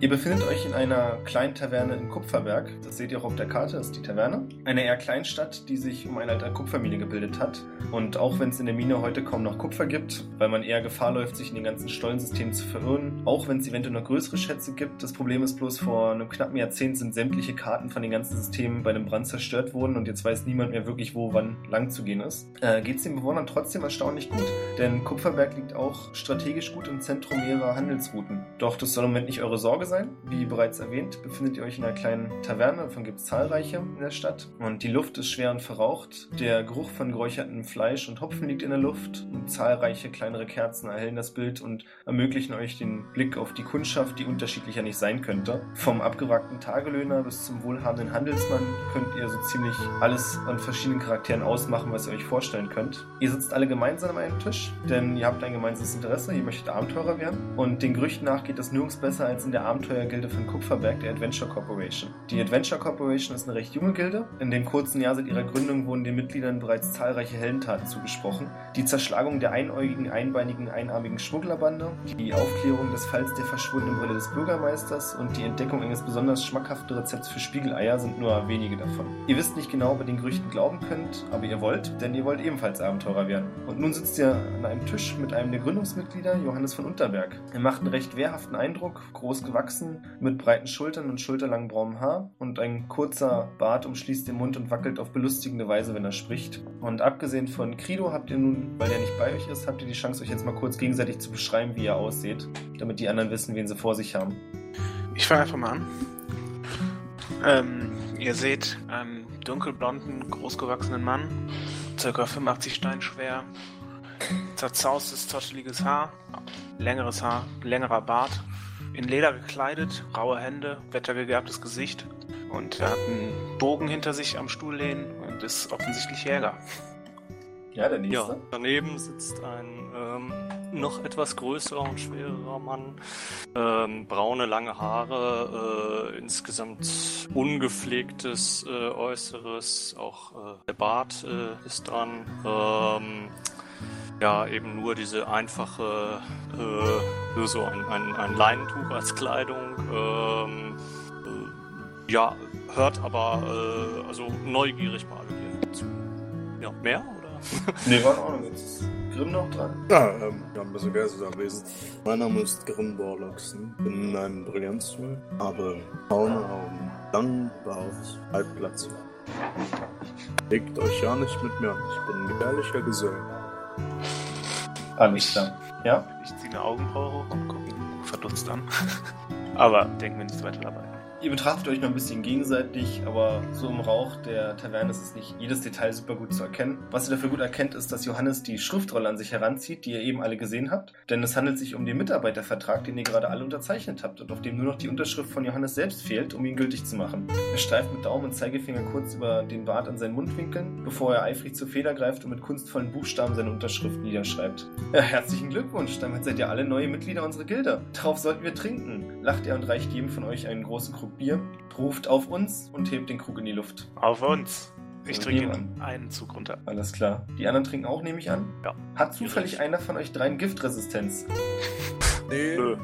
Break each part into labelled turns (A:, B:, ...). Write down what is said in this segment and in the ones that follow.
A: Ihr befindet euch in einer kleinen Taverne in Kupferberg. Das seht ihr auch auf der Karte, das ist die Taverne. Eine eher Kleinstadt, die sich um eine alte Kupfermine gebildet hat. Und auch wenn es in der Mine heute kaum noch Kupfer gibt, weil man eher Gefahr läuft, sich in den ganzen Stollensystemen zu verirren, auch wenn es eventuell noch größere Schätze gibt, das Problem ist bloß, vor einem knappen Jahrzehnt sind sämtliche Karten von den ganzen Systemen bei einem Brand zerstört wurden und jetzt weiß niemand mehr wirklich, wo wann lang zu gehen ist. Äh, Geht es den Bewohnern trotzdem erstaunlich gut, denn Kupferberg liegt auch strategisch gut im Zentrum ihrer Handelsrouten. Doch das soll im Moment nicht eure Sorge sein. Wie bereits erwähnt, befindet ihr euch in einer kleinen Taverne, davon gibt es zahlreiche in der Stadt. Und die Luft ist schwer und verraucht. Der Geruch von geräuchertem Fleisch und Hopfen liegt in der Luft. Und zahlreiche kleinere Kerzen erhellen das Bild und ermöglichen euch den Blick auf die Kundschaft, die unterschiedlicher nicht sein könnte. Vom abgewrackten Tagelöhner bis zum wohlhabenden Handelsmann könnt ihr so ziemlich alles an verschiedenen Charakteren ausmachen, was ihr euch vorstellen könnt. Ihr sitzt alle gemeinsam an einem Tisch, denn ihr habt ein gemeinsames Interesse, ihr möchtet Abenteurer werden. Und den Gerüchten nach geht das nirgends besser als in der Abenteuergilde von Kupferberg, der Adventure Corporation. Die Adventure Corporation ist eine recht junge Gilde. In dem kurzen Jahr seit ihrer Gründung wurden den Mitgliedern bereits zahlreiche Heldentaten zugesprochen. Die Zerschlagung der einäugigen, einbeinigen, einarmigen Schmugglerbande, die Aufklärung des Falls der verschwundenen Brille des Bürgermeisters und die Entdeckung eines besonders schmackhaften Rezepts für Spiegeleier sind nur wenige davon. Ihr wisst nicht genau, ob ihr den Gerüchten glauben könnt, aber ihr wollt, denn ihr wollt ebenfalls Abenteurer werden. Und nun sitzt ihr an einem Tisch mit einem der Gründungsmitglieder, Johannes von Unterberg. Er macht einen recht wehrhaften Eindruck, groß gewachsen, mit breiten Schultern und schulterlangem braunem Haar und ein kurzer Bart umschließt den Mund und wackelt auf belustigende Weise, wenn er spricht. Und abgesehen von Credo habt ihr nun, weil er nicht bei euch ist, habt ihr die Chance, euch jetzt mal kurz gegenseitig zu beschreiben, wie ihr ausseht, damit die anderen wissen, wen sie vor sich haben.
B: Ich fange einfach mal an. Ähm, ihr seht einen dunkelblonden, großgewachsenen Mann, ca. 85 Stein schwer, zerzaustes, zotteliges Haar, längeres Haar, längerer Bart, in Leder gekleidet, raue Hände, wettergegerbtes Gesicht und er hat einen Bogen hinter sich am Stuhl lehnen und ist offensichtlich Jäger.
A: Ja, der
C: Ja, daneben sitzt ein ähm, noch etwas größerer und schwererer Mann. Ähm, braune, lange Haare, äh, insgesamt ungepflegtes äh, Äußeres, auch äh, der Bart äh, ist dran. Ähm, ja, eben nur diese einfache, äh, nur so ein, ein, ein Leinentuch als Kleidung. Ähm, äh, ja, hört aber, äh, also neugierig mal hier zu. Ja, mehr oder?
A: Nee, war in Ordnung. Jetzt ist Grimm noch dran.
D: Ja, ähm, ja, ein bisschen Gäste da gewesen. Mein Name ist Grim Warlocks. Bin in einem Brillanzstuhl, habe braune Augen, langen Bart, Halbplatz. Legt euch ja nicht mit mir an, ich bin ein gefährlicher Gesell.
A: Alles klar. Ja?
B: Ich ziehe eine Augenbraue hoch und gucke ihn verdutzt an. Aber denken wir nichts weiter dabei.
A: Ihr betrachtet euch noch ein bisschen gegenseitig, aber so im Rauch der Taverne ist es nicht jedes Detail super gut zu erkennen. Was ihr dafür gut erkennt, ist, dass Johannes die Schriftrolle an sich heranzieht, die ihr eben alle gesehen habt. Denn es handelt sich um den Mitarbeitervertrag, den ihr gerade alle unterzeichnet habt und auf dem nur noch die Unterschrift von Johannes selbst fehlt, um ihn gültig zu machen. Er streift mit Daumen und Zeigefinger kurz über den Bart an seinen Mundwinkeln, bevor er eifrig zur Feder greift und mit kunstvollen Buchstaben seine Unterschrift niederschreibt. Ja, herzlichen Glückwunsch, damit seid ihr alle neue Mitglieder unserer Gilde. Darauf sollten wir trinken, lacht er und reicht jedem von euch einen großen Krug Bier, ruft auf uns und hebt den Krug in die Luft.
B: Auf uns! Ich
A: So,
B: trinke
A: niemand.
B: ihn einen Zug runter.
A: Alles klar. Die anderen trinken auch, nehme ich an?
B: Ja.
A: Hat zufällig einer von euch dreien Giftresistenz?
D: Nee,
B: Nö.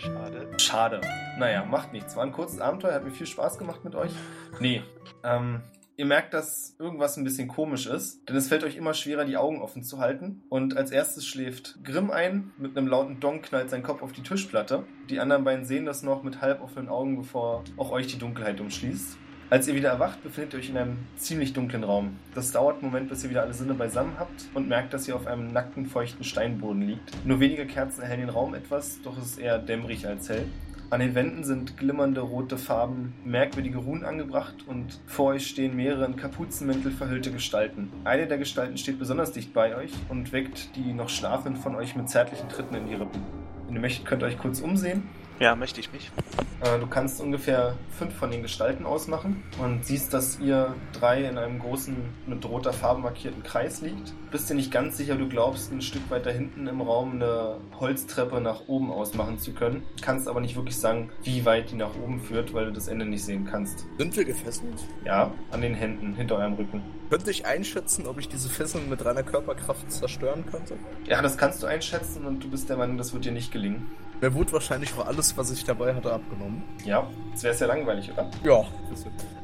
B: Schade.
A: Schade. Naja, macht nichts. War ein kurzes Abenteuer, hat mir viel Spaß gemacht mit euch. Nee. Ähm, ihr merkt, dass irgendwas ein bisschen komisch ist, denn es fällt euch immer schwerer, die Augen offen zu halten. Und als erstes schläft Grimm ein, mit einem lauten Donk knallt sein Kopf auf die Tischplatte. Die anderen beiden sehen das noch mit halb offenen Augen, bevor auch euch die Dunkelheit umschließt. Als ihr wieder erwacht, befindet ihr euch in einem ziemlich dunklen Raum. Das dauert einen Moment, bis ihr wieder alle Sinne beisammen habt und merkt, dass ihr auf einem nackten, feuchten Steinboden liegt. Nur wenige Kerzen erhellen den Raum etwas, doch es ist eher dämmerig als hell. An den Wänden sind glimmernde rote Farben, merkwürdige Runen angebracht und vor euch stehen mehrere in Kapuzenmäntel verhüllte Gestalten. Eine der Gestalten steht besonders dicht bei euch und weckt die noch Schlafenden von euch mit zärtlichen Tritten in die Rippen. Wenn ihr möchtet, könnt ihr euch kurz umsehen.
B: Ja, möchte ich mich.
A: Äh, Du kannst ungefähr fünf von den Gestalten ausmachen und siehst, dass ihr drei in einem großen, mit roter Farbe markierten Kreis liegt. Bist dir nicht ganz sicher, du glaubst, ein Stück weiter hinten im Raum eine Holztreppe nach oben ausmachen zu können. Kannst aber nicht wirklich sagen, wie weit die nach oben führt, weil du das Ende nicht sehen kannst.
D: sind wir gefesselt?
A: Ja, an den Händen, hinter eurem Rücken.
D: Könnte ich einschätzen, ob ich diese Fesseln mit reiner Körperkraft zerstören könnte?
A: Ja, das kannst du einschätzen und du bist der Meinung, das wird dir nicht gelingen.
E: Der wurde wahrscheinlich auch alles, was ich dabei hatte, abgenommen.
A: Ja, das wäre sehr langweilig, oder?
E: Ja.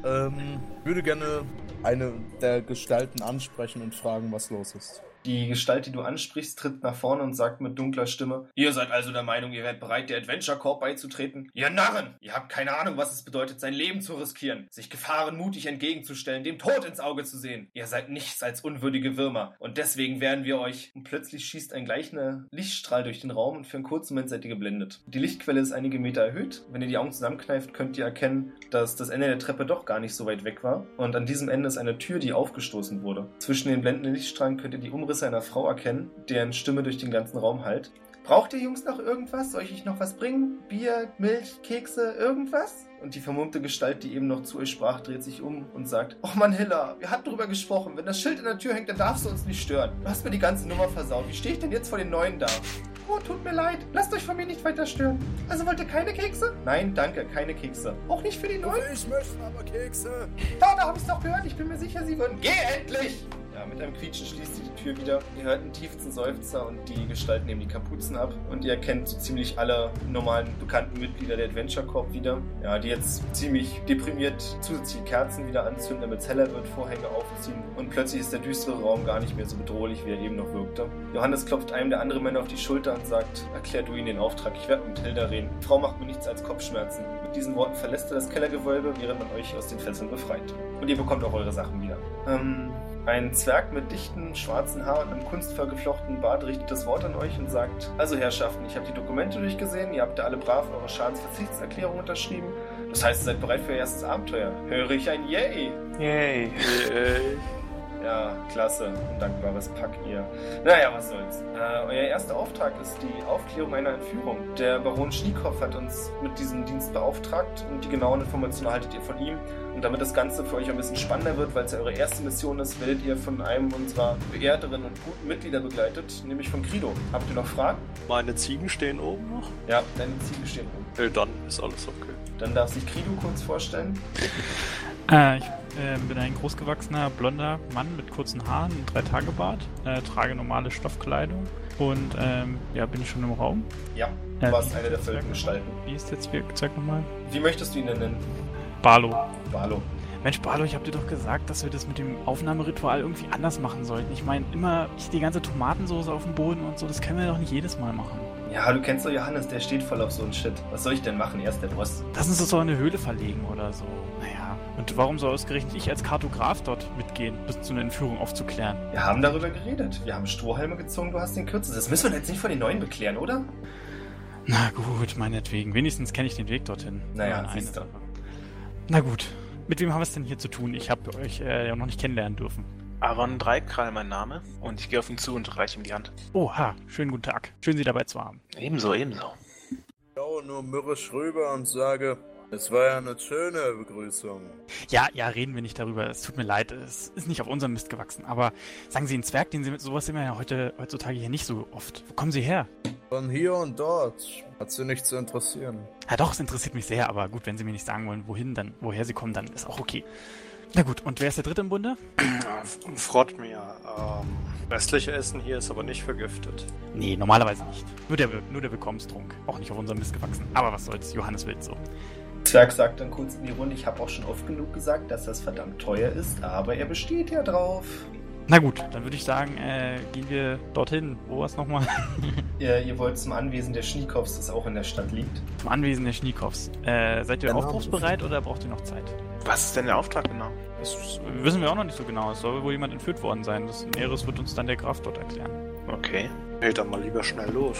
E: Ähm, würde gerne eine der Gestalten ansprechen und fragen, was los ist.
A: Die Gestalt, die du ansprichst, tritt nach vorne und sagt mit dunkler Stimme: Ihr seid also der Meinung, ihr wärt bereit, der Adventure Corp beizutreten? Ihr Narren! Ihr habt keine Ahnung, was es bedeutet, sein Leben zu riskieren, sich Gefahren mutig entgegenzustellen, dem Tod ins Auge zu sehen. Ihr seid nichts als unwürdige Würmer. Und deswegen werden wir euch. Und plötzlich schießt ein gleichender Lichtstrahl durch den Raum und für einen kurzen Moment seid ihr geblendet. Die Lichtquelle ist einige Meter erhöht. Wenn ihr die Augen zusammenkneift, könnt ihr erkennen, dass das Ende der Treppe doch gar nicht so weit weg war. Und an diesem Ende ist eine Tür, die aufgestoßen wurde. Zwischen den blendenden Lichtstrahlen könnt ihr die Umrisse einer Frau erkennen, deren Stimme durch den ganzen Raum hallt. Braucht ihr Jungs noch irgendwas? Soll ich euch noch was bringen? Bier, Milch, Kekse, irgendwas? Und die vermummte Gestalt, die eben noch zu euch sprach, dreht sich um und sagt: Och Mann, Hilla, wir hatten drüber gesprochen. Wenn das Schild an der Tür hängt, dann darfst du uns nicht stören. Du hast mir die ganze Nummer versaut. Wie stehe ich denn jetzt vor den Neuen da? Oh, tut mir leid. Lasst euch von mir nicht weiter stören. Also wollt ihr keine Kekse? Nein, danke, keine Kekse. Auch nicht für die Neuen?
E: Ich möchte aber Kekse.
A: Da, da habe ich's doch gehört. Ich bin mir sicher, sie würden. Geh endlich! Ja, mit einem Quietschen schließt sie die Tür wieder. Ihr hört einen tiefsten Seufzer und die Gestalten nehmen die Kapuzen ab. Und ihr erkennt so ziemlich alle normalen bekannten Mitglieder der Adventure Corp wieder. Ja, die jetzt ziemlich deprimiert zusätzliche Kerzen wieder anzünden, damit es heller wird, Vorhänge aufziehen. Und plötzlich ist der düstere Raum gar nicht mehr so bedrohlich, wie er eben noch wirkte. Johannes klopft einem der anderen Männer auf die Schulter und sagt: Erklär du ihnen den Auftrag, ich werde mit Hilda reden. Die Frau macht mir nichts als Kopfschmerzen. Mit diesen Worten verlässt er das Kellergewölbe, während man euch aus den Fesseln befreit. Und ihr bekommt auch eure Sachen wieder. Ähm, ein Zwerg mit dichten, schwarzen Haar und einem kunstvoll geflochtenen Bart richtet das Wort an euch und sagt: Also, Herrschaften, ich habe die Dokumente durchgesehen, ihr habt da alle brav eure Schadensverzichtserklärung unterschrieben. Das heißt, ihr seid bereit für ihr erstes Abenteuer. Höre ich ein Yay!
B: Yay.
A: Ja, klasse. Undankbares Pack ihr. Naja, was soll's. Äh, euer erster Auftrag ist die Aufklärung einer Entführung. Der Baron Schniekopf hat uns mit diesem Dienst beauftragt und die genauen Informationen erhaltet ihr von ihm. Und damit das Ganze für euch ein bisschen spannender wird, weil es ja eure erste Mission ist, werdet ihr von einem unserer beehrteren und guten Mitglieder begleitet, nämlich von Krido. Habt ihr noch Fragen?
C: Meine Ziegen stehen oben noch?
A: Ja, deine Ziele stehen oben.
C: Äh, dann ist alles okay.
A: Dann darf sich Krido kurz vorstellen.
F: Äh, ich äh, bin ein großgewachsener, blonder Mann mit kurzen Haaren und drei Tage Bart, äh, trage normale Stoffkleidung und ähm, ja, bin ich schon im Raum.
A: Ja, du
F: Äh,
A: warst
F: wie-
A: eine der völligen Gestalten.
F: Wie ist der Zwerg Zwerg nochmal?
A: Wie möchtest du ihn denn nennen?
F: Barlo.
A: Barlo.
F: Mensch, Barlo, ich hab dir doch gesagt, dass wir das mit dem Aufnahmeritual irgendwie anders machen sollten. Ich meine, immer die ganze Tomatensoße auf dem Boden und so, das können wir doch nicht jedes Mal machen.
A: Ja, du kennst doch Johannes, der steht voll auf so einen Shit. Was soll ich denn machen? Er ist der Boss.
F: Lass uns das doch in eine Höhle verlegen oder so. Naja. Und warum soll ausgerechnet ich als Kartograf dort mitgehen, bis zu einer Entführung aufzuklären?
A: Wir haben darüber geredet. Wir haben Strohhalme gezogen, du hast den Kürzel. Das müssen wir jetzt nicht von den Neuen beklären, oder?
F: Na gut, meinetwegen. Wenigstens kenne ich den Weg dorthin.
A: Naja,
F: Nein,
A: siehst du.
F: eine- Na gut. Mit wem haben wir es denn hier zu tun? Ich habe euch äh, ja noch nicht kennenlernen dürfen.
B: Aaron Dreikrall, mein Name. Und ich gehe auf ihn zu und reiche ihm die Hand.
F: Oha, schönen guten Tag. Schön, Sie dabei zu haben.
B: Ebenso, ebenso.
D: Ich schaue nur mürrisch rüber und sage, es war ja eine schöne Begrüßung.
F: Ja, ja, reden wir nicht darüber. Es tut mir leid, es ist nicht auf unserem Mist gewachsen. Aber sagen Sie, einen Zwerg, den Sie mit sowas sehen wir ja heute, heutzutage hier nicht so oft. Wo kommen Sie her?
D: Von hier und dort hat sie nicht zu interessieren.
F: Ja doch, es interessiert mich sehr, aber gut, wenn Sie mir nicht sagen wollen, wohin dann, woher Sie kommen, dann ist auch okay. Na gut, und wer ist der Dritte im Bunde?
C: Ja, F- Frott mir. Ähm, restliche Essen hier ist aber nicht vergiftet.
F: Nee, normalerweise nicht. Nur der, nur der Willkommenstrunk. Auch nicht auf unserem Mist gewachsen. Aber was soll's, Johannes will so.
A: Zwerg sagt dann kurz in die Runde, ich habe auch schon oft genug gesagt, dass das verdammt teuer ist, aber er besteht ja drauf.
F: Na gut, dann würde ich sagen, äh, gehen wir dorthin. Wo war's nochmal?
A: Ihr, ihr wollt zum Anwesen der Schniekows, das auch in der Stadt liegt.
F: Zum Anwesen der Schniekows. Äh, seid ihr
D: Genau.
F: aufbruchsbereit oder braucht ihr noch Zeit?
B: Was ist denn der Auftrag genau?
F: Das wissen wir auch noch nicht so genau. Es soll wohl jemand entführt worden sein. Das Näheres wird uns dann der Graf dort erklären.
B: Okay.
C: Nee, dann mal lieber schnell los.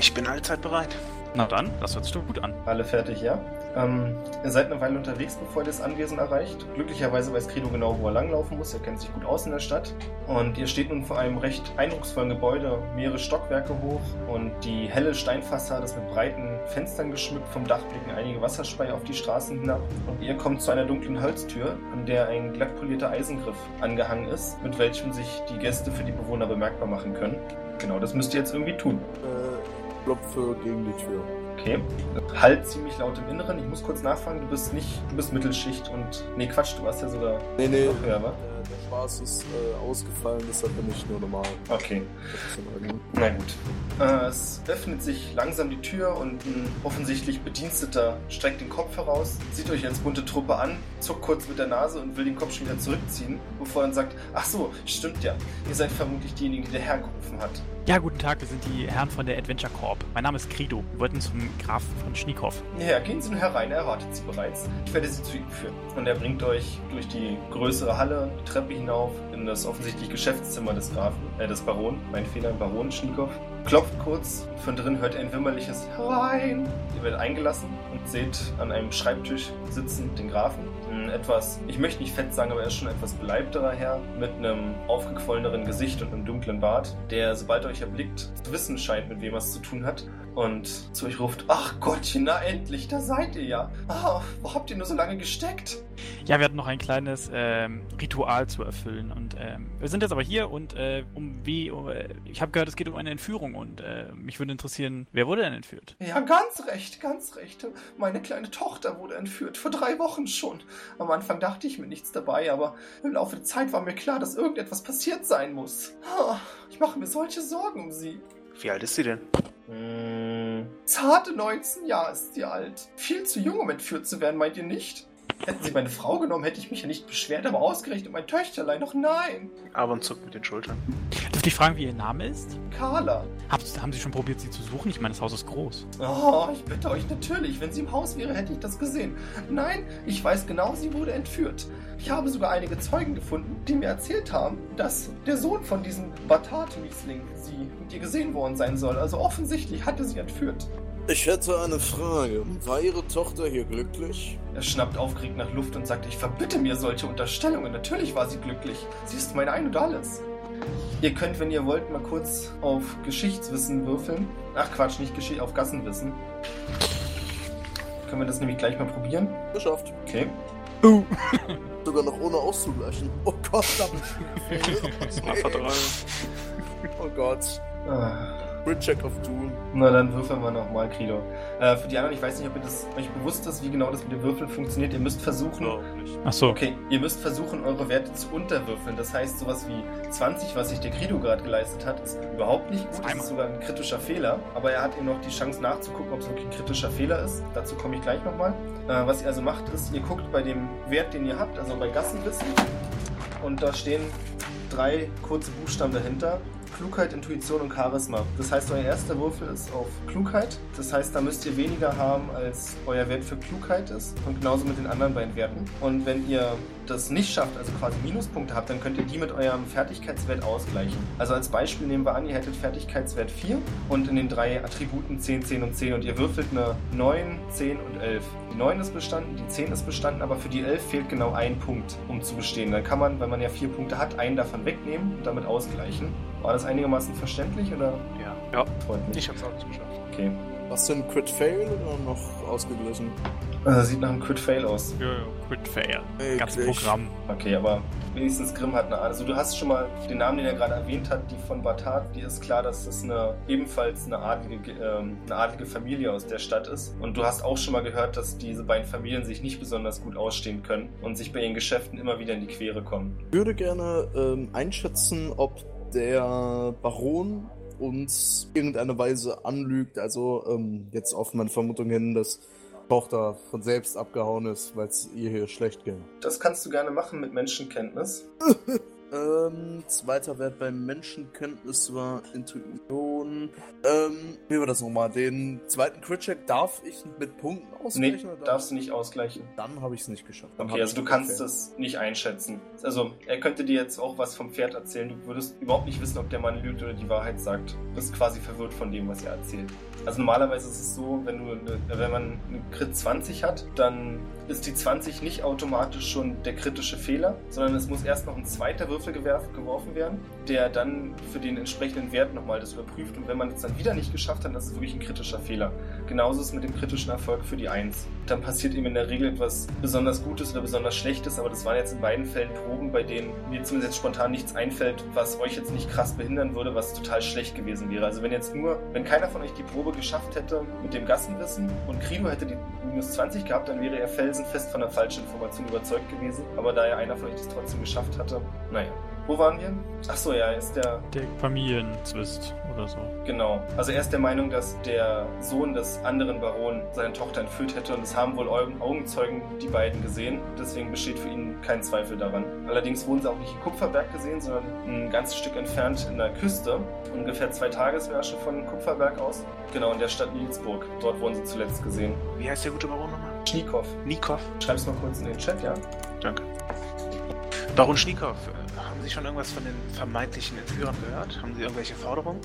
B: Ich bin allzeit bereit.
F: Na dann, das hört sich doch gut an.
A: Alle fertig, ja? Ähm, ihr seid eine Weile unterwegs, bevor ihr das Anwesen erreicht. Glücklicherweise weiß Credo genau, wo er langlaufen muss. Er kennt sich gut aus in der Stadt. Und ihr steht nun vor einem recht eindrucksvollen Gebäude, mehrere Stockwerke hoch. Und die helle Steinfassade ist mit breiten Fenstern geschmückt. Vom Dach blicken einige Wasserspeier auf die Straßen hinab. Und ihr kommt zu einer dunklen Holztür, an der ein glattpolierter Eisengriff angehangen ist, mit welchem sich die Gäste für die Bewohner bemerkbar machen können. Genau, das müsst ihr jetzt irgendwie tun.
D: Äh, klopfe gegen die Tür.
A: Okay. Halt ziemlich laut im Inneren. Ich muss kurz nachfragen, du bist nicht, du bist Mittelschicht und. Nee, Quatsch, du warst ja sogar
D: Nee, nee.
A: noch höher, wa?
D: Äh, Der Spaß ist äh, ausgefallen, deshalb bin ich nur normal.
A: Okay.
D: Das ist in Ordnung.
A: Na gut. Äh, es öffnet sich langsam die Tür und ein offensichtlich Bediensteter streckt den Kopf heraus, sieht euch als bunte Truppe an, zuckt kurz mit der Nase und will den Kopf schon wieder zurückziehen, bevor er dann sagt, ach so, stimmt ja, ihr seid vermutlich diejenigen, die der Herr gerufen hat.
F: Ja, guten Tag, wir sind die Herren von der Adventure Corp. Mein Name ist Krido. Wir wollten zum Graf von Schniekhoff.
A: Ja, gehen Sie nur herein, er erwartet Sie bereits. Ich werde Sie zu ihm führen. Und er bringt euch durch die größere Halle, die Treppe hinauf, in das offensichtlich Geschäftszimmer des Grafen, äh, des Baron, mein Fehler, Baron Schniekov. Klopft kurz, von drin hört er ein wimmerliches Herein. Ihr werdet eingelassen und seht an einem Schreibtisch sitzen den Grafen. Ein etwas, ich möchte nicht fett sagen, aber er ist schon ein etwas beleibterer Herr mit einem aufgequolleneren Gesicht und einem dunklen Bart, der, sobald er euch erblickt, zu wissen scheint, mit wem er es zu tun hat und zu euch ruft, ach Gottchen, na endlich, da seid ihr ja. Ah, wo habt ihr nur so lange gesteckt?
F: Ja, wir hatten noch ein kleines ähm, Ritual zu erfüllen und ähm, wir sind jetzt aber hier und äh, um wie, um, äh, ich habe gehört, es geht um eine Entführung und äh, mich würde interessieren, wer wurde denn entführt?
A: Ja, ganz recht, ganz recht. Meine kleine Tochter wurde entführt, vor drei Wochen schon. Am Anfang dachte ich mir nichts dabei, aber im Laufe der Zeit war mir klar, dass irgendetwas passiert sein muss. Ah, Ich mache mir solche Sorgen um sie.
B: Wie alt ist sie denn?
A: Zarte 19 Jahre ist sie alt. Viel zu jung, um entführt zu werden, meint ihr nicht? Hätten sie meine Frau genommen, hätte ich mich ja nicht beschwert, aber ausgerechnet mein Töchterlein, doch nein.
B: Aaron zuckt mit den Schultern.
F: Dürfte ich fragen, wie ihr Name ist?
A: Carla,
F: Hab, haben Sie schon probiert, sie zu suchen? Ich meine, das Haus ist groß.
A: Oh, ich bitte euch natürlich. Wenn sie im Haus wäre, hätte ich das gesehen. Nein, ich weiß genau, sie wurde entführt. Ich habe sogar einige Zeugen gefunden, die mir erzählt haben, dass der Sohn von diesem Batat-Miesling sie mit ihr gesehen worden sein soll. Also offensichtlich hatte sie entführt.
D: Ich hätte eine Frage. War Ihre Tochter hier glücklich?
A: Er schnappt aufgeregt nach Luft und sagt, ich verbitte mir solche Unterstellungen. Natürlich war sie glücklich. Sie ist mein Ein und Alles. Ihr könnt, wenn ihr wollt, mal kurz auf Geschichtswissen würfeln. Ach Quatsch, nicht Geschichte, auf Gassenwissen. Können wir das nämlich gleich mal probieren?
D: Geschafft.
A: Okay.
D: Sogar noch ohne auszugleichen. Oh Gott, da bin ich.
C: Mal verdrehen.
D: Oh Gott.
A: Ah.
D: Recheck auf Doom.
A: Na, dann würfeln wir nochmal, Krido. Äh, für die anderen, ich weiß nicht, ob ihr das euch bewusst ist, wie genau das mit dem Würfeln funktioniert. Ihr müsst versuchen,
C: Überhaupt nicht.
F: Ach so.
A: Okay, ihr müsst versuchen, eure Werte zu unterwürfeln. Das heißt, sowas wie 20, was sich der Credo gerade geleistet hat, ist überhaupt nicht gut. Das
F: Einmal.
A: ist sogar ein kritischer Fehler. Aber er hat eben noch die Chance nachzugucken, ob es wirklich ein kritischer Fehler ist. Dazu komme ich gleich nochmal. Äh, was ihr also macht, ist, ihr guckt bei dem Wert, den ihr habt, also bei Gassenwissen. Und da stehen drei kurze Buchstaben dahinter. Klugheit, Intuition und Charisma. Das heißt, euer erster Würfel ist auf Klugheit. Das heißt, da müsst ihr weniger haben, als euer Wert für Klugheit ist. Und genauso mit den anderen beiden Werten. Und wenn ihr das nicht schafft, also quasi Minuspunkte habt, dann könnt ihr die mit eurem Fertigkeitswert ausgleichen. Also als Beispiel nehmen wir an, ihr hättet Fertigkeitswert 4 und in den drei Attributen 10, 10 und 10 und ihr würfelt eine 9, 10 und 11. Die 9 ist bestanden, die 10 ist bestanden, aber für die 11 fehlt genau ein Punkt, um zu bestehen. Dann kann man, wenn man ja vier Punkte hat, einen davon wegnehmen und damit ausgleichen. War das einigermaßen verständlich oder
B: Ja.
A: freut mich?
B: Ich hab's auch nicht geschafft.
A: Okay.
D: Was denn Crit Fail oder noch ausgeglichen?
A: Äh, sieht nach einem Crit Fail aus.
F: Ja, ja, Quit Fail.
D: Ey,
F: Ganz
D: Glitch.
F: Programm.
A: Okay, aber wenigstens Grimm hat eine Ahnung. Also du hast schon mal den Namen, den er gerade erwähnt hat, die von Batat, die ist klar, dass das eine ebenfalls eine adlige, ähm, eine adlige Familie aus der Stadt ist. Und du hast auch schon mal gehört, dass diese beiden Familien sich nicht besonders gut ausstehen können und sich bei ihren Geschäften immer wieder in die Quere kommen.
D: Ich würde gerne ähm, einschätzen, ob der Baron uns irgendeine Weise anlügt. Also ähm, jetzt auf meine Vermutung hin, dass Tochter von selbst abgehauen ist, weil es ihr hier schlecht ging.
A: Das kannst du gerne machen mit Menschenkenntnis.
D: Ähm, zweiter Wert bei Menschenkenntnis war Intuition. Ähm, wie war das nochmal? Den zweiten Crit-Check darf ich mit Punkten
A: Nee,
D: ausrechnen?
A: darfst du nicht ausgleichen.
D: Dann habe ich es nicht geschafft. Dann hab
A: Okay, also
D: ich
A: du
D: Crit
A: kannst
D: Fail.
A: das nicht einschätzen. Also er könnte dir jetzt auch was vom Pferd erzählen. Du würdest überhaupt nicht wissen, ob der Mann lügt oder die Wahrheit sagt. Du bist quasi verwirrt von dem, was er erzählt. Also normalerweise ist es so, wenn, du eine, wenn man eine Crit 20 hat, dann ist die 20 nicht automatisch schon der kritische Fehler, sondern es muss erst noch ein zweiter Würfel gewerf- geworfen werden, der dann für den entsprechenden Wert nochmal das überprüft geschafft und wenn man es dann wieder nicht geschafft hat, dann ist es wirklich ein kritischer Fehler. Genauso ist es mit dem kritischen Erfolg für die Eins. Dann passiert ihm in der Regel etwas besonders Gutes oder besonders Schlechtes, aber das waren jetzt in beiden Fällen Proben, bei denen mir zumindest jetzt spontan nichts einfällt, was euch jetzt nicht krass behindern würde, was total schlecht gewesen wäre. Also wenn jetzt nur, wenn keiner von euch die Probe geschafft hätte mit dem Gassenwissen und Krino hätte die minus 20 gehabt, dann wäre er felsenfest von der falschen Information überzeugt gewesen. Aber da ja einer von euch das trotzdem geschafft hatte, naja. Wo waren wir? Achso, ja, er ist der
F: Der Familienzwist oder so.
A: Genau. Also er ist der Meinung, dass der Sohn des anderen Baron seine Tochter entführt hätte und es haben wohl Augen- Augenzeugen die beiden gesehen. Deswegen besteht für ihn kein Zweifel daran. Allerdings wurden sie auch nicht in Kupferberg gesehen, sondern ein ganzes Stück entfernt in der Küste. Ungefähr zwei Tagesmärsche von Kupferberg aus. Genau, in der Stadt Nielsburg. Dort wurden sie zuletzt gesehen.
B: Wie heißt der gute Baron nochmal?
A: Schniekow.
B: Nikow.
A: Schreib's mal kurz in den Chat, ja?
B: Danke. Baron Schniekow, äh, haben Sie schon irgendwas von den vermeintlichen Entführern gehört? Haben Sie irgendwelche Forderungen?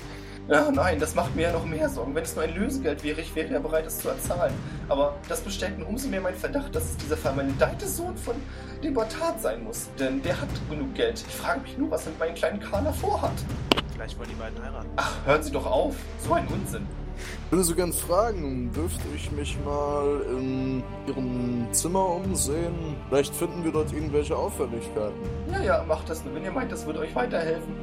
A: Ja, nein, das macht mir ja noch mehr Sorgen. Wenn es nur ein Lösegeld wäre, ich wäre ja bereit, es zu erzahlen. Aber das bestärkt nur umso mehr meinen Verdacht, dass es dieser vermaledeite Sohn von dem Bortat sein muss. Denn der hat genug Geld. Ich frage mich nur, was er mit meinem kleinen Karner vorhat.
B: Vielleicht wollen die beiden heiraten.
A: Ach, hören Sie doch auf. So ein Unsinn.
E: würde so gern fragen, dürfte ich mich mal in Ihrem Zimmer umsehen? Vielleicht finden wir dort irgendwelche Auffälligkeiten.
A: Ja, ja, macht das nur, wenn ihr meint, das wird euch weiterhelfen.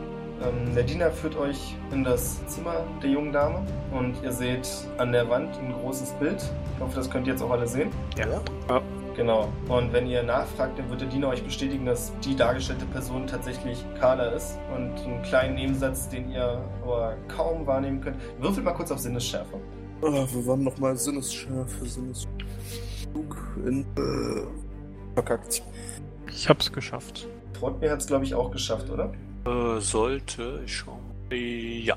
A: Ähm, der Diener führt euch in das Zimmer der jungen Dame und ihr seht an der Wand ein großes Bild. Ich hoffe, das könnt ihr jetzt auch alle sehen.
B: Ja.
A: Ja. Genau. Und wenn ihr nachfragt, dann wird der Diener euch bestätigen, dass die dargestellte Person tatsächlich Carla ist. Und einen kleinen Nebensatz, den ihr aber kaum wahrnehmen könnt. Würfelt mal kurz auf Sinnesschärfe.
E: Ah, wir waren nochmal Sinnesschärfe, Sinnesflug in. Äh, verkackt.
F: Ich hab's geschafft.
A: Trotmir hat es, glaube ich, auch geschafft, oder?
C: Äh, sollte ich schon. Ja.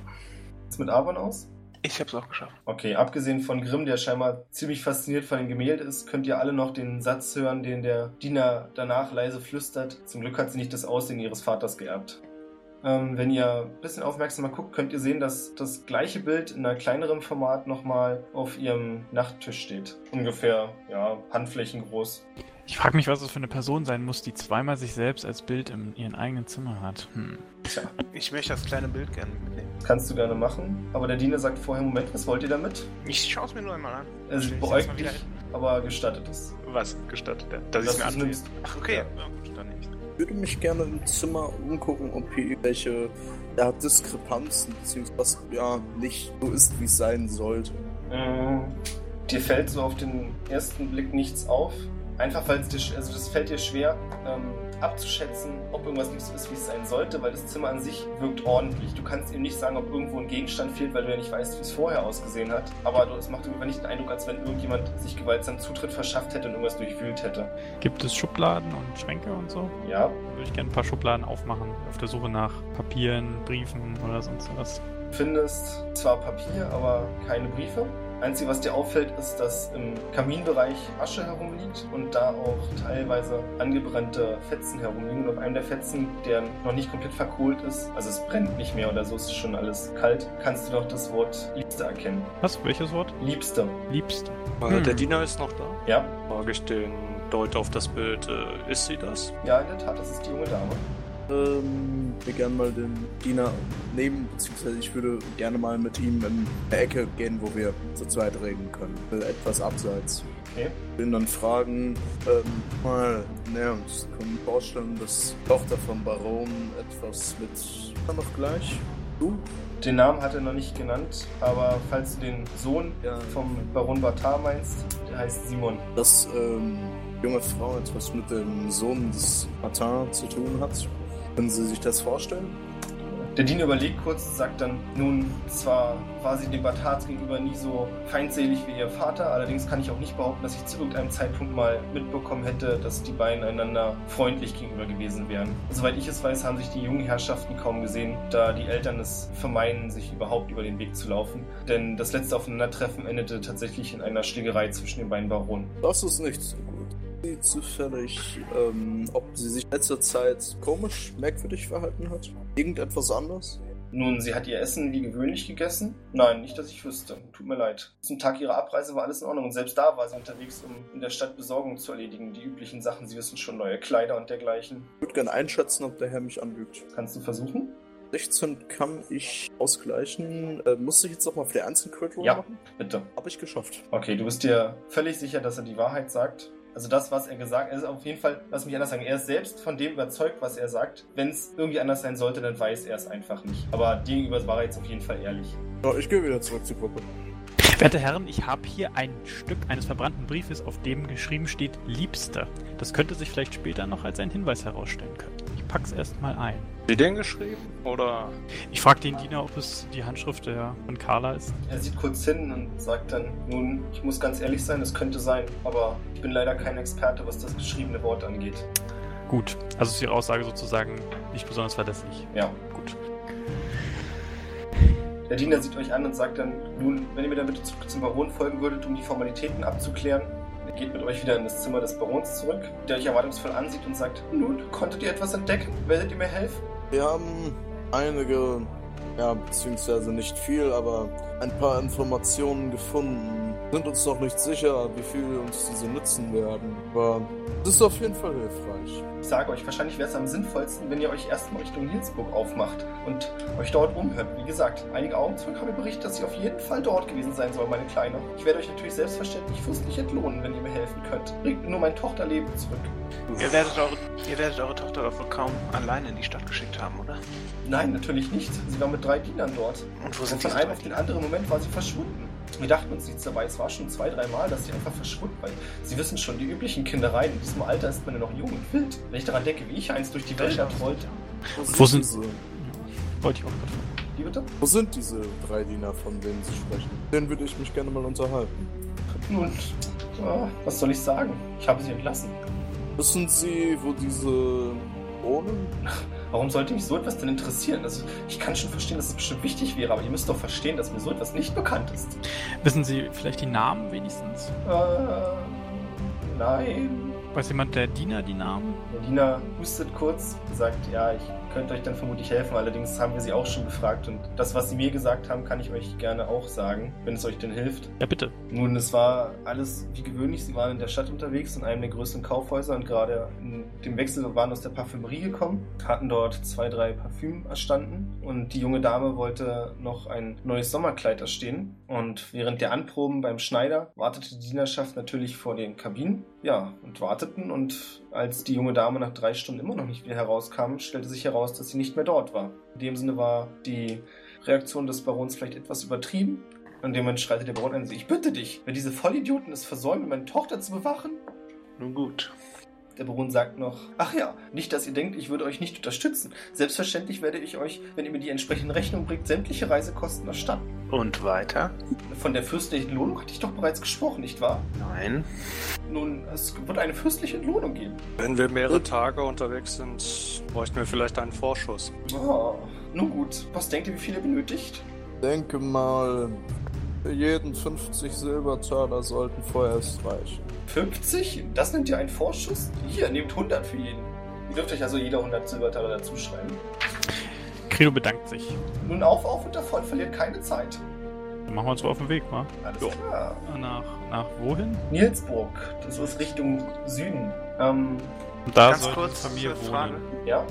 A: Ist mit Avon aus?
B: Ich hab's auch geschafft.
A: Okay, abgesehen von Grimm, der scheinbar ziemlich fasziniert von dem Gemälde ist, könnt ihr alle noch den Satz hören, den der Diener danach leise flüstert. Zum Glück hat sie nicht das Aussehen ihres Vaters geerbt. Ähm, wenn ihr ein bisschen aufmerksamer guckt, könnt ihr sehen, dass das gleiche Bild in einer kleineren Format nochmal auf ihrem Nachttisch steht. Ungefähr, ja, Handflächen groß.
F: Ich frage mich, was es für eine Person sein muss, die zweimal sich selbst als Bild in ihrem eigenen Zimmer hat. Hm.
B: Ich möchte das kleine Bild gerne mitnehmen.
A: Kannst du gerne machen. Aber der Diener sagt vorher, Moment, was wollt ihr damit?
B: Ich schaue es mir nur einmal an.
A: Er
B: Stell
A: sieht
B: ich das mal
A: beäugt
B: wieder
A: dich, aber gestattet es.
B: Was? Gestattet er? Dass
A: Dass
B: ich mir
A: du's
B: anlese?
A: nimmst.
B: Ach, okay.
A: Ja.
B: Na gut, dann nehme ich's.
E: Ich würde mich gerne im Zimmer umgucken, ob hier irgendwelche ja, Diskrepanzen, beziehungsweise ja, nicht so ist, wie es sein sollte.
A: Mm, Dir fällt so auf den ersten Blick nichts auf. Einfach weil es dir, sch- also das fällt dir schwer ähm, abzuschätzen, ob irgendwas nicht so ist, wie es sein sollte, weil das Zimmer an sich wirkt ordentlich. Du kannst eben nicht sagen, ob irgendwo ein Gegenstand fehlt, weil du ja nicht weißt, wie es vorher ausgesehen hat. Aber du- es macht irgendwie nicht den Eindruck, als wenn irgendjemand sich gewaltsam Zutritt verschafft hätte und irgendwas durchwühlt hätte.
F: Gibt es Schubladen und Schränke und so?
A: Ja,
F: Würde ich gerne ein paar Schubladen aufmachen, auf der Suche nach Papieren, Briefen oder sonst was.
A: findest zwar Papier, aber keine Briefe. Einzige, was dir auffällt, ist, dass im Kaminbereich Asche herumliegt und da auch teilweise angebrannte Fetzen herumliegen. Und auf einem der Fetzen, der noch nicht komplett verkohlt ist, also es brennt nicht mehr oder so, es ist schon alles kalt, kannst du noch das Wort Liebste erkennen.
F: Was? Welches Wort?
A: Liebste,
F: Liebst.
C: Äh,
F: Hm.
C: Der Diener ist noch da.
A: ja?
C: Frage ich den Deut auf das Bild. Äh, ist sie das?
A: Ja, in der Tat, das ist die junge Dame.
E: Ähm, wir gerne mal den Diener nehmen, beziehungsweise ich würde gerne mal mit ihm in eine Ecke gehen, wo wir zu zweit reden können. Äh, Etwas abseits.
A: Okay.
E: Bin dann fragen, ähm, mal, naja, ich kann mir vorstellen, dass die Tochter vom Baron etwas mit. Dann noch gleich. Du?
A: Den Namen hat er noch nicht genannt, aber falls du den Sohn
E: Ja.
A: vom Baron Bartar meinst, der heißt Simon.
E: Dass, ähm, die junge Frau etwas mit dem Sohn des Martin zu tun hat. Können Sie sich das vorstellen?
A: Der Diener überlegt kurz, sagt dann, nun, zwar war sie dem Batats gegenüber nie so feindselig wie ihr Vater, allerdings kann ich auch nicht behaupten, dass ich zu irgendeinem Zeitpunkt mal mitbekommen hätte, dass die beiden einander freundlich gegenüber gewesen wären. Soweit ich es weiß, haben sich die jungen Herrschaften kaum gesehen, da die Eltern es vermeiden, sich überhaupt über den Weg zu laufen. Denn das letzte Aufeinandertreffen endete tatsächlich in einer Schlägerei zwischen den beiden Baronen.
E: Das ist nicht so gut. Sie zufällig, ähm, ob sie sich in letzter Zeit komisch, merkwürdig verhalten hat? Irgendetwas anders?
A: Nun, sie hat ihr Essen wie gewöhnlich gegessen? Nein, nicht, dass ich wüsste. Tut mir leid. Zum Tag ihrer Abreise war alles in Ordnung und selbst da war sie unterwegs, um in der Stadt Besorgung zu erledigen. Die üblichen Sachen, Sie wissen schon, neue Kleider und dergleichen.
E: Ich würde gerne einschätzen, ob der Herr mich anlügt.
A: Kannst du versuchen?
E: 16 kann ich ausgleichen. Äh, musste ich jetzt nochmal für den einzelnen Crit Roll
A: Ja.
E: machen?
A: Bitte.
E: Habe ich geschafft.
A: Okay, du bist dir völlig sicher, dass er die Wahrheit sagt. Also das, was er gesagt hat, ist auf jeden Fall, lass mich anders sagen, er ist selbst von dem überzeugt, was er sagt. Wenn es irgendwie anders sein sollte, dann weiß er es einfach nicht. Aber dir gegenüber war er jetzt auf jeden Fall ehrlich.
E: So, ich gehe wieder zurück zur Gruppe.
F: Werte Herren, ich habe hier ein Stück eines verbrannten Briefes, auf dem geschrieben steht Liebster. Das könnte sich vielleicht später noch als ein Hinweis herausstellen können. Ich pack's erstmal ein.
C: Sie den geschrieben? Oder?
F: Ich frage den Diener, ob es die Handschrift der von Carla ist.
A: Er sieht kurz hin und sagt dann, nun, ich muss ganz ehrlich sein, es könnte sein, aber ich bin leider kein Experte, was das geschriebene Wort angeht.
F: Gut, also ist Ihre Aussage sozusagen nicht besonders verlässlich.
A: Ja.
F: Gut.
A: Der Diener sieht euch an und sagt dann, nun, wenn ihr mir dann bitte zurück zum Baron folgen würdet, um die Formalitäten abzuklären, er geht mit euch wieder in das Zimmer des Barons zurück, der euch erwartungsvoll ansieht und sagt, nun, konntet ihr etwas entdecken? Werdet ihr mir helfen?
E: Wir haben einige, ja, beziehungsweise nicht viel, aber ein paar Informationen gefunden. Sind uns noch nicht sicher, wie viel uns diese nützen werden. Aber es ist auf jeden Fall hilfreich.
A: Ich sage euch, wahrscheinlich wäre es am sinnvollsten, wenn ihr euch erstmal Richtung Nilsburg aufmacht und euch dort umhört. Wie gesagt, einige Augen zurück haben mir berichtet, dass ihr auf jeden Fall dort gewesen sein soll, meine Kleine. Ich werde euch natürlich selbstverständlich fürstlich entlohnen, wenn ihr mir helfen könnt. Bringt nur mein Tochterleben zurück.
B: Ihr werdet, eure, ihr werdet eure Tochter doch wohl kaum alleine in die Stadt geschickt haben, oder?
A: Nein, natürlich nicht. Sie war mit drei Dienern dort.
B: Und wo sind
A: von
B: diese
A: einem
B: drei
A: auf den anderen Moment war sie verschwunden. Wir dachten uns nichts dabei. Es war schon zwei, drei Mal, dass sie einfach verschwunden war. Sie wissen schon, die üblichen Kindereien. In diesem Alter ist man ja noch jung und wild. Wenn ich daran denke, wie ich einst durch die Wälder
B: Genau.
A: wollte.
F: Wo sind-
E: diese?
F: Wollte ich auch gerade fragen.
A: Wie bitte?
E: Wo sind diese drei Diener, von denen Sie sprechen? Den würde ich mich gerne mal unterhalten.
A: Nun, ah, was soll ich sagen? Ich habe sie entlassen.
E: Wissen Sie, wo diese Ohnen?
A: Warum sollte mich so etwas denn interessieren? Also, ich kann schon verstehen, dass es bestimmt wichtig wäre, aber ihr müsst doch verstehen, dass mir so etwas nicht bekannt ist.
F: Wissen Sie vielleicht die Namen wenigstens?
A: Äh, nein.
F: Weiß jemand der Diener die Namen?
A: Medina hustet kurz, sagt, ja, ich könnte euch dann vermutlich helfen, allerdings haben wir sie auch schon gefragt und das, was sie mir gesagt haben, kann ich euch gerne auch sagen, wenn es euch denn hilft.
F: Ja, bitte.
A: Nun, es war alles wie gewöhnlich, sie waren in der Stadt unterwegs, in einem der größeren Kaufhäuser und gerade in dem Wechsel waren aus der Parfümerie gekommen, hatten dort zwei, drei Parfüm erstanden und die junge Dame wollte noch ein neues Sommerkleid erstehen und während der Anproben beim Schneider wartete die Dienerschaft natürlich vor den Kabinen, ja, und warteten und als die junge Dame nach drei Stunden immer noch nicht wieder herauskam, stellte sich heraus, dass sie nicht mehr dort war. In dem Sinne war die Reaktion des Barons vielleicht etwas übertrieben, und jemand schreitet der Baron an. Ich bitte dich, wenn diese Vollidioten es versäumen, meine Tochter zu bewachen.
B: Nun gut.
A: Der Baron sagt noch, ach ja, nicht, dass ihr denkt, ich würde euch nicht unterstützen. Selbstverständlich werde ich euch, wenn ihr mir die entsprechende Rechnung bringt, sämtliche Reisekosten erstatten.
B: Und weiter?
A: Von der fürstlichen Lohnung hatte ich doch bereits gesprochen, nicht wahr?
B: Nein.
A: Nun, es wird eine fürstliche Lohnung geben.
C: Wenn wir mehrere Tage unterwegs sind, bräuchten wir vielleicht einen Vorschuss.
A: Oh, nun gut, was denkt ihr, wie viel ihr benötigt?
E: Denke mal, für jeden 50 Silbertaler sollten vorerst reichen.
A: 50? Das nennt ihr einen Vorschuss? Hier, nehmt 100 für jeden. Ihr dürft euch also jeder 100 Silbertaler dazuschreiben.
F: Credo bedankt sich.
A: Nun auf, auf und davon, verliert keine Zeit.
F: Dann machen wir uns wohl auf den Weg, mal.
A: Alles
F: Jo.
A: klar.
F: Ah, Nach, nach wohin?
A: Nielsburg, das ist Richtung Süden. Ähm,
F: Und da
B: Ganz
F: soll
B: kurz
F: die Familie
B: eine
F: wohnen.
B: Frage.
A: ja,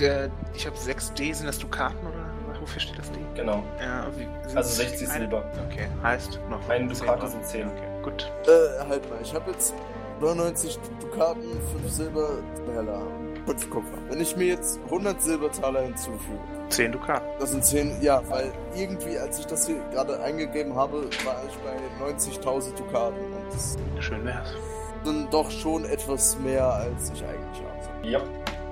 B: Der, ich habe 6 D, sind das Dukaten oder? Wofür steht das D?
A: genau.
B: Ja, wie, sind
A: Also
B: es
A: 60
B: eine-
A: Silber.
B: Okay, heißt noch
A: Ein Dukaten
B: Euro.
A: sind 10.
B: Okay, gut.
E: Äh, halt mal, ich habe jetzt 99 Dukaten, 5 Silbertaler, 5 Kupfer. Wenn ich mir jetzt 100 Silbertaler hinzufüge,
B: 10 Dukaten.
E: das sind 10, ja, weil irgendwie, als ich das hier gerade eingegeben habe, war ich bei 90.000 Dukaten und das
B: Schön wär's.
E: sind doch schon etwas mehr, als ich eigentlich habe.
A: Ja.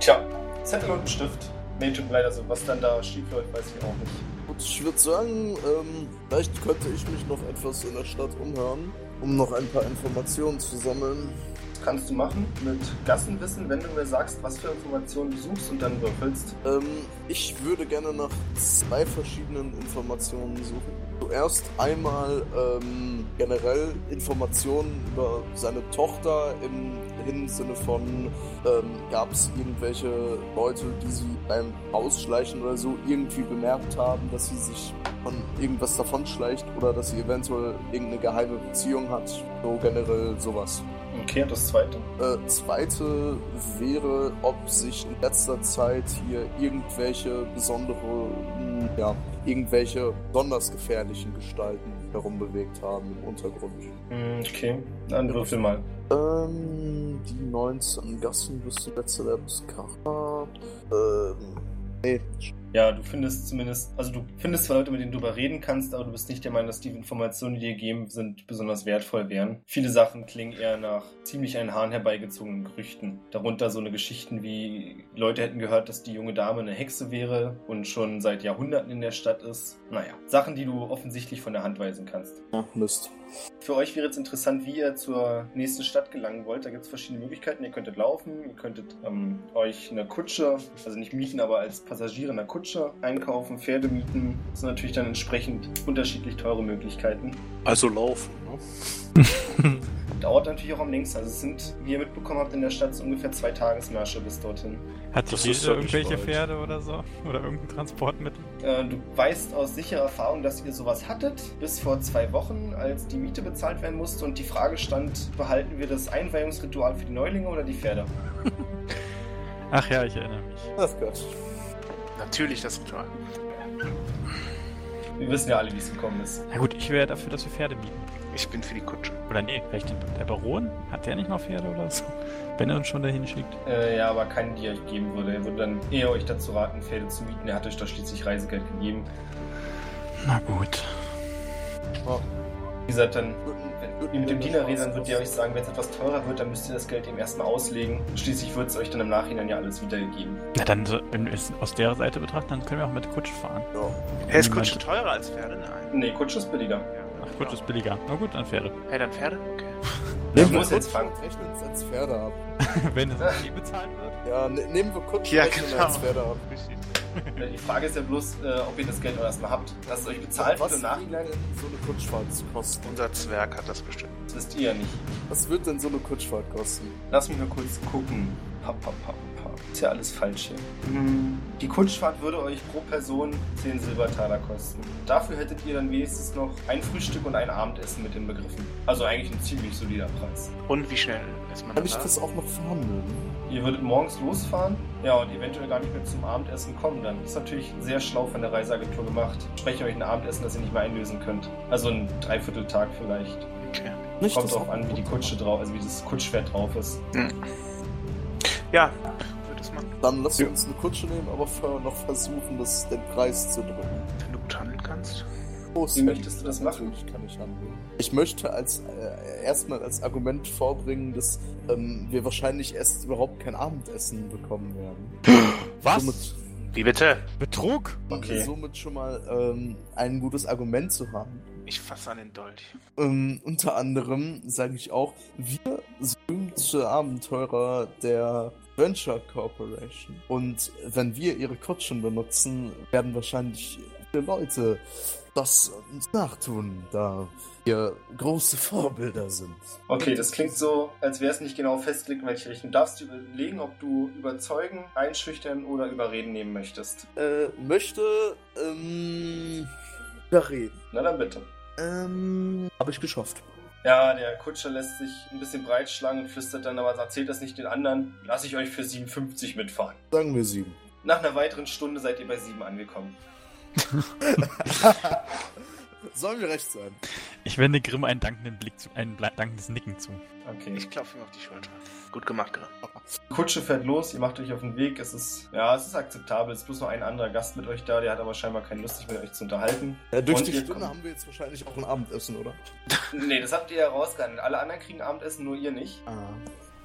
A: Tja, Zettel und ein Stift. Nee, tut mir leid, also was dann da schief läuft, weiß ich auch nicht.
E: Gut, ich würde sagen, ähm, vielleicht könnte ich mich noch etwas in der Stadt umhören, um noch ein paar Informationen zu sammeln.
A: Kannst du machen mit Gassenwissen, wenn du mir sagst, was für Informationen du suchst und dann würfelst.
E: Ähm, ich würde gerne nach zwei verschiedenen Informationen suchen. Zuerst einmal ähm, generell Informationen über seine Tochter im Hinsinne von, ähm, gab es irgendwelche Leute, die sie beim Ausschleichen oder so irgendwie bemerkt haben, dass sie sich von irgendwas davonschleicht oder dass sie eventuell irgendeine geheime Beziehung hat. So generell sowas.
A: Okay, und das zweite?
E: Äh, zweite wäre, ob sich in letzter Zeit hier irgendwelche besondere, mh, ja, irgendwelche besonders gefährlichen Gestalten herumbewegt haben im Untergrund.
A: Hm, Okay, dann würfel mal.
E: Ähm, die 19 Gassen bis zur letzte der Biskara. Ähm, nee,
A: Ja, du findest zumindest, also du findest zwar Leute, mit denen du darüber reden kannst, aber du bist nicht der Meinung, dass die Informationen, die dir gegeben sind, besonders wertvoll wären. Viele Sachen klingen eher nach ziemlich einen Hahn herbeigezogenen Gerüchten. Darunter so eine Geschichten wie, Leute hätten gehört, dass die junge Dame eine Hexe wäre und schon seit Jahrhunderten in der Stadt ist. Naja, Sachen, die du offensichtlich von der Hand weisen kannst.
E: ja, Mist.
A: Für euch wäre jetzt interessant, wie ihr zur nächsten Stadt gelangen wollt. Da gibt es verschiedene Möglichkeiten. Ihr könntet laufen, ihr könntet ähm, euch eine Kutsche, also nicht mieten, aber als Passagiere in einer Kutsche einkaufen, Pferde mieten. Das sind natürlich dann entsprechend unterschiedlich teure Möglichkeiten.
C: Also laufen, ne?
A: Dauert natürlich auch am längsten. Also es sind, wie ihr mitbekommen habt, in der Stadt so ungefähr zwei Tagesmärsche bis dorthin.
F: Hat
C: Das
F: sich
C: ist
F: jeder
C: doch nicht
F: irgendwelche
C: weit.
F: Pferde oder so? Oder irgendein Transportmittel?
A: Äh, du weißt aus sicherer Erfahrung, dass ihr sowas hattet, bis vor zwei Wochen, als die Miete bezahlt werden musste und die Frage stand, behalten wir das Einweihungsritual für die Neulinge oder die Pferde?
F: Ach ja, ich erinnere mich.
E: Ach Gott.
B: Natürlich das Ritual.
A: Wir wissen ja alle, wie es gekommen ist.
F: Na gut, ich wäre dafür, dass wir Pferde mieten.
B: Ich bin für die Kutsche.
F: Oder nee, vielleicht den, der Baron? Hat der nicht noch Pferde oder so? Wenn er uns schon dahin schickt.
A: Äh, ja, aber keinen, die er euch geben würde. Er würde dann eher euch dazu raten, Pferde zu mieten. Er hat euch doch schließlich Reisegeld gegeben.
F: Na gut.
A: Wie gesagt, dann, wenn ihr mit dem Diener redet, dann wird er euch sagen, wenn es etwas teurer wird, dann müsst ihr das Geld eben erstmal auslegen. Schließlich wird es euch dann im Nachhinein ja alles wiedergegeben.
F: Na dann, so- wenn wir es aus der Seite betrachten, dann können wir auch mit Kutsche fahren.
B: Hey, ist Kutsche teurer als Pferde? Nein.
A: Nee, Kutsche ist billiger.
B: Ja,
F: Ach,
B: genau.
F: Kutsche ist billiger. Na gut, dann Pferde.
B: Hey, dann Pferde? Okay.
A: Ich
E: Nehmen wir
A: muss jetzt
E: Kutschen
A: fangen.
E: und rechnen es als Pferde ab.
F: Wenn es nicht eh bezahlt wird.
E: Ja, ne, nehmen wir Kutschen
B: Ja,
E: und rechnen
B: genau.
E: als Pferde ab.
A: Äh, Die Frage ist ja bloß, äh, ob ihr das Geld auch erstmal habt. Dass es euch bezahlt wird
E: Was
A: im Nachhinein,
E: würde denn so eine Kutschfahrt kosten?
B: Unser Zwerg hat das bestimmt.
A: das wisst ihr ja nicht.
E: Was wird denn so eine Kutschfahrt kosten?
A: Lass mich mal kurz gucken. Papp, papp, papp, papp. Ist ja alles falsch hier. Hm, Die Kutschfahrt würde euch pro Person 10 Silbertaler kosten. Dafür hättet ihr dann wenigstens noch ein Frühstück und ein Abendessen mit inbegriffen. Also eigentlich ein ziemlich solider Preis.
B: Und wie schnell ist man
E: Kann ich
B: da?
E: das auch noch verhandeln?
A: Ihr würdet morgens losfahren, ja, und eventuell gar nicht mehr zum Abendessen kommen dann. Ist natürlich sehr schlau von der Reiseagentur gemacht. Spreche euch ein Abendessen, das ihr nicht mehr einlösen könnt. Also ein Dreivierteltag vielleicht.
B: Okay.
E: Nicht
A: Kommt
E: das
A: auch an, wie die Kutsche drauf, also wie das Kutschpferd drauf ist.
B: Ja, würde es machen.
E: Dann lass uns eine Kutsche nehmen, aber vorher noch versuchen, das, den Preis zu drücken.
B: Wenn du gut handeln kannst.
E: Groß-
A: Wie möchtest du das machen?
E: Natürlich kann ich handeln. Ich möchte als äh, erstmal als Argument vorbringen, dass ähm, wir wahrscheinlich erst überhaupt kein Abendessen bekommen werden. Somit,
B: Wie bitte?
F: Betrug?
A: Okay.
E: somit schon mal ähm, ein gutes Argument zu haben.
B: Ich fasse an den Dolch.
E: Ähm, unter anderem sage ich auch, wir berühmte Abenteurer der Venture Corporation. Und wenn wir ihre Kutschen benutzen, werden wahrscheinlich viele Leute das uns nachtun, da wir große Vorbilder sind.
A: Okay, das klingt so, als wäre es nicht genau festgelegt, in welche Richtung. Du darfst dir überlegen, ob du überzeugen, einschüchtern oder überreden nehmen möchtest.
E: Äh, möchte, ähm, überreden.
A: Na dann bitte.
E: Ähm, habe ich geschafft.
A: Ja, der Kutscher lässt sich ein bisschen breitschlagen und flüstert dann, aber erzählt das nicht den anderen. Lass ich euch für 57 mitfahren.
E: Sagen wir sieben.
A: Nach einer weiteren Stunde seid ihr bei 7 angekommen.
E: Sollen wir recht sein?
F: Ich wende Grimm einen dankenden Blick zu, ein ble- dankendes Nicken zu.
A: Okay.
B: Ich klopfe ihm auf die Schulter. Gut gemacht, Grimm.
A: Die Kutsche fährt los, ihr macht euch auf den Weg. Es ist, ja, es ist akzeptabel. Es ist bloß noch ein anderer Gast mit euch da, der hat aber scheinbar keine Lust, sich mit euch zu unterhalten.
E: Ja, Äh, durch
A: Und
E: die
A: wir
E: Stunde
A: kommen.
E: haben wir jetzt wahrscheinlich auch ein Abendessen, oder?
A: Nee, das habt ihr ja rausgehandelt. Alle anderen kriegen Abendessen, nur ihr nicht.
E: Ah.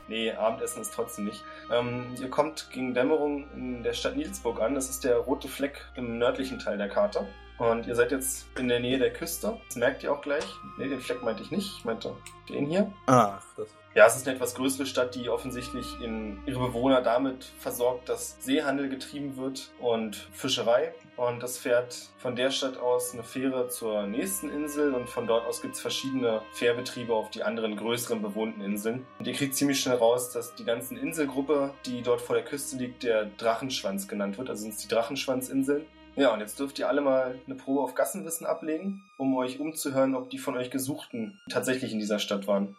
A: Nee, Abendessen ist trotzdem nicht. Ähm, ihr kommt gegen Dämmerung in der Stadt Nielsburg an. Das ist der rote Fleck im nördlichen Teil der Karte. Und ihr seid jetzt in der Nähe der Küste. Das merkt ihr auch gleich. Nee, den Fleck meinte ich nicht. Ich meinte den hier.
E: Ach, das
A: Ja, es ist eine etwas größere Stadt, die offensichtlich in ihre Bewohner damit versorgt, dass Seehandel getrieben wird und Fischerei. Und das fährt von der Stadt aus eine Fähre zur nächsten Insel und von dort aus gibt's verschiedene Fährbetriebe auf die anderen größeren bewohnten Inseln. Und ihr kriegt ziemlich schnell raus, dass die ganzen Inselgruppe, die dort vor der Küste liegt, der Drachenschwanz genannt wird. Also sind es die Drachenschwanzinseln. Ja, und jetzt dürft ihr alle mal eine Probe auf Gassenwissen ablegen, um euch umzuhören, ob die von euch Gesuchten tatsächlich in dieser Stadt waren.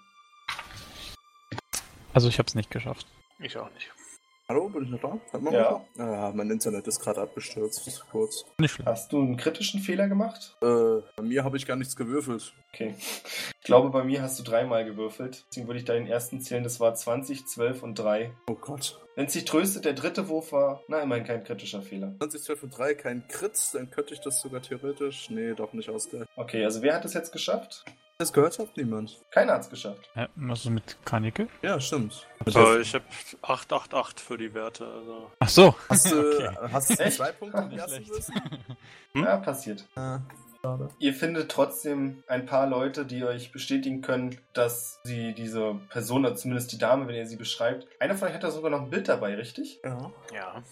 F: Also ich habe es nicht geschafft.
B: Ich auch nicht.
E: Hallo, bin ich noch da? Hört man
A: Ja.
E: mich noch? Ah, mein Internet ist gerade abgestürzt, kurz.
F: Nicht schlimm.
A: Hast du einen kritischen Fehler gemacht?
E: Äh, bei mir habe ich gar nichts gewürfelt.
A: Okay. Ich glaube, bei mir hast du dreimal gewürfelt. Deswegen würde ich da den ersten zählen. Das war 20, 12 und 3.
E: Oh Gott.
A: Wenn es dich tröstet, der dritte Wurf war, na, immerhin kein kritischer Fehler.
E: 20, 12 und 3, kein Kritz, dann könnte ich das sogar theoretisch. Nee, doch nicht ausgleichen.
A: Okay, also wer hat es jetzt geschafft?
E: Das gehört hat niemand.
A: Keiner hat es geschafft.
F: Äh, was ist mit Karnickel?
E: Ja, stimmt. Äh,
C: Also ich habe 888 für die Werte. Also.
F: Ach so.
E: Hast du,
F: Okay.
E: hast du
A: Echt?
E: zwei Punkte im
A: Nicht
E: ersten Wissen?
C: Hm?
A: Ja, passiert.
E: Ah,
A: Ihr findet trotzdem ein paar Leute, die euch bestätigen können, dass sie diese Person, oder zumindest die Dame, wenn ihr sie beschreibt, einer von euch hat da sogar noch ein Bild dabei, richtig?
E: ja.
B: Ja.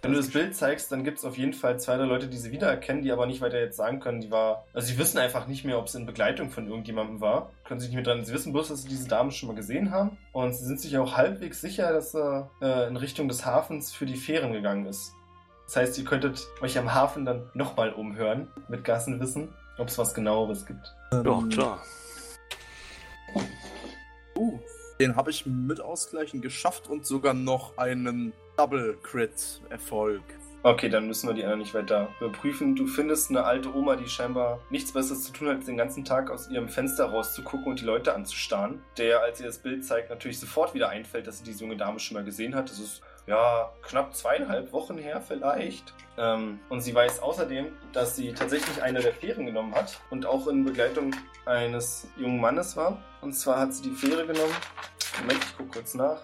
A: Wenn du das Bild zeigst, dann gibt es auf jeden Fall zwei drei Leute, die sie wiedererkennen, die aber nicht weiter jetzt sagen können, die war. Also sie wissen einfach nicht mehr, ob sie in Begleitung von irgendjemandem war. Können sich nicht mehr dran. Sie wissen bloß, dass sie diese Dame schon mal gesehen haben. Und sie sind sich auch halbwegs sicher, dass sie äh, in Richtung des Hafens für die Fähren gegangen ist. Das heißt, ihr könntet euch am Hafen dann nochmal umhören, mit Gassenwissen, ob es was genaueres gibt.
E: Ähm,
C: Ja, klar.
E: Uh, den habe ich mit Ausgleichen geschafft und sogar noch einen Double Crit Erfolg.
A: Okay, dann müssen wir die anderen nicht weiter überprüfen. Du findest eine alte Oma, die scheinbar nichts Besseres zu tun hat, als den ganzen Tag aus ihrem Fenster rauszugucken und die Leute anzustarren. Der, als ihr das Bild zeigt, natürlich sofort wieder einfällt, dass sie diese junge Dame schon mal gesehen hat. Das ist, ja, knapp zweieinhalb Wochen her vielleicht. Ähm, und sie weiß außerdem, dass sie tatsächlich eine der Fähren genommen hat und auch in Begleitung eines jungen Mannes war. Und zwar hat sie die Fähre genommen. Moment, ich gucke kurz nach.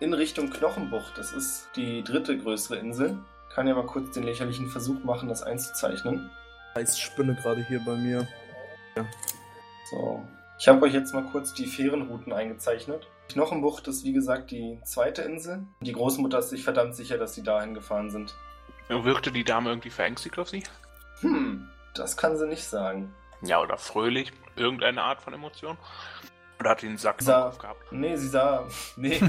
A: In Richtung Knochenbucht. Das ist die dritte größere Insel. Kann ja mal kurz den lächerlichen Versuch machen, das einzuzeichnen.
E: Heiß Spinne gerade hier bei mir.
A: So. Ich habe euch jetzt mal kurz die Fährenrouten eingezeichnet. Knochenbucht ist wie gesagt die zweite Insel. Die Großmutter ist sich verdammt sicher, dass sie dahin gefahren sind.
B: Wirkte die Dame irgendwie verängstigt auf sie?
A: Hm, das kann sie nicht sagen.
B: Ja, oder fröhlich? Irgendeine Art von Emotion? Oder hat die einen Sack
A: Sa-
B: auf gehabt?
A: Nee, sie sah. Nee.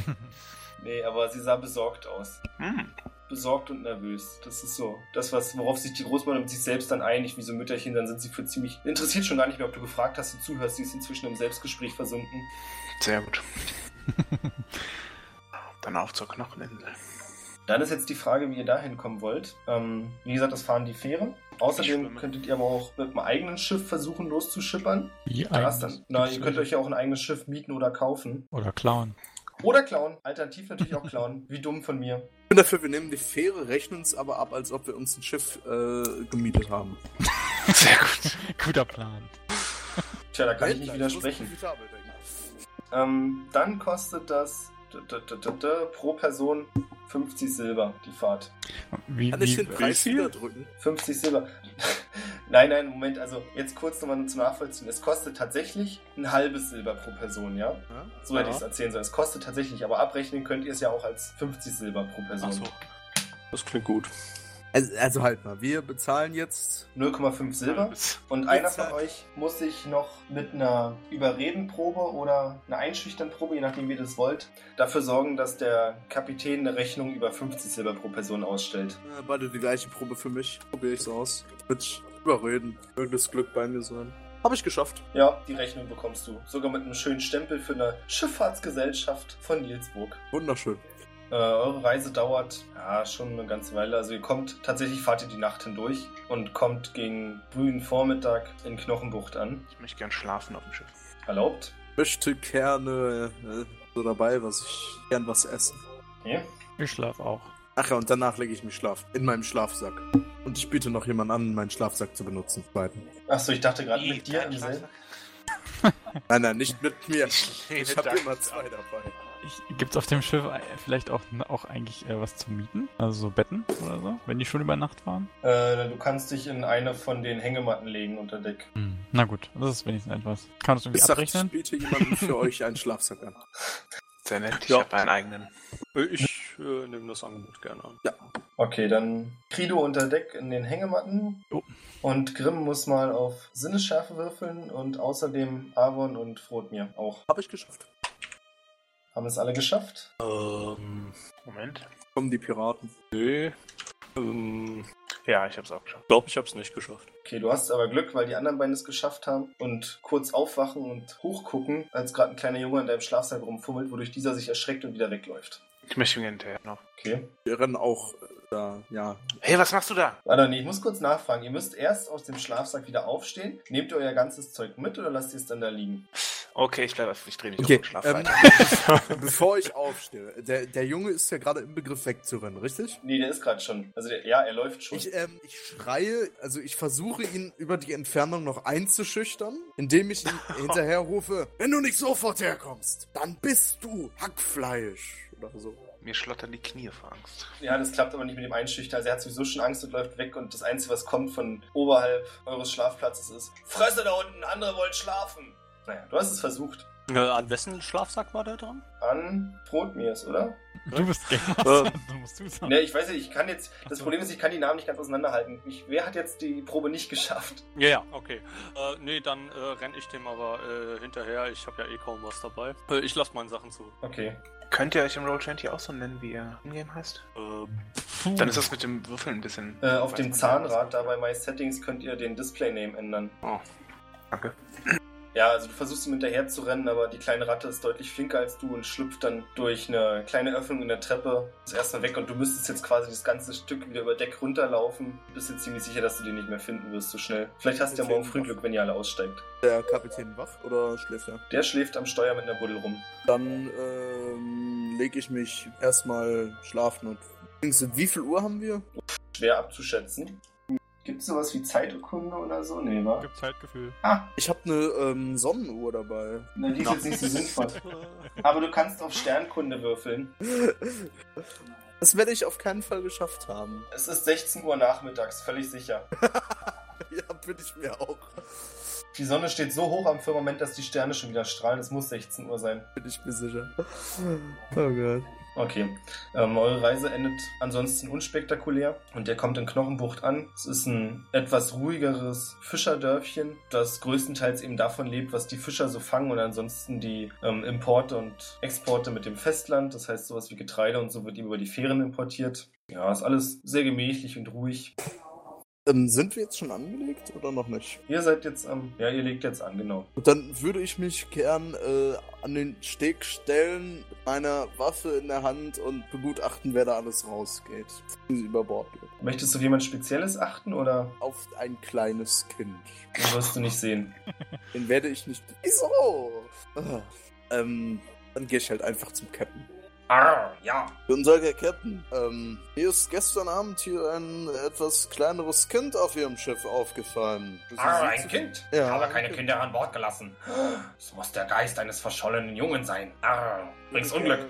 A: nee, aber sie sah besorgt aus.
B: Hm.
A: Besorgt und nervös. Das ist so. Das, was, worauf sich die Großmutter mit sich selbst dann einigt, wie so Mütterchen, dann sind sie für ziemlich. Interessiert schon gar nicht mehr, ob du gefragt hast und zuhörst. Sie ist inzwischen im Selbstgespräch versunken.
B: Sehr gut. Dann auf zur Knocheninsel.
A: Dann ist jetzt die Frage, wie ihr da hinkommen wollt. Ähm, wie gesagt, das fahren die Fähren.
B: Ich
A: Außerdem
B: schwimme.
A: könntet ihr aber auch mit einem eigenen Schiff versuchen loszuschippern. Da ist dann,
F: Dann,
A: na, ihr könnt euch ja auch ein eigenes Schiff mieten oder kaufen.
F: Oder klauen.
A: Oder klauen. Alternativ natürlich auch klauen. Wie dumm von mir.
E: Ich bin dafür, wir nehmen die Fähre, rechnen es aber ab, als ob wir uns ein Schiff äh, gemietet haben.
B: Sehr gut.
F: Guter Plan.
A: Tja, da kann ich nicht widersprechen. Ähm, dann kostet das d- d- d- d- d- pro Person 50 Silber, die Fahrt.
F: Wie,
E: Kann ich den Preis
F: viel?
E: wieder drücken?
A: 50 Silber. nein, nein, Moment. Also jetzt kurz nochmal zum Nachvollziehen. Es kostet tatsächlich ein halbes Silber pro Person, ja?
E: Ja?
A: So hätte ich es erzählen sollen. Es kostet tatsächlich, aber abrechnen könnt ihr es ja auch als 50 Silber pro Person.
C: Ach so. Das klingt gut.
E: Also, also halt mal, wir bezahlen jetzt.
A: 0,5 Silber. Und einer
C: äh,
A: von euch muss sich noch mit einer Überredenprobe oder einer Einschüchternprobe, je nachdem wie ihr das wollt, dafür sorgen, dass der Kapitän eine Rechnung über 50 Silber pro Person ausstellt.
E: Äh, beide die gleiche Probe für mich. Probiere ich's aus. Mit überreden. Irgendes Glück bei mir sein. Habe ich geschafft.
A: Ja, die Rechnung bekommst du. Sogar mit einem schönen Stempel für eine Schifffahrtsgesellschaft von Nielsburg.
E: Wunderschön.
A: Äh, eure Reise dauert ja schon eine ganze Weile. Also ihr kommt, tatsächlich fahrt ihr die Nacht hindurch und kommt gegen frühen Vormittag in Knochenbucht an.
B: Ich möchte gern schlafen auf dem Schiff.
A: Erlaubt.
E: Möchte gerne äh, so dabei, was ich gern was essen.
A: Okay.
F: Ich schlaf auch.
E: Ach ja, und danach lege ich mich schlafen. In meinem Schlafsack. Und ich biete noch jemand an, meinen Schlafsack zu benutzen. Zweiten.
A: Achso, ich dachte gerade
B: Ih,
A: mit dir
B: dein
A: im selben.
B: Schlafsack.
E: Nein, nein, nicht mit mir.
B: Ich lehne
E: Ich habe
B: Dank
E: immer
B: ab.
E: zwei dabei.
F: Ich, gibt's auf dem Schiff äh, vielleicht auch, auch eigentlich äh, was zu mieten? Also so Betten oder so, wenn die schon über Nacht fahren?
A: Äh, du kannst dich in eine von den Hängematten legen unter Deck.
F: Hm. Na gut, das ist wenigstens etwas. Kann man das irgendwie
E: Ich sag, ich
F: abrechnen?
E: biete jemandem für euch einen Schlafsack an.
B: Sehr nett. Ich
C: Ja.
B: habe einen eigenen.
C: Ich äh, nehme das Angebot gerne an.
A: Okay, dann Krido unter Deck in den Hängematten.
F: Jo.
A: Und Grimm muss mal auf Sinnesschärfe würfeln und außerdem Avon und Frotmir auch.
E: Habe ich geschafft.
A: Haben es alle geschafft?
C: Ähm,
B: Moment.
E: Kommen die Piraten.
C: nee. Ähm,
B: Ja, ich hab's auch geschafft.
C: Ich glaube, ich habe es nicht geschafft.
A: Okay, du hast aber Glück, weil die anderen beiden es geschafft haben und kurz aufwachen und hochgucken, als gerade ein kleiner Junge an deinem Schlafsack rumfummelt, wodurch dieser sich erschreckt und wieder wegläuft.
B: Ich möchte ihm hinterher noch.
A: Okay.
E: Wir rennen auch äh, da, ja.
B: Hey, was machst du da?
A: Warte, nee, Ah, ich muss kurz nachfragen. Ihr müsst erst aus dem Schlafsack wieder aufstehen. Nehmt ihr euer ganzes Zeug mit oder lasst ihr es dann da liegen?
B: Okay, ich bleibe, ich drehe mich um
G: Okay,
B: und schlaf
G: ähm,
B: weiter.
G: bevor ich aufstehe, der, der Junge ist ja gerade im Begriff wegzurennen, richtig?
A: Nee, der ist gerade schon. Also, der, ja, er läuft schon.
G: Ich, ähm, ich schreie, also ich versuche ihn über die Entfernung noch einzuschüchtern, indem ich ihn hinterher rufe, wenn du nicht sofort herkommst, dann bist du Hackfleisch oder so.
B: Mir schlottern die Knie vor Angst.
A: Ja, das klappt aber nicht mit dem Einschüchtern. Also er hat sowieso schon Angst und läuft weg und das Einzige, was kommt von oberhalb eures Schlafplatzes ist Fresse da unten, andere wollen schlafen. Naja, du hast es versucht.
C: Äh, an wessen Schlafsack war der dran?
A: An Brotmirs, oder?
F: Du bist Game Master, so musst du sagen.
A: Ne, ich weiß nicht, ich kann jetzt...
F: Ach
A: Das
F: so.
A: Problem ist, ich kann die Namen nicht ganz auseinanderhalten. Ich, wer hat jetzt die Probe nicht geschafft?
C: Ja, ja, okay. Äh, nee, dann äh, renne ich dem aber äh, hinterher. Ich habe ja eh kaum was dabei. Äh, ich lasse meine Sachen zu.
A: Okay.
B: Könnt ihr euch im Roll20 auch so nennen, wie ihr im Game heißt?
C: Äh,
B: Dann ist das mit dem Würfeln ein bisschen.
A: Äh, auf
B: weiß
A: dem
B: man
A: Zahnrad da bei My Settings könnt ihr den Display-Name ändern.
B: ja. Oh, Danke.
A: Ja, also du versuchst ihm hinterher zu rennen, aber die kleine Ratte ist deutlich flinker als du und schlüpft dann durch eine kleine Öffnung in der Treppe. Ist erstmal weg und du müsstest jetzt quasi das ganze Stück wieder über Deck runterlaufen. Bist jetzt ziemlich sicher, dass du den nicht mehr finden wirst so schnell. Vielleicht hast du ja morgen früh Glück, wenn ihr alle aussteigt.
E: Der Kapitän wach oder schläft er?
A: Der schläft am Steuer mit einer Buddel rum.
E: Dann ähm, lege ich mich erstmal schlafen und. Denkst du, Wie viel Uhr haben wir?
A: Schwer abzuschätzen. Gibt's sowas wie Zeiturkunde oder so? Nee, wa?
F: Gibt Zeitgefühl.
A: Ah,
E: Ich habe eine ähm, Sonnenuhr dabei.
A: na, die ist jetzt nicht so sinnvoll. Aber du kannst auf Sternkunde würfeln.
E: Das werde ich auf keinen Fall geschafft haben.
A: Es ist 16 Uhr nachmittags, völlig sicher.
E: Ja, bin ich mir auch.
A: Die Sonne steht so hoch am Firmament, dass die Sterne schon wieder strahlen. Es muss 16 Uhr sein.
E: Bin ich mir sicher. Oh Gott.
A: Okay. Ähm, eure Reise endet ansonsten unspektakulär und ihr kommt in Knochenbucht an. Es ist ein etwas ruhigeres Fischerdörfchen, das größtenteils eben davon lebt, was die Fischer so fangen und ansonsten die ähm, Importe und Exporte mit dem Festland. Das heißt, sowas wie Getreide und so wird eben über die Fähren importiert. Ja, ist alles sehr gemächlich und ruhig.
E: Ähm, sind wir jetzt schon angelegt oder noch nicht?
A: Ihr seid jetzt am. Ja, ihr legt jetzt an, genau.
E: Und dann würde ich mich gern äh, an den Steg stellen, mit meiner Waffe in der Hand und begutachten, wer da alles rausgeht. Wenn sie über Bord geht.
A: Möchtest du auf jemand Spezielles achten oder
E: Auf ein kleines Kind.
A: den wirst du nicht sehen?
E: Den werde ich nicht. Wieso? Ah. Ähm, dann gehe ich halt einfach zum Captain.
A: Arr, ja.
E: Guten Tag, Herr Captain. Ähm, mir ist gestern Abend hier ein etwas kleineres Kind auf Ihrem Schiff aufgefallen. Wissen
A: Ah,
E: Sie
A: ein
E: zu-
A: Kind.
E: Ja,
A: ich habe
E: ein
A: keine
E: Kind.
A: Kinder an Bord gelassen. Es muss der Geist eines verschollenen Jungen sein. Arr, bring's Unglück.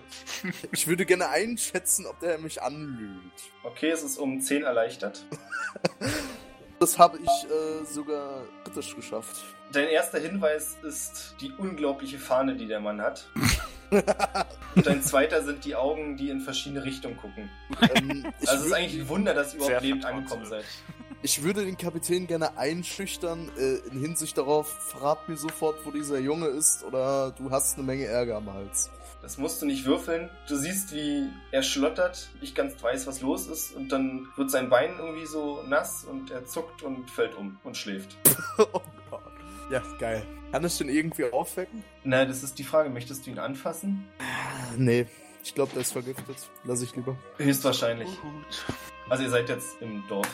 E: Ich würde gerne einschätzen, ob der mich anlügt.
A: Okay, es ist um 10 erleichtert.
E: Das habe ich äh, sogar kritisch geschafft.
A: Dein erster Hinweis ist die unglaubliche Fahne, die der Mann hat. Und dein zweiter sind die Augen, die in verschiedene Richtungen gucken.
E: Ähm, ich,
A: Also es ist
E: wür-
A: eigentlich ein Wunder, dass ihr überhaupt
B: Sehr
A: lebend angekommen seid.
E: ich würde den Kapitän gerne einschüchtern äh, in Hinsicht darauf, verrat mir sofort, wo dieser Junge ist oder du hast eine Menge Ärger am Hals.
A: Das musst du nicht würfeln. Du siehst, wie er schlottert, nicht ganz weiß, was los ist. Und dann wird sein Bein irgendwie so nass und er zuckt und fällt um und schläft.
E: oh Gott. Ja, geil. Kann ich den irgendwie aufwecken? Ah,
A: Na, das ist die Frage. Möchtest du ihn anfassen?
E: Nee, ich glaube, der ist vergiftet. Lass ich lieber.
A: Höchstwahrscheinlich.
B: Oh, Gut.
A: Also ihr seid jetzt im Dorf.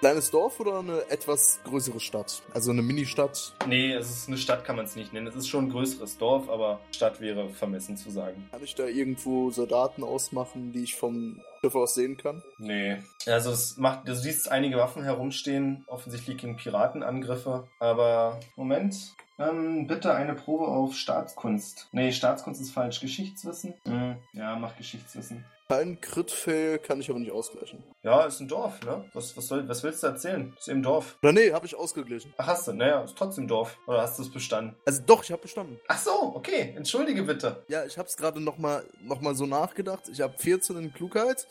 E: Kleines Dorf oder eine etwas größere Stadt? Also eine Ministadt?
A: Nee, es ist eine Stadt, kann man es nicht nennen. Es ist schon ein größeres Dorf, aber Stadt wäre vermessen zu sagen.
E: Kann ich da irgendwo Soldaten ausmachen, die ich vom Schiff aus sehen kann?
A: Nee. Also es macht, du siehst einige Waffen herumstehen, offensichtlich gegen Piratenangriffe. Aber Moment. Ähm, bitte eine Probe auf Staatskunst. Nee, Staatskunst ist falsch. Geschichtswissen? Mhm. Ja, mach Geschichtswissen.
E: Kein Crit-Fail kann ich aber nicht ausgleichen.
A: Ja, ist ein Dorf, ne? Was, was, soll, was willst du erzählen? Ist eben Dorf.
E: Oder nee, habe ich ausgeglichen.
A: Ach, hast du? Naja, ist trotzdem Dorf. Oder hast du es bestanden?
E: Also doch, ich habe bestanden.
A: Ach so, okay. Entschuldige bitte.
E: Ja, ich habe es gerade nochmal noch mal so nachgedacht. Ich habe 14 in Klugheit,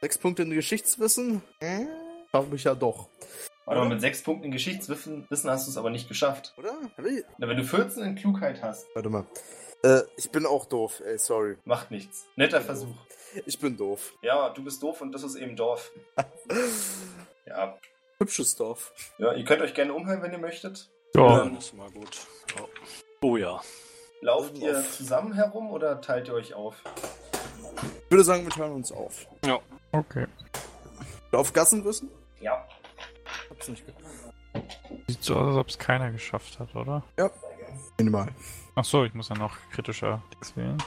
E: 6 Punkte in Geschichtswissen. Hm? Schaffe ich ja doch,
A: Warte mal,
E: Oder?
A: mit sechs Punkten in Geschichtswissen Wissen hast du es aber nicht geschafft.
E: oder? Hab ich-
A: Na, wenn du 14 in Klugheit hast,
E: Warte mal. Äh, ich bin auch doof, ey, sorry.
A: macht nichts. Netter Versuch.
E: Ich bin doof.
A: Ja, du bist doof und das ist eben Dorf. Ja.
E: Hübsches Dorf.
A: ja, ihr könnt euch gerne umhören, wenn ihr möchtet.
C: Ja, das ist mal gut. Ja. Oh ja.
A: Lauft ihr zusammen herum oder teilt ihr euch auf?
E: Ich würde sagen, wir teilen uns auf.
F: Okay.
E: Auf Gassen wissen?
A: Ja.
E: Hab's nicht gehört.
F: Sieht so aus, als ob es keiner geschafft hat, oder?
E: Minimal.
F: Ach so, ich muss ja noch kritischer Dings wählen.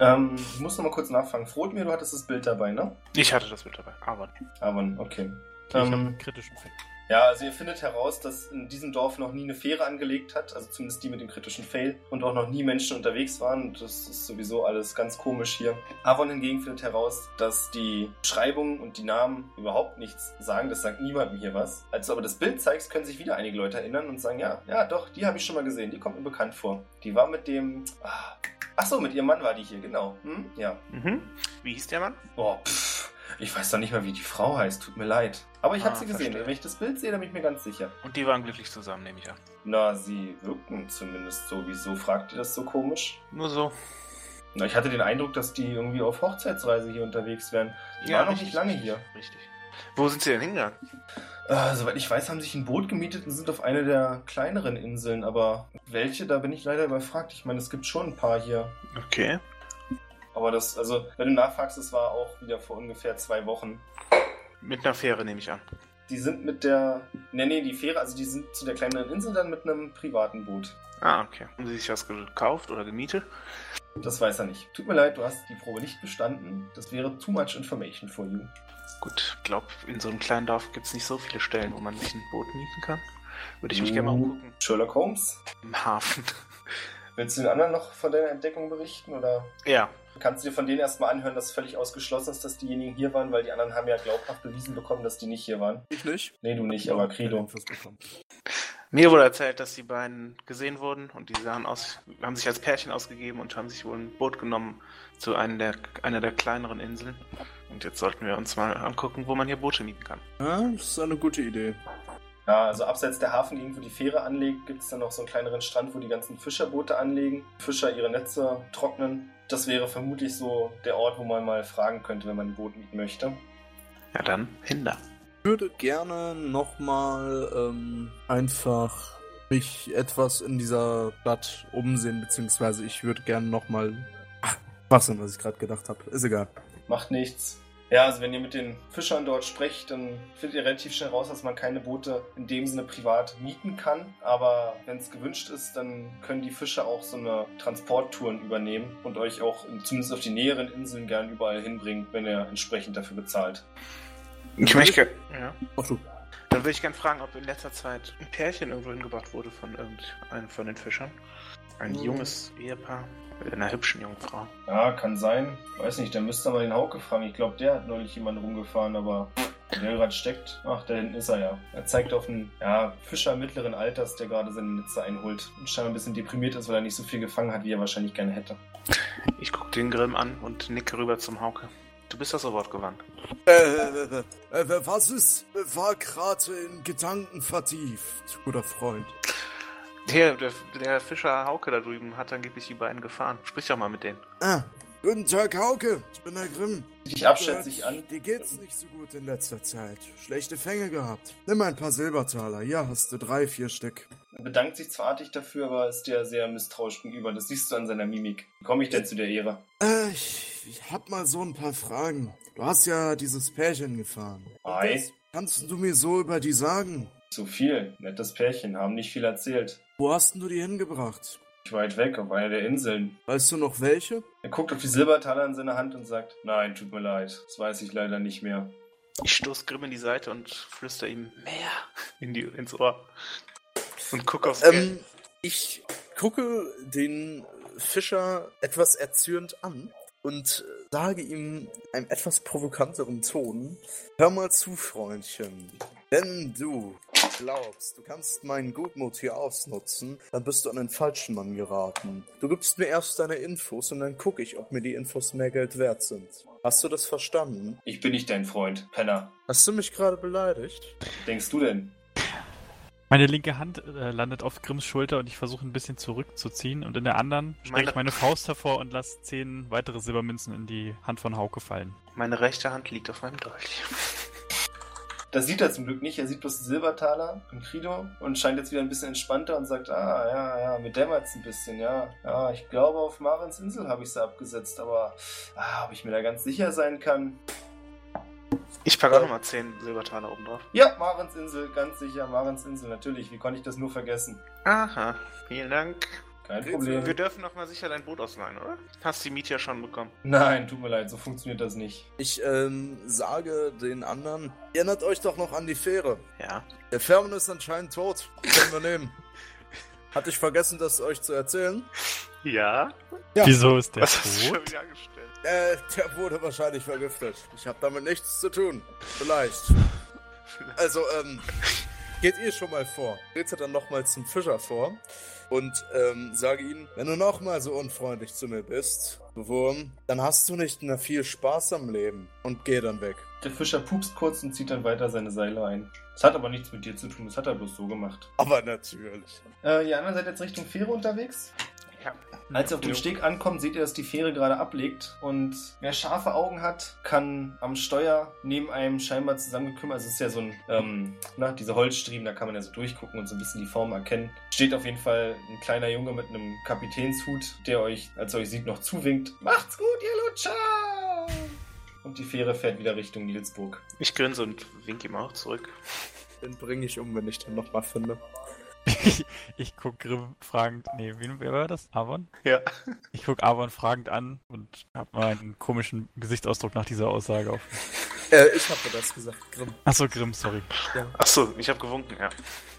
A: Ähm, ich muss nochmal kurz nachfragen. Frohtmir, du hattest das Bild dabei, ne?
B: Ich hatte das mit dabei, aber
A: Avon, okay.
F: ich
A: Ähm,
F: hab kritischen Fail.
A: Ja, also ihr findet heraus, dass in diesem Dorf noch nie eine Fähre angelegt hat, also zumindest die mit dem kritischen Fail, und auch noch nie Menschen unterwegs waren. Und Das ist sowieso alles ganz komisch hier. Avon hingegen findet heraus, dass die Beschreibungen und die Namen überhaupt nichts sagen. Das sagt niemandem hier was. Als du aber das Bild zeigst, können sich wieder einige Leute erinnern und sagen, ja, ja, doch, die habe ich schon mal gesehen, die kommt mir bekannt vor. Die war mit dem... Ah, ach so, mit ihrem Mann war die hier, genau. Hm? Ja.
B: Mhm. Wie hieß der Mann?
A: Oh, pff. Ich weiß doch nicht mal, wie die Frau heißt. Tut mir leid. Aber ich habe
B: Ah,
A: sie gesehen.
B: verstehe.
A: Wenn ich das Bild sehe, dann bin ich mir ganz sicher.
B: Und die waren glücklich zusammen, nehme ich an.
A: Na, sie wirkten zumindest so. Wieso fragt ihr das so komisch?
B: Nur so.
A: Na, ich hatte den Eindruck, dass die irgendwie auf Hochzeitsreise hier unterwegs wären. Die waren noch
B: richtig,
A: nicht lange hier.
B: Richtig. Wo sind sie denn hingegangen?
A: Äh, soweit ich weiß, haben sich ein Boot gemietet und sind auf eine der kleineren Inseln. Aber welche, da bin ich leider überfragt. Ich meine, es gibt schon ein paar hier.
B: Okay.
A: Aber das, also, wenn du nachfragst, es war auch wieder vor ungefähr zwei Wochen.
B: Mit einer Fähre, nehme ich an.
A: Die sind mit der. Nee, nee, die Fähre, also die sind zu der kleineren Insel dann mit einem privaten Boot.
B: Ah, okay. Haben sie sich was gekauft oder gemietet?
A: Das weiß er nicht. Tut mir leid, du hast die Probe nicht bestanden. Das wäre too much information for you.
B: Gut, ich glaube, in so einem kleinen Dorf gibt es nicht so viele Stellen, wo man sich ein Boot mieten kann. Würde ich mich gerne mal
A: Mhm.
B: umgucken.
A: Sherlock Holmes,
B: Im Hafen.
A: willst du den anderen noch von deiner Entdeckung berichten oder
B: ja.
A: kannst du dir von denen erstmal anhören, dass es völlig ausgeschlossen ist, dass diejenigen hier waren, weil die anderen haben ja glaubhaft bewiesen bekommen, dass die nicht hier waren?
E: Ich nicht.
A: Nee, du nicht, aber Credo.
E: Infos bekommen.
B: Mir wurde erzählt, dass die beiden gesehen wurden und die sahen aus, haben sich als Pärchen ausgegeben und haben sich wohl ein Boot genommen zu einem der, einer der kleineren Inseln. Und jetzt sollten wir uns mal angucken, wo man hier Boote mieten kann.
D: Ja, das ist eine gute Idee.
A: Ja, also abseits der Hafengegend, wo die Fähre anlegt, gibt es dann noch so einen kleineren Strand, wo die ganzen Fischerboote anlegen, Fischer ihre Netze trocknen. Das wäre vermutlich so der Ort, wo man mal fragen könnte, wenn man ein Boot mieten möchte.
B: Ja, dann hinder.
E: Ich würde gerne nochmal ähm, einfach mich etwas in dieser Stadt umsehen, beziehungsweise ich würde gerne nochmal. Was denn, was ich gerade gedacht habe? Ist egal.
A: Macht nichts. Ja, also wenn ihr mit den Fischern dort sprecht, dann findet ihr relativ schnell raus, dass man keine Boote in dem Sinne privat mieten kann. Aber wenn es gewünscht ist, dann können die Fischer auch so eine Transporttouren übernehmen und euch auch in- zumindest auf die näheren Inseln gern überall hinbringen, wenn ihr entsprechend dafür bezahlt.
B: Ich möchte. Ja.
E: Ach du.
B: Dann würde ich gerne fragen, ob in letzter Zeit ein Pärchen irgendwo hingebracht wurde von irgendeinem von den Fischern. Ein junges Ehepaar mit einer hübschen jungen Frau.
A: Ja, kann sein. Weiß nicht, dann müsste man den Hauke fragen. Ich glaube, der hat neulich jemanden rumgefahren, aber wo der gerade steckt. Ach, da hinten ist er ja. Er zeigt auf einen ja, Fischer mittleren Alters, der gerade seine Netze einholt und scheinbar ein bisschen deprimiert ist, weil er nicht so viel gefangen hat, wie er wahrscheinlich gerne hätte.
B: Ich gucke den Grimm an und nicke rüber zum Hauke. Du bist doch so wortgewandt.
E: Äh, äh, äh, äh, was ist? War gerade in Gedanken vertieft, guter Freund.
B: Hier, der, der Fischer Hauke da drüben hat angeblich die beiden gefahren. Sprich doch mal mit denen.
E: Ah, guten Tag, Hauke. Ich bin der Grimm.
A: Dich abschätzig an.
E: Dir geht's nicht so gut in letzter Zeit. Schlechte Fänge gehabt. Nimm ein paar Silbertaler. Ja, hast du drei, vier Stück.
A: Er bedankt sich zwar artig dafür, aber ist dir sehr misstrauisch gegenüber. Das siehst du an seiner Mimik. Wie komme ich denn zu der Ehre?
E: Äh, ich, ich hab mal so ein paar Fragen. Du hast ja dieses Pärchen gefahren. Und
A: Ei.
E: das Kannst du mir so über die sagen?
A: Zu viel. Nettes Pärchen, haben nicht viel erzählt.
E: Wo hast denn du die hingebracht?
A: Nicht weit weg, auf einer der Inseln.
E: Weißt du noch welche?
A: Er guckt auf die Silbertaler in seiner Hand und sagt, nein, tut mir leid, das weiß ich leider nicht mehr.
B: Ich stoß Grimm in die Seite und flüster ihm mehr in die, ins Ohr. Und guck aufs Geld.
E: Ähm, ich gucke den Fischer etwas erzürnt an und sage ihm in einem etwas provokanteren Ton: Hör mal zu, Freundchen. Wenn du glaubst, du kannst meinen Gutmut hier ausnutzen, dann bist du an den falschen Mann geraten. Du gibst mir erst deine Infos und dann gucke ich, ob mir die Infos mehr Geld wert sind. Hast du das verstanden?
A: Ich bin nicht dein Freund, Penner.
E: Hast du mich gerade beleidigt?
A: Was denkst du denn?
F: Meine linke Hand äh, landet auf Grimms Schulter und ich versuche ein bisschen zurückzuziehen und in der anderen strecke
B: Meine-
F: ich meine Faust hervor und lasse zehn weitere Silbermünzen in die Hand von Hauke fallen.
B: Meine rechte Hand liegt auf meinem Dolch.
A: Das sieht er zum Glück nicht. Er sieht bloß einen Silbertaler im Credo und scheint jetzt wieder ein bisschen entspannter und sagt, ah, ja, ja, mir dämmert's ein bisschen, ja. Ja, ich glaube, auf Marens Insel habe ich sie abgesetzt, aber ah, ob ich mir da ganz sicher sein kann.
B: Ich packe auch nochmal 10 Silbertaler oben drauf.
A: Ja, Marens Insel, ganz sicher, Marens Insel, natürlich. Wie konnte ich das nur vergessen?
B: Aha, vielen Dank.
A: Kein
D: Okay,
A: Problem.
B: Wir dürfen doch mal sicher dein Boot ausleihen, oder? Hast die Miete ja schon bekommen.
A: Nein, tut mir leid, so funktioniert das nicht.
E: Ich ähm, sage den anderen, erinnert euch doch noch an die Fähre.
B: Ja.
E: Der Fährmann ist anscheinend tot. Können wir nehmen. Hatte ich vergessen, das euch zu erzählen?
B: Ja?
F: Wieso ist der
B: Was hast du
F: tot?
B: schon wieder angestellt?
E: Äh, der wurde wahrscheinlich vergiftet. Ich habe damit nichts zu tun. Vielleicht. Also, ähm, geht ihr schon mal vor. Trete dann nochmal zum Fischer vor und ähm, sage ihm, wenn du nochmal so unfreundlich zu mir bist, du Wurm, dann hast du nicht mehr viel Spaß am Leben und geh dann weg.
A: Der Fischer pupst kurz und zieht dann weiter seine Seile ein. Das hat aber nichts mit dir zu tun, das hat er bloß so gemacht.
E: Aber natürlich.
A: Äh, ihr anderen seid jetzt Richtung Fähre unterwegs?
B: Ja.
A: Als ihr auf dem Steg ankommt, seht ihr, dass die Fähre gerade ablegt und wer scharfe Augen hat, kann am Steuer neben einem scheinbar zusammengekümmert, also es ist ja so ein, ähm, na, diese Holzstriemen, da kann man ja so durchgucken und so ein bisschen die Form erkennen. Steht auf jeden Fall ein kleiner Junge mit einem Kapitänshut, der euch, als er euch sieht, noch zuwinkt. Macht's gut, ihr Lutscher! Und die Fähre fährt wieder Richtung Nielsburg.
B: Ich grinse und wink ihm auch zurück.
E: Den bringe ich um, wenn ich den nochmal finde.
F: Ich, ich guck Grimm fragend. Nee, wen, wer war das? Avon?
B: Ja.
F: Ich guck Avon fragend an und hab mal einen komischen Gesichtsausdruck nach dieser Aussage auf.
E: Äh, ich habe das gesagt, Grimm.
F: Achso, Grimm, sorry.
B: Achso, ich habe gewunken, ja.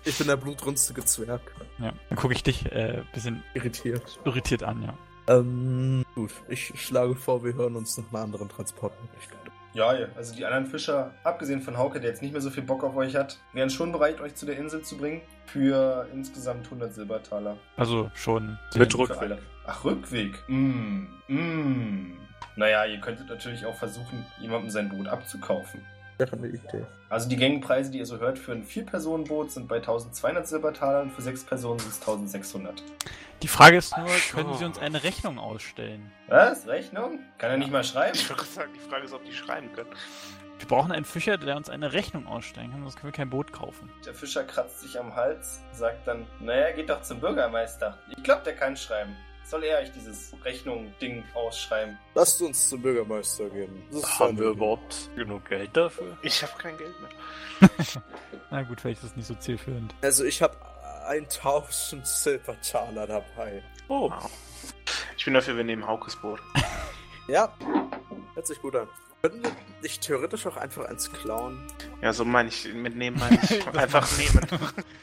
E: Ich bin der blutrünstige Zwerg.
F: Ja. Dann gucke ich dich äh, bisschen
E: Irritiert.
F: irritiert an, ja.
E: Ähm, gut. Ich schlage vor, wir hören uns nach einer anderen Transportmöglichkeit.
A: Ja, ja, also die anderen Fischer, abgesehen von Hauke, der jetzt nicht mehr so viel Bock auf euch hat, wären schon bereit, euch zu der Insel zu bringen. Für insgesamt 100 Silbertaler.
F: Also schon.
C: Mit
A: Für
C: Rückweg.
A: alle. Ach, Rückweg. Mm, mm. Naja, ihr könntet natürlich auch versuchen, jemandem sein Boot abzukaufen.
E: Wäre eine Idee.
A: Also die Gängenpreise, die ihr so hört, für ein Vier-Personen-Boot sind bei 1200 Silbertalern, für sechs Personen sind es 1600.
F: Die Frage ist nur, können
C: Schon.
F: Sie uns eine Rechnung ausstellen?
A: Was? Rechnung? Kann er nicht mal schreiben?
B: Ich wollte gerade sagen, die Frage ist, ob die schreiben können.
F: Wir brauchen einen Fischer, der uns eine Rechnung ausstellen kann, sonst können wir kein Boot kaufen.
A: Der Fischer kratzt sich am Hals, sagt dann, naja, geht doch zum Bürgermeister. Ich glaube, der kann schreiben. Soll er euch dieses Rechnung-Ding ausschreiben?
E: Lasst uns zum Bürgermeister gehen. Das ist
C: Haben Ah,
E: eine
C: wir
E: Idee.
C: überhaupt genug Geld dafür?
B: Ich habe kein Geld mehr.
F: Na gut, vielleicht ist das nicht so zielführend.
E: Also ich habe 1000 Silbertaler dabei.
C: Oh,
B: Wow. Ich bin dafür, wir nehmen Haukes Boot.
E: Ja, hört sich gut an. Könnten wir nicht theoretisch auch einfach eins klauen?
B: Ja, so meine ich, mitnehmen meine ich. Einfach nehmen.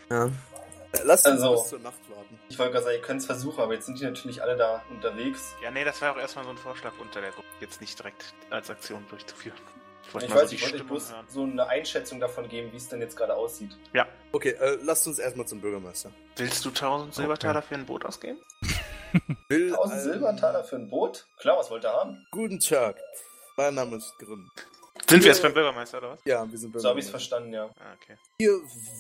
E: Ja. Äh, Lasst uns
A: Also-
E: bis zur Nacht warten.
A: Ich wollte gerade sagen, ihr könnt es versuchen, aber jetzt sind die natürlich alle da unterwegs.
B: Ja, nee, das war auch erstmal so ein Vorschlag unter der Gruppe, jetzt nicht direkt als Aktion durchzuführen. Ich
A: Ich,
B: wollte mal
A: weiß,
B: so
A: ich wollte
B: die
A: euch
B: Stimmung
A: bloß
B: hören.
A: so eine Einschätzung davon geben, wie es denn jetzt gerade aussieht.
E: Okay, äh, lasst uns erstmal zum Bürgermeister.
B: Willst du 1000 Silbertaler für ein Boot ausgeben?
E: Will
A: 1000
E: ein-
A: Silbertaler für ein Boot? Klar, was wollt ihr haben?
E: Guten Tag. Mein Name ist Grimm.
B: Sind wir jetzt beim Bürgermeister oder was?
E: Ja, wir sind
A: So habe ich es
E: Bürgermeister.
A: verstanden, ja.
B: Äh, Ah, okay.
E: Wir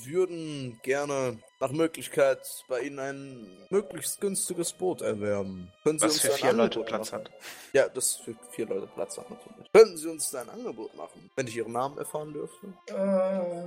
E: würden gerne nach Möglichkeit bei Ihnen ein möglichst günstiges Boot erwerben. Können Sie
B: Was
E: uns
B: für
E: ein
B: vier Leute
E: Angebot
B: Platz
E: machen?
B: hat.
E: Ja, das für vier Leute Platz hat natürlich. Könnten Sie uns da ein Angebot machen, wenn ich Ihren Namen erfahren dürfte?
A: Äh,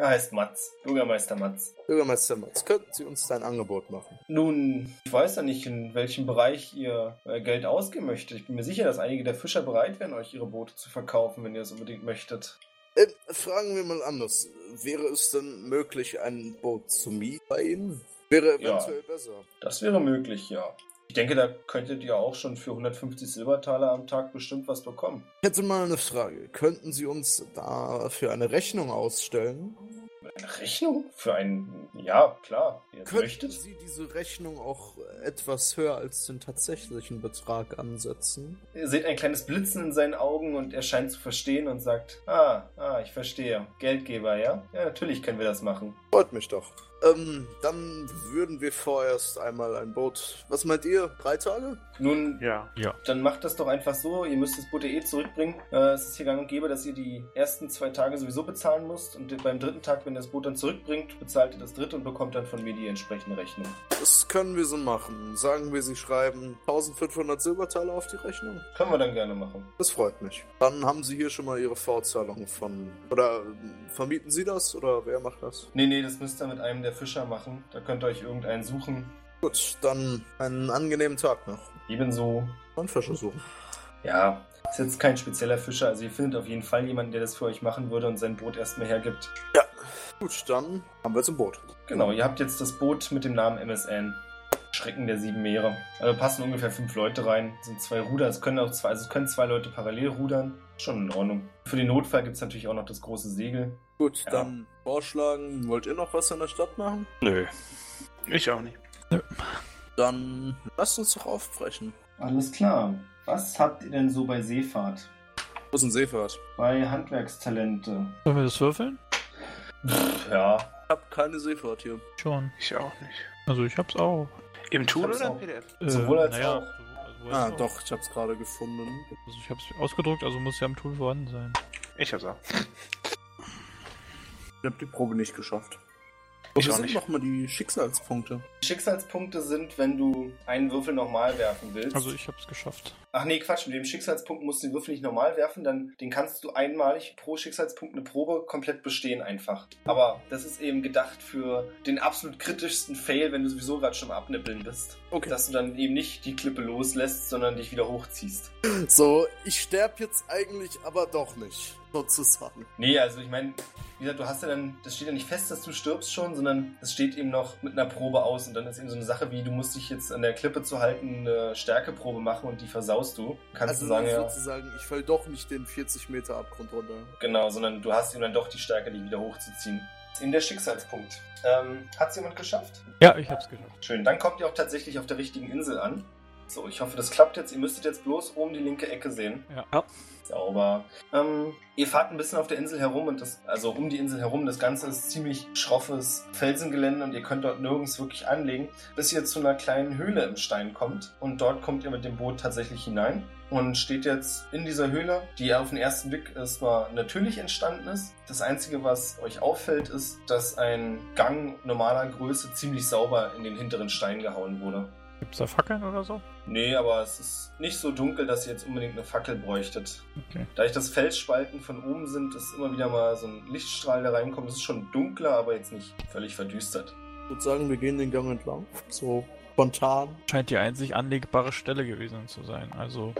A: er heißt Matz, Bürgermeister Matz.
E: Bürgermeister Matz, könnten Sie uns da ein Angebot machen?
A: Nun, ich weiß ja nicht, in welchem Bereich ihr äh, Geld ausgeben möchtet. Ich bin mir sicher, dass einige der Fischer bereit wären, euch ihre Boote zu verkaufen, wenn ihr es unbedingt möchtet.
E: Ähm, fragen wir mal anders. Wäre es denn möglich, ein Boot zu mieten bei Ihnen? Wäre
A: Ja.
E: eventuell besser.
A: Das wäre möglich, ja. Ich denke, da könntet ihr auch schon für 150 Silbertaler am Tag bestimmt was bekommen.
E: Ich hätte mal eine Frage. Könnten Sie uns dafür eine Rechnung ausstellen?
A: Eine Rechnung? Für ein. Ja, klar. Ihr
E: Könnten
A: möchtet.
E: Sie diese Rechnung auch etwas höher als den tatsächlichen Betrag ansetzen?
A: Ihr seht ein kleines Blitzen in seinen Augen und er scheint zu verstehen und sagt: Ah, ah, ich verstehe. Geldgeber, ja? Ja, natürlich können wir das machen.
E: Freut mich doch. Ähm, dann würden wir vorerst einmal ein Boot. Was meint ihr? Drei Tage?
A: Nun,
B: Ja.
A: dann macht das doch einfach so. Ihr müsst das Boot eh zurückbringen. Äh, es ist hier gang und gäbe, dass ihr die ersten zwei Tage sowieso bezahlen müsst und beim dritten Tag, wenn ihr das das Boot dann zurückbringt, bezahlt ihr das dritte und bekommt dann von mir die entsprechende Rechnung.
E: Das können wir so machen. Sagen wir, sie schreiben 1500 Silbertaler auf die Rechnung.
A: Können wir dann gerne machen.
E: Das freut mich. Dann haben sie hier schon mal ihre Vorzahlung von. Oder äh, vermieten sie das? Oder wer macht das?
A: Nee, nee, das müsst ihr mit einem der Fischer machen. Da könnt ihr euch irgendeinen suchen.
E: Gut, dann einen angenehmen Tag noch.
A: Ebenso.
E: Dann Fische suchen.
A: Ja, ist jetzt kein spezieller Fischer. Also ihr findet auf jeden Fall jemanden, der das für euch machen würde und sein Boot erstmal hergibt.
E: Gut, dann haben wir zum Boot.
A: Genau, ihr habt jetzt das Boot mit dem Namen MSN. Schrecken der sieben Meere. Also passen ungefähr fünf Leute rein. Es sind zwei Ruder, es können auch zwei, also es können zwei Leute parallel rudern. Schon in Ordnung. Für den Notfall gibt es natürlich auch noch das große Segel.
E: Gut,
A: Ja.
E: dann vorschlagen, wollt ihr noch was in der Stadt machen?
C: Nö.
B: Ich auch nicht.
E: Dann lasst uns doch aufbrechen.
A: Alles klar. Was habt ihr denn so bei Seefahrt?
E: Wo ist ein Seefahrt?
A: Bei Handwerkstalente?
F: Sollen wir das würfeln?
A: Ja.
E: Ich hab keine Seefahrt hier.
F: Schon.
B: Ich auch nicht.
F: Also ich hab's auch. Äh,
B: Im Tool
A: hab's
B: oder
A: auch.
B: im PDF?
A: Sowohl als
F: naja,
A: auch.
F: sowohl als
E: Ah,
F: auch.
E: doch, ich hab's gerade gefunden.
F: Also ich hab's ausgedruckt, also muss ja am Tool vorhanden sein.
B: Ich hab's auch.
E: Ich hab die Probe nicht geschafft.
B: Ich
E: Wir
B: auch
E: sind
B: nicht.
E: nochmal die Schicksalspunkte.
A: Schicksalspunkte sind, wenn du einen Würfel nochmal werfen willst.
F: Also ich hab's geschafft.
A: Ach nee, Quatsch, mit dem Schicksalspunkt musst du den Würfel nicht normal werfen, dann den kannst du einmalig pro Schicksalspunkt eine Probe komplett bestehen einfach. Aber das ist eben gedacht für den absolut kritischsten Fail, wenn du sowieso gerade schon am abnippeln bist.
E: Okay.
A: Dass du dann eben nicht die Klippe loslässt, sondern dich wieder hochziehst.
E: So, ich sterb jetzt eigentlich aber doch nicht, sozusagen.
A: Nee, also ich meine, wie gesagt, du hast ja dann, das steht ja nicht fest, dass du stirbst schon, sondern es steht eben noch mit einer Probe aus und dann ist eben so eine Sache wie, du musst dich jetzt an der Klippe zu halten, eine Stärkeprobe machen und die versaust du. Kannst
E: Also
A: du sagen, ja.
E: sozusagen, ich fall doch nicht den 40 Meter Abgrund runter.
A: Genau, sondern du hast ihm dann doch die Stärke, die wieder hochzuziehen. In der Schicksalspunkt. Ähm, hat es jemand geschafft?
F: Ja, ich hab's geschafft.
A: Schön, dann kommt ihr auch tatsächlich auf der richtigen Insel an. So, ich hoffe, das klappt jetzt. Ihr müsstet jetzt bloß oben die linke Ecke sehen.
F: Ja.
A: Sauber. Ähm, ihr fahrt ein bisschen auf der Insel herum und das, also um die Insel herum, das Ganze ist ziemlich schroffes Felsengelände und ihr könnt dort nirgends wirklich anlegen, bis ihr zu einer kleinen Höhle im Stein kommt und dort kommt ihr mit dem Boot tatsächlich hinein und steht jetzt in dieser Höhle, die auf den ersten Blick erstmal natürlich entstanden ist. Das Einzige, was euch auffällt, ist, dass ein Gang normaler Größe ziemlich sauber in den hinteren Stein gehauen wurde.
F: Gibt's da Fackeln oder so?
A: Nee, aber es ist nicht so dunkel, dass ihr jetzt unbedingt eine Fackel bräuchtet.
F: Okay.
A: Dadurch, dass Felsspalten von oben sind, ist immer wieder mal so ein Lichtstrahl, der reinkommt. Es ist schon dunkler, aber jetzt nicht völlig verdüstert.
E: Ich würde sagen, wir gehen den Gang entlang. So spontan.
F: Scheint die einzig anlegbare Stelle gewesen zu sein. Also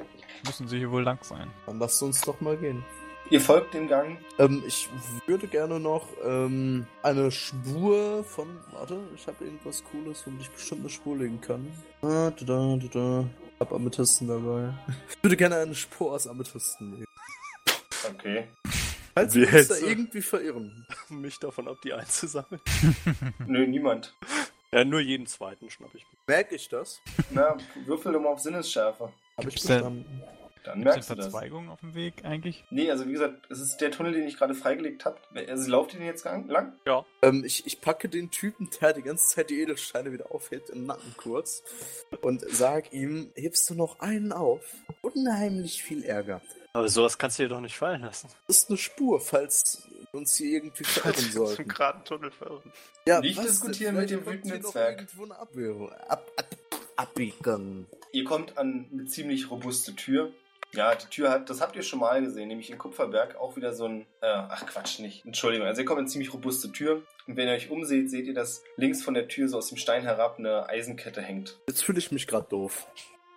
F: müssen sie hier wohl lang sein.
E: Dann lasst uns doch mal gehen.
A: Ihr folgt dem Gang.
E: Ähm, ich würde gerne noch ähm, eine Spur von. Warte, ich habe irgendwas Cooles, womit ich bestimmt eine Spur legen kann. Ah, Da, da, da, da, da. Ich habe Amethysten dabei. Ich würde gerne eine Spur aus Amethysten legen.
A: Okay.
E: Falls
C: Wie
E: wir uns da
C: hältst du-
E: irgendwie verirren.
C: Mich davon ab, die einzusammeln.
A: Hm. Nö, niemand.
C: Ja, nur jeden zweiten schnapp ich.
E: Merke ich das?
A: Na, würfel doch mal auf Sinnesschärfe.
E: Habe ich
F: Gibt's denn-
E: bestanden.
A: Dann
F: Gibt's denn
A: merkst du das.
F: Verzweigungen auf dem Weg eigentlich?
A: Nee, also wie gesagt, es ist der Tunnel, den ich gerade freigelegt habe. Also lauft ihr den jetzt gang- lang?
E: Ähm, ich, ich packe den Typen, der die ganze Zeit die Edelsteine wieder aufhebt, im Nacken kurz und sag ihm, hebst du noch einen auf? Unheimlich viel Ärger.
C: Aber sowas kannst du dir doch nicht fallen lassen.
E: Das ist eine Spur, falls wir uns hier irgendwie verirren sollten.
B: gerade einen Tunnel verirren.
E: Ja,
A: Nicht
E: was
A: diskutieren
E: denn?
A: mit dem
E: Vielleicht kommt
A: wütenden
E: hier noch
A: Zwerg.
E: irgendwo eine Abwehrung. Ab, ab, abbiegen.
A: Ihr kommt an eine ziemlich robuste Tür. Ja, die Tür hat, das habt ihr schon mal gesehen, nämlich in Kupferberg auch wieder so ein, äh, ach Quatsch, nicht, Entschuldigung. Also ihr kommt in eine ziemlich robuste Tür und wenn ihr euch umseht, seht ihr, dass links von der Tür so aus dem Stein herab eine Eisenkette hängt.
E: Jetzt fühle ich mich gerade doof.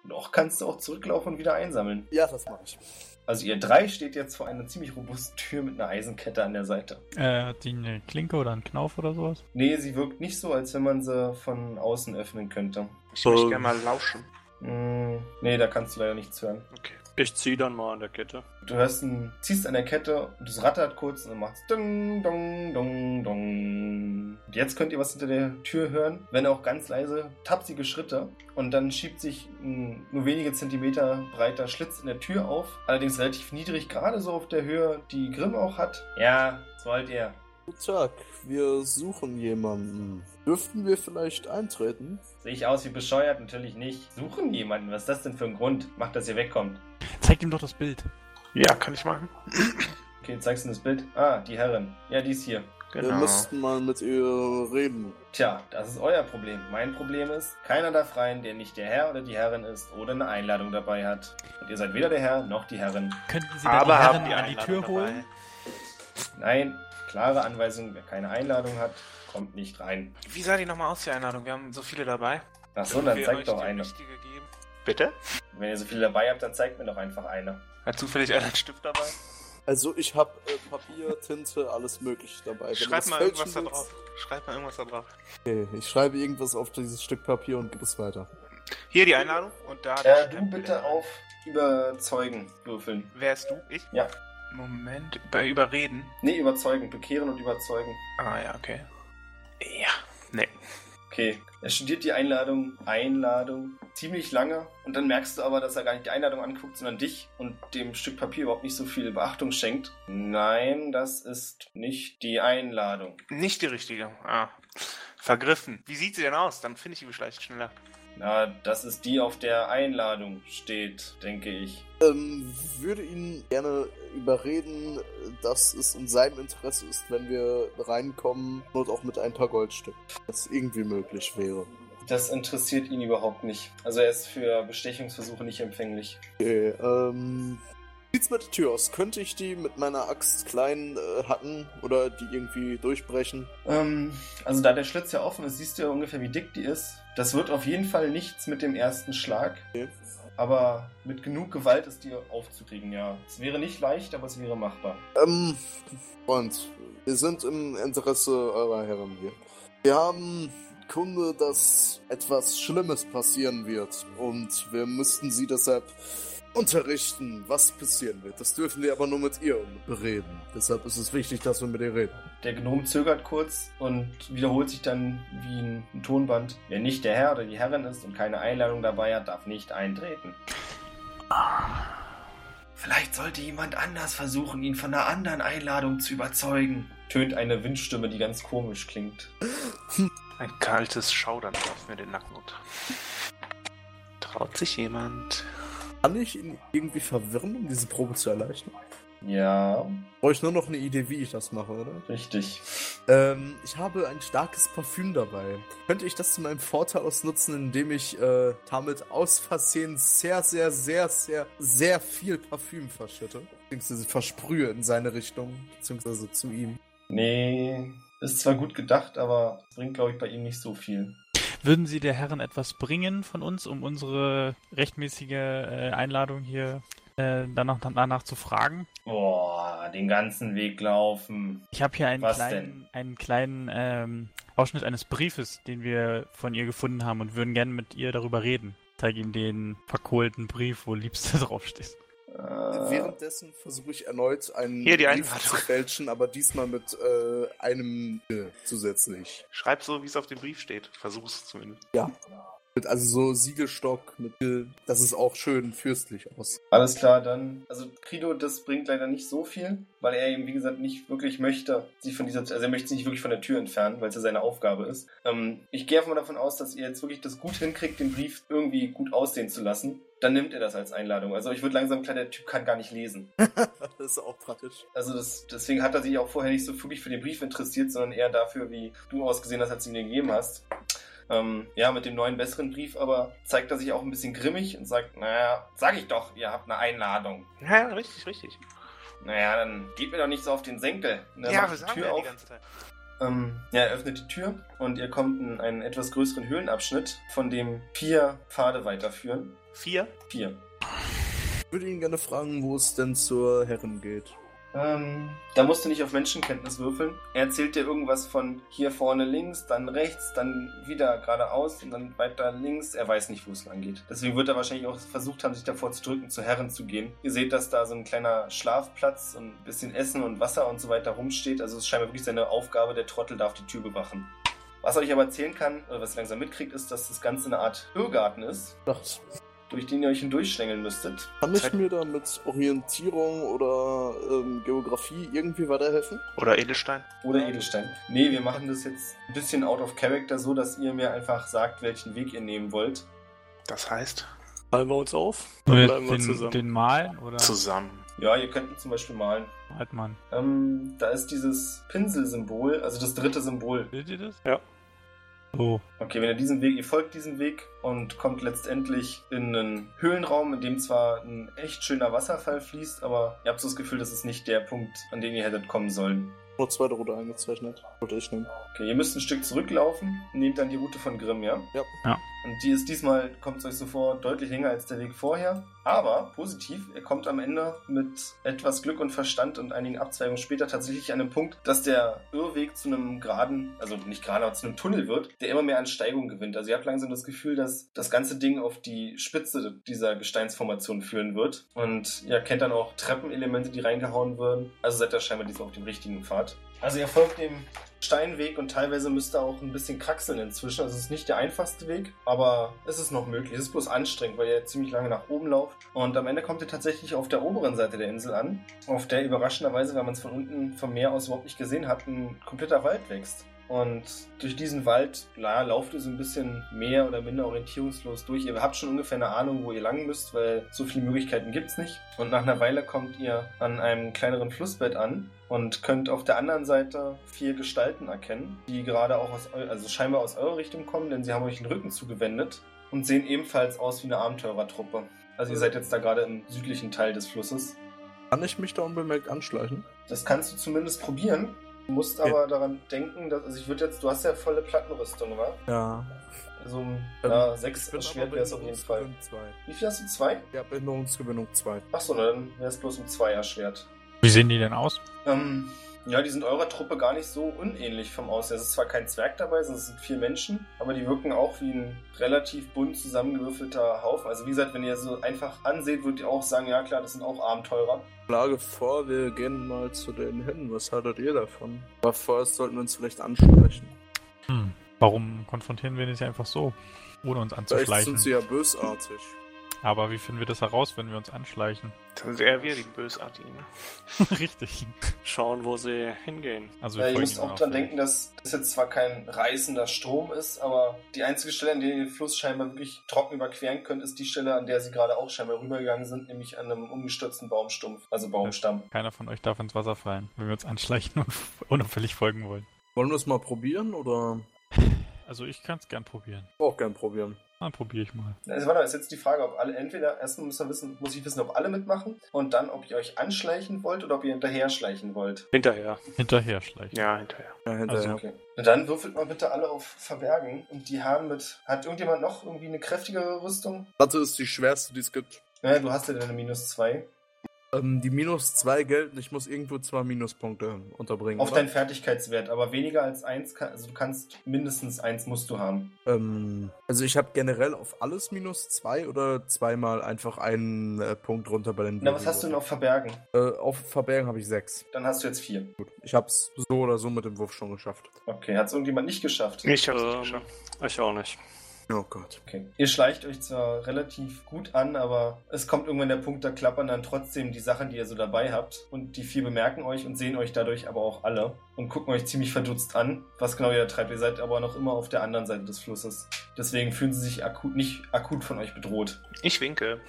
A: Noch kannst du auch zurücklaufen und wieder einsammeln.
E: Ja, das mache ich.
A: Also ihr drei steht jetzt vor einer ziemlich robusten Tür mit einer Eisenkette an der Seite.
F: Äh, hat die eine Klinke oder einen Knauf oder sowas?
A: Nee, sie wirkt nicht so, als wenn man sie von außen öffnen könnte.
B: Ich möchte
C: Ähm.
B: gerne mal lauschen.
A: Mm, nee, da kannst du leider nichts hören.
B: Okay.
C: Ich zieh dann mal an der Kette.
A: Du hörst ein, ziehst an der Kette und es rattert kurz und dann macht's dung, dung, dung, dung. Und jetzt könnt ihr was hinter der Tür hören, wenn auch ganz leise, tapsige Schritte. Und dann schiebt sich ein nur wenige Zentimeter breiter Schlitz in der Tür auf. Allerdings relativ niedrig, gerade so auf der Höhe, die Grimm auch hat. Ja, sollt ihr.
E: Guten Tag, wir suchen jemanden. Dürften wir vielleicht eintreten?
A: Sehe ich aus wie bescheuert? Natürlich nicht. Suchen jemanden. Was ist das denn für ein Grund? Macht, dass ihr wegkommt.
F: Zeigt ihm doch das Bild.
B: Ja, kann ich machen.
A: Okay, zeigst du das Bild? Ah, die Herrin. Ja, die ist hier.
B: Genau.
E: Wir müssten mal mit ihr reden.
A: Tja, das ist euer Problem. Mein Problem ist, keiner darf rein, der nicht der Herr oder die Herrin ist oder eine Einladung dabei hat. Und ihr seid weder der Herr noch die Herrin.
F: Könnten Sie da die
B: Aber haben
F: Herren
B: die
F: an die Tür
B: Einladung
F: holen?
B: dabei?
A: Nein, klare Anweisung, wer keine Einladung hat, kommt nicht rein.
B: Wie sah die nochmal aus, die Einladung? Wir haben so viele dabei.
A: Ach so, dann
B: Wir euch
A: zeigt doch
B: die
A: eine.
B: richtige geben.
H: Bitte?
A: Wenn ihr so viele dabei habt, dann zeigt mir doch einfach eine.
B: Hat zufällig einer einen Stift dabei?
E: Also ich habe äh, Papier, Tinte, alles mögliche dabei. Wenn du
H: Schreib
E: was
H: mal
E: fälschen
H: irgendwas da
E: willst-
H: drauf. Schreib mal irgendwas da drauf.
E: Okay, ich schreibe irgendwas auf dieses Stück Papier und gib es weiter.
H: Hier die Einladung und da.
A: Äh, du bitte auf überzeugen würfeln.
H: Wer ist du? Ich?
A: Ja.
B: Moment, bei Überreden.
A: Nee, überzeugen. Bekehren und überzeugen.
B: Ah ja, okay. Ja. Nee.
A: Okay. Er studiert die Einladung, Einladung, ziemlich lange. Und dann merkst du aber, dass er gar nicht die Einladung anguckt, sondern dich und dem Stück Papier überhaupt nicht so viel Beachtung schenkt. Nein, das ist nicht die Einladung.
B: Nicht die richtige. Ah. Vergriffen. Wie sieht sie denn aus? Dann finde ich die vielleicht schneller.
A: Na, das ist die, auf der Einladung steht, denke ich.
E: Ähm, würde ihn gerne überreden, dass es in seinem Interesse ist, wenn wir reinkommen, und auch mit ein paar Goldstück. Das irgendwie möglich wäre.
A: Das interessiert ihn überhaupt nicht. Also er ist für Bestechungsversuche nicht empfänglich.
E: Okay, ähm. wie Sieht's mit der Tür aus? Könnte ich die mit meiner Axt klein äh, hacken oder die irgendwie durchbrechen?
A: Ähm, also da der Schlitz ja offen ist, siehst du ja ungefähr, wie dick die ist. Das wird auf jeden Fall nichts mit dem ersten Schlag.
E: Okay.
A: Aber mit genug Gewalt ist die aufzukriegen, ja. Es wäre nicht leicht, aber es wäre machbar.
E: Ähm, Freund, wir sind im Interesse eurer Herren hier. Wir haben Kunde, dass etwas Schlimmes passieren wird und wir müssten sie deshalb unterrichten, was passieren wird. Das dürfen wir aber nur mit ihr bereden. Deshalb ist es wichtig, dass wir mit ihr reden.
A: Der Gnom zögert kurz und wiederholt sich dann wie ein, ein Tonband. Wer nicht der Herr oder die Herrin ist und keine Einladung dabei hat, darf nicht eintreten. Vielleicht sollte jemand anders versuchen, ihn von einer anderen Einladung zu überzeugen. Tönt eine Windstimme, die ganz komisch klingt.
B: Ein kaltes Schaudern läuft mir den Nacken runter. Traut sich jemand?
E: Kann ich ihn irgendwie verwirren, um diese Probe zu erleichtern?
A: Ja,
E: Brauche ich nur noch eine Idee, wie ich das mache, oder?
A: richtig.
E: Ähm, ich habe ein starkes Parfüm dabei. Könnte ich das zu meinem Vorteil ausnutzen, indem ich äh, damit aus Versehen sehr, sehr, sehr, sehr, sehr viel Parfüm verschütte? Beziehungsweise versprühe in seine Richtung, beziehungsweise zu ihm.
A: Nee, ist zwar gut gedacht, aber bringt, glaube ich, bei ihm nicht so viel.
F: Würden Sie der Herren etwas bringen von uns, um unsere rechtmäßige äh, Einladung hier äh, danach, danach zu fragen?
A: Boah, den ganzen Weg laufen.
F: Ich habe hier einen
A: Was
F: kleinen, einen kleinen ähm, Ausschnitt eines Briefes, den wir von ihr gefunden haben und würden gerne mit ihr darüber reden. Zeig ihm den verkohlten Brief, wo Liebste draufsteht.
A: Äh,
E: Währenddessen versuche ich erneut einen
H: Hier die
E: Brief
H: Einladung.
E: zu fälschen, aber diesmal mit äh, einem äh, zusätzlich.
H: Schreib so, wie es auf dem Brief steht. Versuch's zumindest.
E: Mit also so Siegelstock mit äh, das ist auch schön fürstlich aus.
A: alles klar, dann. Also Krido, das bringt leider nicht so viel, weil er eben, wie gesagt, nicht wirklich möchte, sie von dieser, also er möchte sie nicht wirklich von der Tür entfernen, weil es ja seine Aufgabe ist. Ähm, ich gehe einfach mal davon aus, dass ihr jetzt wirklich das gut hinkriegt, den Brief irgendwie gut aussehen zu lassen. Dann nimmt er das als Einladung. Also ich würde langsam klar, der Typ kann gar nicht lesen.
E: Das ist auch praktisch.
A: Also das, deswegen hat er sich auch vorher nicht so wirklich für den Brief interessiert, sondern eher dafür, wie du ausgesehen hast, als du ihn dir gegeben hast. Ähm, ja, mit dem neuen, besseren Brief aber zeigt er sich auch ein bisschen grimmig und sagt, naja, sag ich doch, ihr habt eine Einladung.
H: Ja, ja, richtig, richtig.
A: Naja, dann geht mir doch nicht so auf den Senkel. Und er
H: Ja,
A: macht
H: wir
A: die
H: sagen
A: Tür
H: ja die
A: auf.
H: ganze Zeit.
A: Ähm, ja, er öffnet die Tür und ihr kommt in einen etwas größeren Höhlenabschnitt, von dem vier Pfade weiterführen.
H: Vier.
A: Vier.
E: Ich würde ihn gerne fragen, wo es denn zur Herren geht.
A: Ähm, da musst du nicht auf Menschenkenntnis würfeln. Er erzählt dir irgendwas von hier vorne links, dann rechts, dann wieder geradeaus und dann weiter links. Er weiß nicht, wo es lang geht. Deswegen wird er wahrscheinlich auch versucht haben, sich davor zu drücken, zu Herren zu gehen. Ihr seht, dass da so ein kleiner Schlafplatz und ein bisschen Essen und Wasser und so weiter rumsteht. Also es ist scheinbar wirklich seine Aufgabe, der Trottel darf die Tür bewachen. Was er euch aber erzählen kann, oder was ihr langsam mitkriegt, ist, dass das Ganze eine Art Irrgarten ist,
E: Dachte
A: durch den ihr euch hindurchschlängeln müsstet.
E: Kann ich mir da mit Orientierung oder ähm, Geografie irgendwie weiterhelfen?
H: Oder Edelstein.
A: Oder Edelstein. Nee, wir machen das jetzt ein bisschen out of character, so dass ihr mir einfach sagt, welchen Weg ihr nehmen wollt.
H: Das heißt
C: Halten wir uns auf, dann
F: Wollen
C: bleiben
F: wir
C: wir
F: den,
C: zusammen.
F: den malen? Oder?
H: zusammen.
A: Ja, ihr könnt zum Beispiel malen.
F: Halt man.
A: Ähm, da ist dieses Pinselsymbol, also das dritte Symbol.
F: Seht ihr das?
C: Ja.
F: Oh.
A: Okay, wenn ihr diesen Weg, ihr folgt diesem Weg und kommt letztendlich in einen Höhlenraum, in dem zwar ein echt schöner Wasserfall fließt, aber ihr habt so das Gefühl, das ist nicht der Punkt, an den ihr hättet kommen sollen.
D: Nur zweite Route eingezeichnet. Wollte ich nehmen.
A: Okay, ihr müsst ein Stück zurücklaufen, nehmt dann die Route von Grimm, ja?
D: Ja.
F: Ja.
A: Und die ist diesmal, kommt es euch so vor, deutlich länger als der Weg vorher. Aber positiv, ihr kommt am Ende mit etwas Glück und Verstand und einigen Abzweigungen später tatsächlich an den Punkt, dass der Irrweg zu einem geraden, also nicht gerade, aber zu einem Tunnel wird, der immer mehr an Steigung gewinnt. Also ihr habt langsam das Gefühl, dass das ganze Ding auf die Spitze dieser Gesteinsformation führen wird. Und ihr kennt dann auch Treppenelemente, die reingehauen werden. Also seid ihr scheinbar diesmal auf dem richtigen Pfad. Also ihr folgt dem Steinweg und teilweise müsst ihr auch ein bisschen kraxeln inzwischen. Also es ist nicht der einfachste Weg, aber es ist noch möglich. Es ist bloß anstrengend, weil ihr ziemlich lange nach oben lauft. Und am Ende kommt ihr tatsächlich auf der oberen Seite der Insel an, auf der überraschenderweise, weil man es von unten vom Meer aus überhaupt nicht gesehen hat, ein kompletter Wald wächst. Und durch diesen Wald, naja, lauft ihr so ein bisschen mehr oder minder orientierungslos durch. Ihr habt schon ungefähr eine Ahnung, wo ihr lang müsst, weil so viele Möglichkeiten gibt's nicht. Und nach einer Weile kommt ihr an einem kleineren Flussbett an und könnt auf der anderen Seite vier Gestalten erkennen, die gerade auch aus, eu- also scheinbar aus eurer Richtung kommen, denn sie haben euch den Rücken zugewendet und sehen ebenfalls aus wie eine Abenteurertruppe. Also ihr seid jetzt da gerade im südlichen Teil des Flusses.
D: Kann ich mich da unbemerkt anschleichen?
A: Das kannst du zumindest probieren. Du musst aber daran denken, dass, also ich würde jetzt, du hast ja volle Plattenrüstung, wa?
D: Ja.
A: Also um ja, sechs erschwert wäre es auf jeden Fall. Wie viel hast du? Zwei?
D: Ja, Behinderungsgewinnung 2.
A: Achso, na, dann wäre es bloß um zwei erschwert.
F: Wie sehen die denn aus?
A: Ähm, ja, die sind eurer Truppe gar nicht so unähnlich vom Aussehen. Es ist zwar kein Zwerg dabei, sondern es sind vier Menschen, aber die wirken auch wie ein relativ bunt zusammengewürfelter Haufen. Also wie gesagt, wenn ihr so einfach anseht, würdet ihr auch sagen, ja klar, das sind auch Abenteurer.
D: Schlage vor, wir gehen mal zu denen hin. Was haltet ihr davon? Aber vorerst sollten wir uns vielleicht ansprechen.
F: Hm. Warum konfrontieren wir das ja einfach so? Ohne
D: Vielleicht
F: uns
D: sind
F: anzuschleichen.
D: sie ja bösartig.
F: Aber wie finden wir das heraus, wenn wir uns anschleichen?
I: Das sind eher wir, die Bösartigen. ne?
F: Richtig.
C: Schauen, wo sie hingehen.
F: Also
A: Ja, ihr
F: folgen
A: müsst
F: ihnen
A: auch dran
F: vielleicht.
A: denken, dass das jetzt zwar kein reißender Strom ist, aber die einzige Stelle, an der ihr den Fluss scheinbar wirklich trocken überqueren könnt, ist die Stelle, an der sie gerade auch scheinbar rübergegangen sind, nämlich an einem umgestürzten Baumstumpf, also Baumstamm.
F: Keiner von euch darf ins Wasser fallen, wenn wir uns anschleichen und unauffällig folgen wollen.
D: Wollen wir es mal probieren oder?
F: Also ich kann es gern probieren.
D: Auch gern probieren.
F: Dann probiere ich mal.
A: Also warte mal, ist jetzt die Frage, ob alle, entweder erstmal müssen wir wissen, muss ich wissen, ob alle mitmachen und dann, ob ihr euch anschleichen wollt oder ob ihr hinterher schleichen wollt.
C: Hinterher.
F: Hinterher schleichen.
I: Ja, hinterher.
D: Ja, hinterher.
A: Okay. Und dann würfelt mal bitte alle auf Verbergen und die haben mit, hat irgendjemand noch irgendwie eine kräftigere Rüstung?
D: Ratte ist die schwerste, die es gibt.
A: Naja, du hast ja deine Minus zwei.
D: Ähm, die minus zwei gelten. Ich muss irgendwo zwei Minuspunkte unterbringen.
E: Genau.
A: Auf
D: oder?
A: deinen Fertigkeitswert, aber weniger als eins, kann, also du kannst mindestens eins musst du haben.
D: Ähm, also ich habe generell auf alles minus zwei oder zweimal einfach einen äh, Punkt runter bei den.
A: Na, was hast du denn auf Verbergen?
D: Äh, auf Verbergen habe ich sechs.
A: Dann hast du jetzt vier.
D: Gut. Ich habe es so oder so mit dem Wurf schon geschafft.
A: Okay, hat es irgendjemand nicht geschafft?
I: Ich hab's nicht
C: Ähm,
I: geschafft.
C: ich auch nicht.
D: Oh Gott.
A: Okay. Ihr schleicht euch zwar relativ gut an, aber es kommt irgendwann der Punkt, da klappern dann trotzdem die Sachen, die ihr so dabei habt. Und die vier bemerken euch und sehen euch dadurch aber auch alle und gucken euch ziemlich verdutzt an, was genau ihr da treibt. Ihr seid aber noch immer auf der anderen Seite des Flusses. Deswegen fühlen sie sich akut, nicht akut von euch bedroht.
I: Ich winke.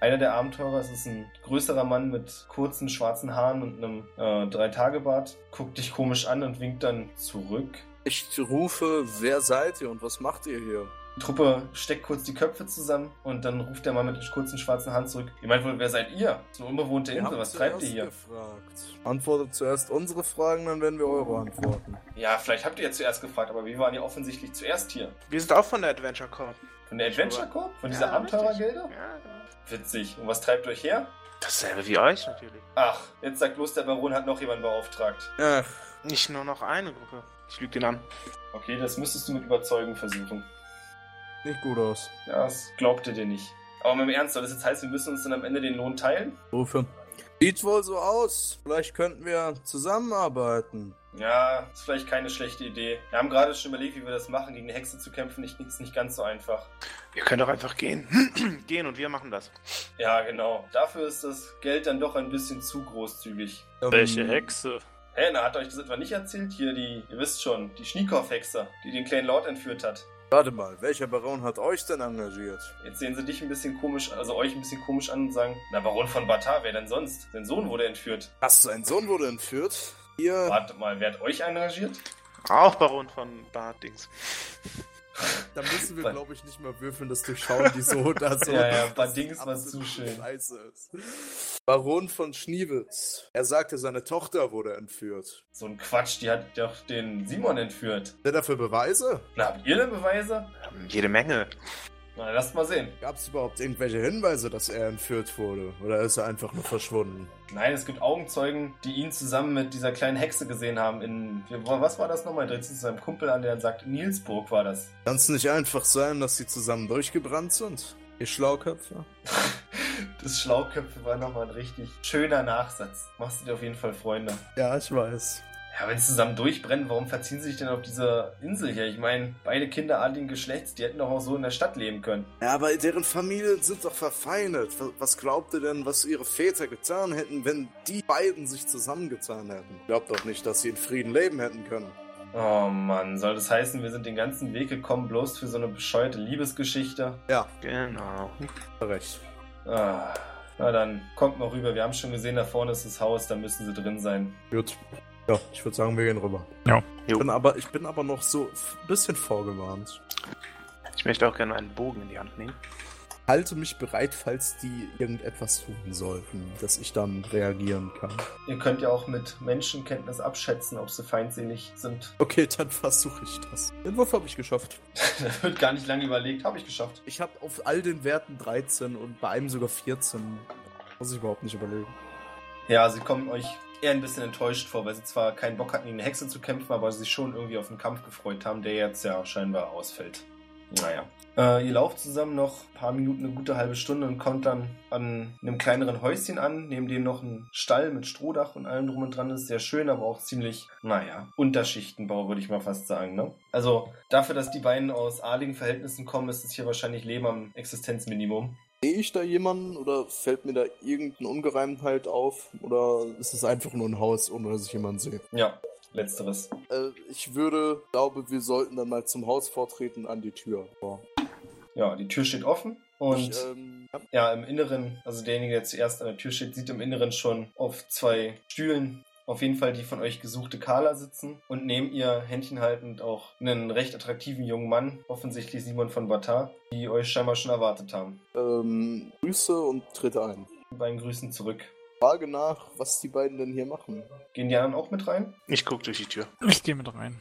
A: Einer der Abenteurer, es ist ein größerer Mann mit kurzen schwarzen Haaren und einem äh, Drei-Tage-Bart, guckt dich komisch an und winkt dann zurück.
D: Ich rufe, wer seid ihr und was macht ihr hier?
A: Die Truppe steckt kurz die Köpfe zusammen und dann ruft der Mann mit den kurzen schwarzen Haaren zurück. Ihr meint wohl, wer seid ihr? So eine unbewohnte
D: Wir
A: Insel,
D: haben
A: was treibt ihr
D: zuerst
A: hier?
D: Gefragt. Antwortet zuerst unsere Fragen, dann werden wir eure antworten.
A: Ja, vielleicht habt ihr ja zuerst gefragt, aber wir waren ja offensichtlich zuerst hier.
B: Wir sind auch von der Adventure Corp.
A: Von der Adventure Corp? Von dieser Abenteurergilde?
I: Ja, ja.
A: Witzig. Und was treibt euch her?
I: Dasselbe wie euch natürlich.
A: Ach, jetzt sagt bloß, der Baron hat noch jemanden beauftragt.
D: Ach,
B: Nicht nur noch eine Gruppe. Ich lüge den an.
A: Okay, das müsstest du mit Überzeugen versuchen.
D: nicht gut aus.
A: Ja, das glaubte dir nicht. Aber mal im Ernst, soll das jetzt heißen, wir müssen uns dann am Ende den Lohn teilen?
D: Rufe. Sieht wohl so aus. Vielleicht könnten wir zusammenarbeiten.
A: Ja, ist vielleicht keine schlechte Idee. Wir haben gerade schon überlegt, wie wir das machen. Gegen eine Hexe zu kämpfen ich- ist nicht ganz so einfach.
B: Ihr könnt doch einfach gehen. gehen und wir machen das.
A: Ja, genau. Dafür ist das Geld dann doch ein bisschen zu großzügig.
D: Ähm,
C: Welche Hexe?
A: Hä, na, hat euch das etwa nicht erzählt? Hier die, ihr wisst schon, die Schniekov-Hexe, die den kleinen Lord entführt hat.
E: Warte mal, welcher Baron hat euch denn engagiert?
A: Jetzt sehen sie dich ein bisschen komisch, also euch ein bisschen komisch an und sagen, na Baron von Batar, wer denn sonst? Sein Sohn wurde entführt.
E: Hast sein Sohn wurde entführt? Ihr,
A: Warte mal, wer hat euch engagiert?
I: Auch Baron von Bartdings.
E: da müssen
A: Ba-
E: wir, glaube ich, nicht mal würfeln, das durchschauen die so oder so.
A: Ja, ja,
E: dass
A: bei
E: das
A: Dings war's zu
E: absolute
A: schön.
E: Scheiße ist. Baron von Schniewitz. Er sagte, seine Tochter wurde entführt.
A: So ein Quatsch, die hat doch den Simon entführt.
E: Hat er dafür Beweise?
A: Na, habt ihr denn Beweise?
I: Ähm, Jede Menge.
A: Na, lasst mal sehen.
E: Gab es überhaupt irgendwelche Hinweise, dass er entführt wurde? Oder ist er einfach nur verschwunden?
A: Nein, es gibt Augenzeugen, die ihn zusammen mit dieser kleinen Hexe gesehen haben in, was war das nochmal? Dreht sich zu seinem Kumpel an, der sagt, Nielsburg war das.
E: Kann es nicht einfach sein, dass sie zusammen durchgebrannt sind? Ihr Schlauköpfe?
A: Das Schlauköpfe war nochmal ein richtig schöner Nachsatz. Machst du dir auf jeden Fall Freunde.
E: Ja, ich weiß.
A: Ja, wenn sie zusammen durchbrennen, warum verziehen sie sich denn auf diese Insel hier? Ich meine, beide Kinder adligen Geschlechts, die hätten doch auch so in der Stadt leben können.
E: Ja, aber deren Familien sind doch verfeindet. W- Was glaubt ihr denn, was ihre Väter getan hätten, wenn die beiden sich zusammengetan hätten? Glaubt doch nicht, dass sie in Frieden leben hätten können.
A: Oh Mann, soll das heißen, wir sind den ganzen Weg gekommen, bloß für so eine bescheuerte Liebesgeschichte?
I: Genau.
E: Recht.
A: Ah, na dann, kommt mal rüber. Wir haben schon gesehen, da vorne ist das Haus, da müssen sie drin sein.
E: Gut. Ja, ich würde sagen, wir gehen rüber.
F: Ja.
E: Ich bin aber, ich bin aber noch so ein bisschen vorgewarnt.
I: Ich möchte auch gerne einen Bogen in die Hand nehmen.
E: Halte mich bereit, falls die irgendetwas tun sollten, dass ich dann reagieren kann.
A: Ihr könnt ja auch mit Menschenkenntnis abschätzen, ob sie feindselig sind.
E: Okay, dann versuche ich das. Den Wurf habe ich geschafft.
A: da wird gar nicht lange überlegt. Habe ich geschafft.
E: Ich habe auf all den Werten 13 und bei einem sogar 14. Muss ich überhaupt nicht überlegen.
A: Ja, sie kommen euch eher ein bisschen enttäuscht vor, weil sie zwar keinen Bock hatten, gegen eine Hexe zu kämpfen, aber sich schon irgendwie auf den Kampf gefreut haben, der jetzt ja scheinbar ausfällt. Naja. Äh, ihr lauft zusammen noch ein paar Minuten, eine gute halbe Stunde und kommt dann an einem kleineren Häuschen an, neben dem noch ein Stall mit Strohdach und allem drum und dran ist. Sehr schön, aber auch ziemlich, naja, Unterschichtenbau, würde ich mal fast sagen, ne? Also, dafür, dass die beiden aus adligen Verhältnissen kommen, ist es hier wahrscheinlich Leben am Existenzminimum.
E: Sehe ich da jemanden oder fällt mir da irgendeine Ungereimtheit auf? Oder ist es einfach nur ein Haus, ohne dass ich jemanden sehe?
A: Ja, letzteres.
E: Äh, ich würde, glaube, wir sollten dann mal zum Haus vortreten an die Tür. Boah.
A: Ja, die Tür steht offen und...
E: ich, ähm, ja.
A: Ja, im Inneren, also derjenige, der zuerst an der Tür steht, sieht im Inneren schon auf zwei Stühlen auf jeden Fall die von euch gesuchte Carla sitzen und neben ihr Händchen haltend auch einen recht attraktiven jungen Mann, offensichtlich Simon von Batar, die euch scheinbar schon erwartet haben.
E: ähm, Grüße und trete ein.
A: Die beiden grüßen zurück.
E: Frage nach, was die beiden denn hier machen.
A: Gehen die anderen auch mit rein?
I: Ich gucke durch die Tür.
F: Ich gehe mit rein.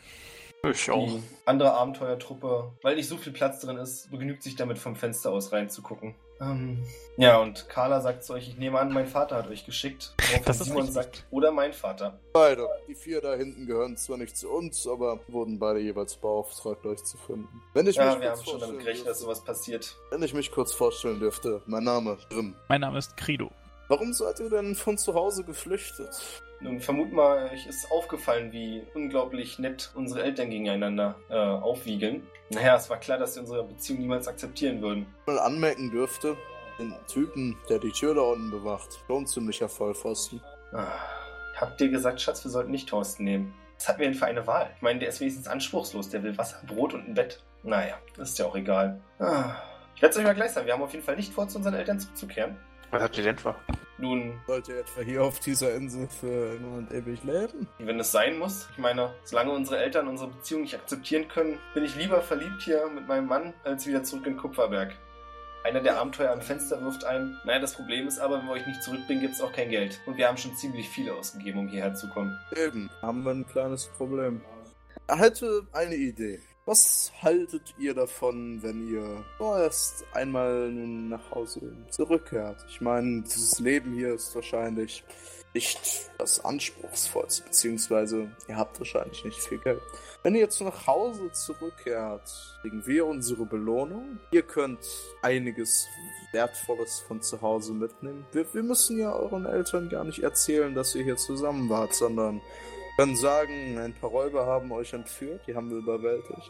C: Ich auch.
A: Die andere Abenteuertruppe, weil nicht so viel Platz drin ist, begnügt sich damit, vom Fenster aus reinzugucken. Ähm, ja, und Carla sagt zu euch, ich nehme an, mein Vater hat euch geschickt. Woraufhin
F: Das ist
A: Simon
F: richtig.
A: sagt, oder mein Vater.
E: Beide. Die vier da hinten gehören zwar nicht zu uns, aber wurden beide jeweils beauftragt, euch zu finden. Wenn ich
A: Ja,
E: mich
A: wir
E: kurz
A: haben schon damit
E: vorstellen
A: gerechnet, dass
E: dürfte,
A: sowas passiert.
E: Wenn ich mich kurz vorstellen dürfte, mein Name Grimm.
F: Mein Name ist Credo.
E: Warum seid ihr denn von zu Hause geflüchtet?
A: Nun vermut mal, euch ist aufgefallen, wie unglaublich nett unsere Eltern gegeneinander äh, aufwiegeln. Naja, es war klar, dass sie unsere Beziehung niemals akzeptieren würden.
E: Mal anmerken dürfte, den Typen, der die Tür da unten bewacht, schon ein ziemlicher Vollpfosten.
A: Ah, ich hab dir gesagt, Schatz, wir sollten nicht Thorsten nehmen. Was hatten wir denn für eine Wahl? Ich meine, der ist wenigstens anspruchslos. Der will Wasser, Brot und ein Bett. Naja, ist ja auch egal. Ah, ich werde es euch mal gleich sagen. Wir haben auf jeden Fall nicht vor, zu unseren Eltern zurückzukehren.
I: Was habt ihr denn vor?
A: Nun,
E: Wollt ihr etwa hier auf dieser Insel für immer und ewig leben?
A: wenn es sein muss, ich meine, solange unsere Eltern unsere Beziehung nicht akzeptieren können, bin ich lieber verliebt hier mit meinem Mann, als wieder zurück in Kupferberg. Einer der Abenteuer am Fenster wirft ein, naja, das Problem ist aber, wenn wir euch nicht zurückbringen, gibt's auch kein Geld. Und wir haben schon ziemlich viel ausgegeben, um hierher zu kommen.
E: Eben. Haben wir ein kleines Problem. Er hätte eine Idee. Was haltet ihr davon, wenn ihr erst einmal nun nach Hause zurückkehrt? Ich meine, dieses Leben hier ist wahrscheinlich nicht das anspruchsvollste, beziehungsweise ihr habt wahrscheinlich nicht viel Geld. Wenn ihr jetzt nach Hause zurückkehrt, kriegen wir unsere Belohnung. Ihr könnt einiges Wertvolles von zu Hause mitnehmen. Wir, wir müssen ja euren Eltern gar nicht erzählen, dass ihr hier zusammen wart, sondern kann sagen, ein paar Räuber haben euch entführt, die haben wir überwältigt.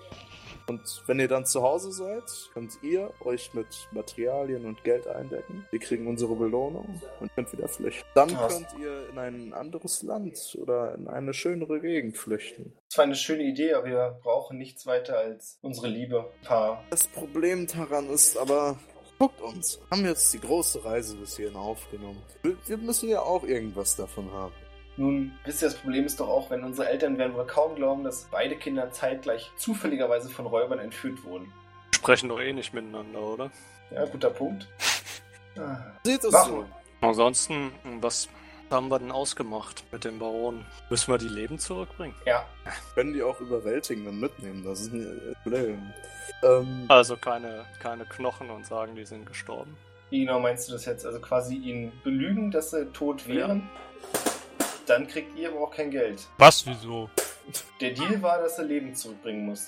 E: Und wenn ihr dann zu Hause seid, könnt ihr euch mit Materialien und Geld eindecken. Wir kriegen unsere Belohnung und könnt wieder flüchten. Dann
A: Krass.
E: könnt ihr in ein anderes Land oder in eine schönere Gegend flüchten.
A: Das war eine schöne Idee, aber wir brauchen nichts weiter als unsere Liebe. Ein paar.
E: Das Problem daran ist aber, guckt uns, haben wir jetzt die große Reise bis hierhin aufgenommen. Wir, wir müssen ja auch irgendwas davon haben.
A: Nun, wisst ihr, das Problem ist doch auch, wenn unsere Eltern werden wohl kaum glauben, dass beide Kinder zeitgleich zufälligerweise von Räubern entführt wurden.
C: Sprechen doch eh nicht miteinander, oder?
A: Ja, guter Punkt. Ah.
E: Seht es
A: Warum?
E: so.
C: Ansonsten, was haben wir denn ausgemacht mit dem Baron? Müssen wir die Leben zurückbringen?
A: Ja,
E: Können die auch überwältigen und mitnehmen, das ist ein Problem. Ähm,
C: Also keine, keine Knochen und sagen, die sind gestorben.
A: wie genau meinst du das jetzt? Also quasi ihn belügen, dass sie tot wären? Dann kriegt ihr aber auch kein Geld.
F: Was, wieso?
A: Der Deal war, dass er Leben zurückbringen muss.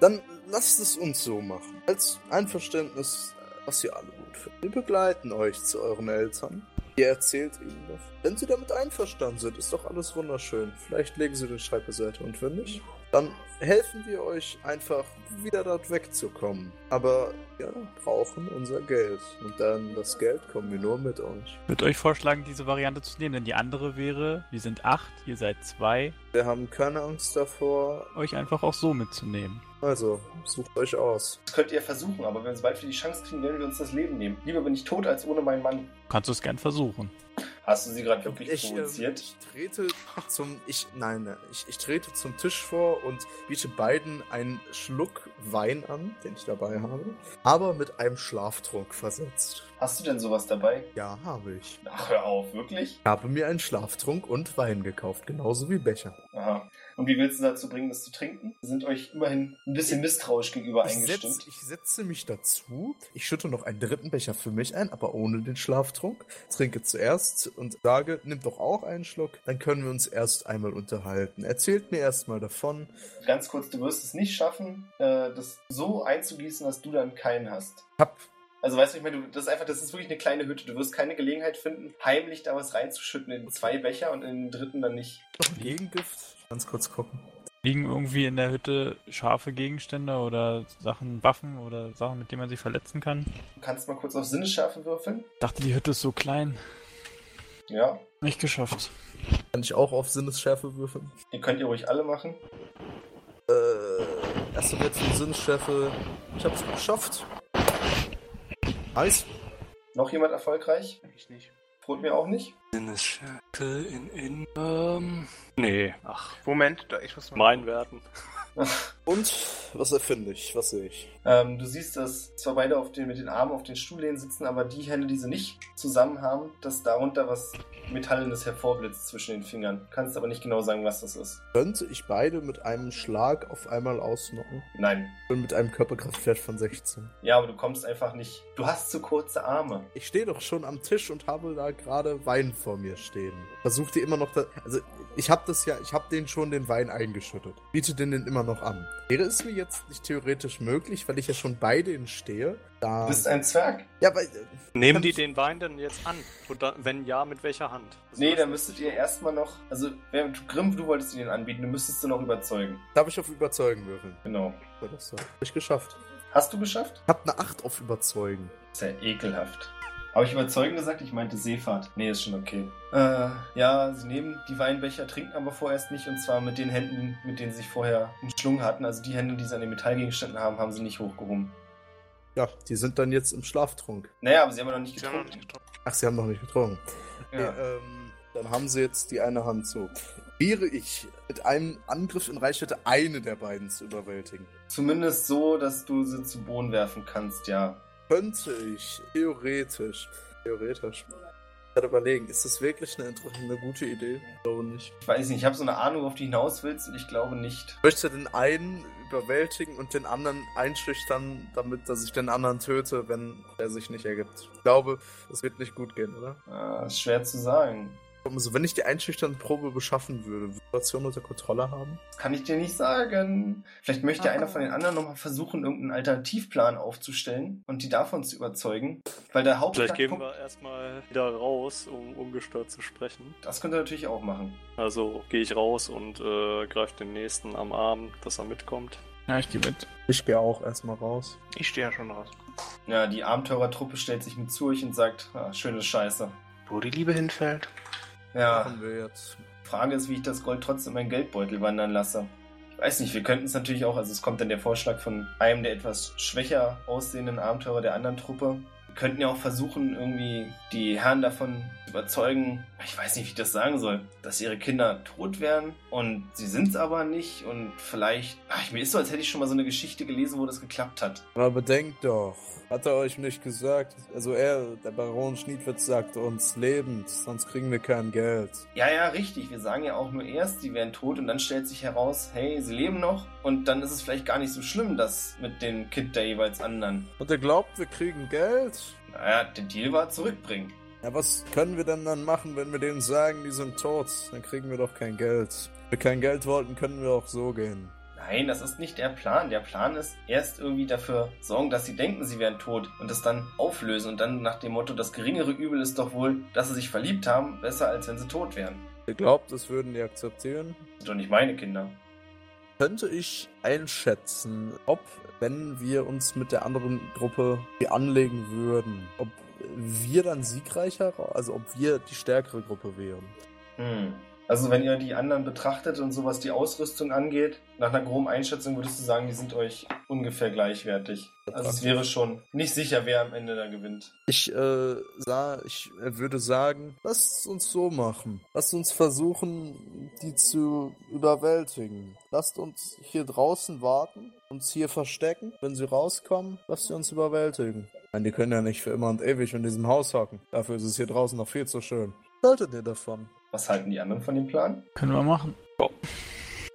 E: Dann lasst es uns so machen. Als Einverständnis, was ihr alle gut findet. Wir begleiten euch zu euren Eltern. Ihr erzählt ihnen das. Wenn sie damit einverstanden sind, ist doch alles wunderschön. Vielleicht legen sie den Schreib beiseite und wenn nicht, dann helfen wir euch einfach wieder dort wegzukommen. Aber wir brauchen unser Geld. Und dann das Geld kommen wir nur mit euch.
F: Ich würde euch vorschlagen, diese Variante zu nehmen, denn die andere wäre, wir sind acht, ihr seid zwei,
E: Wir haben keine Angst davor.
F: euch einfach auch so mitzunehmen.
E: Also, sucht euch aus.
A: Das könnt ihr versuchen, aber wenn sobald wir die Chance kriegen, werden wir uns das Leben nehmen. Lieber bin ich tot als ohne meinen Mann.
F: Kannst du es gern versuchen.
A: Hast du sie gerade wirklich
E: Ich, ähm,
A: provoziert?
E: ich trete zum ich nein, nein ich, ich trete zum Tisch vor und biete beiden einen Schluck Wein an, den ich dabei habe, aber mit einem Schlaftrunk versetzt.
A: Hast du denn sowas dabei?
E: Ja, habe ich.
A: Ach, hör auf, wirklich?
E: Ich habe mir einen Schlaftrunk und Wein gekauft, genauso wie Becher.
A: Aha. Und wie willst du dazu bringen, das zu trinken? Wir sind euch immerhin ein bisschen misstrauisch gegenüber
E: Ich, setz,
A: eingestimmt.
E: ich setze mich dazu, ich schütte noch einen dritten Becher für mich ein, aber ohne den Schlaftrunk, trinke zuerst und sage, nimm doch auch einen Schluck, dann können wir uns erst einmal unterhalten. Erzählt mir erstmal davon,
A: Ganz kurz, du wirst es nicht schaffen, äh, das so einzugießen, dass du dann keinen hast.
E: hab
A: Also weißt du, ich meine, du, das ist einfach, das ist wirklich eine kleine Hütte. Du wirst keine Gelegenheit finden, heimlich da was reinzuschütten in zwei Becher und in den dritten dann nicht.
E: Noch ein Gegengift? Ganz kurz gucken.
F: Liegen irgendwie in der Hütte scharfe Gegenstände oder Sachen, Waffen oder Sachen, mit denen man sich verletzen kann?
A: Du kannst mal kurz auf Sinnesschärfe würfeln.
F: Dachte, die Hütte ist so klein.
A: Ja.
F: Nicht geschafft.
E: Kann ich auch auf Sinnesschärfe würfeln?
A: Ihr könnt ihr ruhig alle machen.
E: Äh, erste Rätsel Sinnesschärfe. Ich hab's geschafft. Nice.
A: Noch jemand erfolgreich?
I: Ich nicht.
A: Brot mir auch nicht.
C: Sinnesschärfe in in. Ähm, nee, ach,
I: Moment, da, ich muss mal.
C: mein Werten.
E: Und was erfinde ich? Was sehe ich?
A: Ähm, du siehst, dass zwar beide auf den, mit den Armen auf den Stuhllehnen sitzen, aber die Hände, die sie nicht zusammen haben, dass darunter was Metallenes hervorblitzt zwischen den Fingern. Kannst aber nicht genau sagen, was das ist.
E: Könnte ich beide mit einem Schlag auf einmal ausnocken?
A: Nein.
E: Und mit einem Körperkraftwert von 16.
A: Ja, aber du kommst einfach nicht. Du hast zu kurze Arme.
E: Ich stehe doch schon am Tisch und habe da gerade Wein vor mir stehen. Versucht ihr immer noch da, also ich habe das ja, ich habe den schon den Wein eingeschüttet. Biete den den immer noch an. Wäre es mir jetzt nicht theoretisch möglich, weil ich ja schon bei denen stehe, da
A: Du bist ein Zwerg.
E: Ja, weil äh,
C: Nehmen die den Wein denn jetzt an? Und dann, wenn ja, mit welcher Hand? Das
A: Nee,
C: weiß
A: da
C: ich.
A: müsstet ihr erstmal noch. Also, wer, Grimm, du wolltest ihn anbieten, du müsstest du noch überzeugen.
E: darf ich auf überzeugen würfeln?
A: Genau.
E: Soll das so? Hab ich geschafft.
A: Hast du geschafft?
E: Ich hab eine 8 auf überzeugen.
A: Ist ja ekelhaft. Habe ich überzeugend gesagt? Ich meinte Seefahrt. Nee, ist schon okay. Äh, ja, sie nehmen die Weinbecher, trinken aber vorerst nicht und zwar mit den Händen, mit denen sie sich vorher umschlungen hatten. Also die Hände, die sie an den Metallgegenständen haben, haben sie nicht hochgehoben.
E: Ja, die sind dann jetzt im Schlaftrunk.
A: Naja, aber sie haben ja noch nicht
I: Sie haben noch
A: getrunken.
I: nicht getrunken.
E: Ach, sie haben noch nicht getrunken.
A: Ja.
E: Okay, ähm, dann haben sie jetzt die eine Hand so. Wäre ich mit einem Angriff in Reichweite eine der beiden zu überwältigen?
A: Zumindest so, dass du sie zu Boden werfen kannst, ja.
E: Könnte ich theoretisch. Theoretisch. Ich werde überlegen, ist das wirklich eine, inter- eine gute Idee? Ich glaube nicht.
A: Ich weiß nicht, ich habe so eine Ahnung, worauf du hinaus willst und ich glaube nicht.
E: Ich möchte den einen überwältigen und den anderen einschüchtern, damit dass ich den anderen töte, wenn er sich nicht ergibt. Ich glaube, das wird nicht gut gehen, oder?
A: Ah, ist schwer zu sagen.
E: Also, wenn ich die einschüchternde Probe beschaffen würde, würde ich die Situation unter Kontrolle haben?
A: Das kann ich dir nicht sagen. Vielleicht möchte einer von den anderen nochmal versuchen, irgendeinen Alternativplan aufzustellen und die davon zu überzeugen. Weil der
C: Vielleicht gehen
A: Hauptpunkt,
C: wir erstmal wieder raus, um ungestört zu sprechen.
A: das könnt ihr natürlich auch machen.
C: Also gehe ich raus und äh, greife den nächsten am Arm, dass er mitkommt.
F: Ja, ich gehe mit.
E: Ich gehe auch erstmal raus.
I: Ich stehe ja schon raus.
A: Ja, die Abenteurertruppe stellt sich mit zu euch und sagt, ah, schöne Scheiße.
I: Wo die Liebe hinfällt.
A: Ja,
E: Machen wir jetzt.
A: Frage ist, wie ich das Gold trotzdem in meinen Geldbeutel wandern lasse. Ich weiß nicht, wir könnten es natürlich auch, also es kommt dann der Vorschlag von einem der etwas schwächer aussehenden Abenteurer der anderen Truppe. Wir könnten ja auch versuchen, irgendwie die Herren davon zu überzeugen, ich weiß nicht, wie ich das sagen soll, dass ihre Kinder tot wären und sie sind es aber nicht und vielleicht, ach, mir ist so, als hätte ich schon mal so eine Geschichte gelesen, wo das geklappt hat.
E: Aber bedenkt doch, hat er euch nicht gesagt? Also er, der Baron Schniedwitz, sagt uns lebend, sonst kriegen wir kein Geld.
A: Ja, ja, richtig. Wir sagen ja auch nur erst, die wären tot und dann stellt sich heraus, hey, sie leben noch. Und dann ist es vielleicht gar nicht so schlimm, das mit dem Kind der jeweils anderen.
E: Und er glaubt, wir kriegen Geld?
A: Naja, der Deal war zurückbringen.
E: Ja, was können wir denn dann machen, wenn wir denen sagen, die sind tot? Dann kriegen wir doch kein Geld. Wenn wir kein Geld wollten, können wir auch so gehen.
A: Nein, das ist nicht der Plan. Der Plan ist, erst irgendwie dafür sorgen, dass sie denken, sie wären tot und das dann auflösen. Und dann nach dem Motto, das geringere Übel ist doch wohl, dass sie sich verliebt haben, besser als wenn sie tot wären.
E: Ihr glaubt, das würden die akzeptieren?
A: Das sind doch nicht meine Kinder.
E: Könnte ich einschätzen, ob, wenn wir uns mit der anderen Gruppe hier anlegen würden, ob wir dann siegreicher, also ob wir die stärkere Gruppe wären?
A: Hm. Also wenn ihr die anderen betrachtet und so was die Ausrüstung angeht, nach einer groben Einschätzung würdest du sagen, die sind euch ungefähr gleichwertig. Also es wäre schon nicht sicher, wer am Ende da gewinnt.
E: Ich, äh, sah, ich äh, würde sagen, lasst uns so machen. Lasst uns versuchen, die zu überwältigen. Lasst uns hier draußen warten, uns hier verstecken. Wenn sie rauskommen, lasst sie uns überwältigen. Nein, die können ja nicht für immer und ewig in diesem Haus hocken. Dafür ist es hier draußen noch viel zu schön. Was haltet ihr davon?
A: Was halten die anderen von dem Plan?
F: Können wir machen.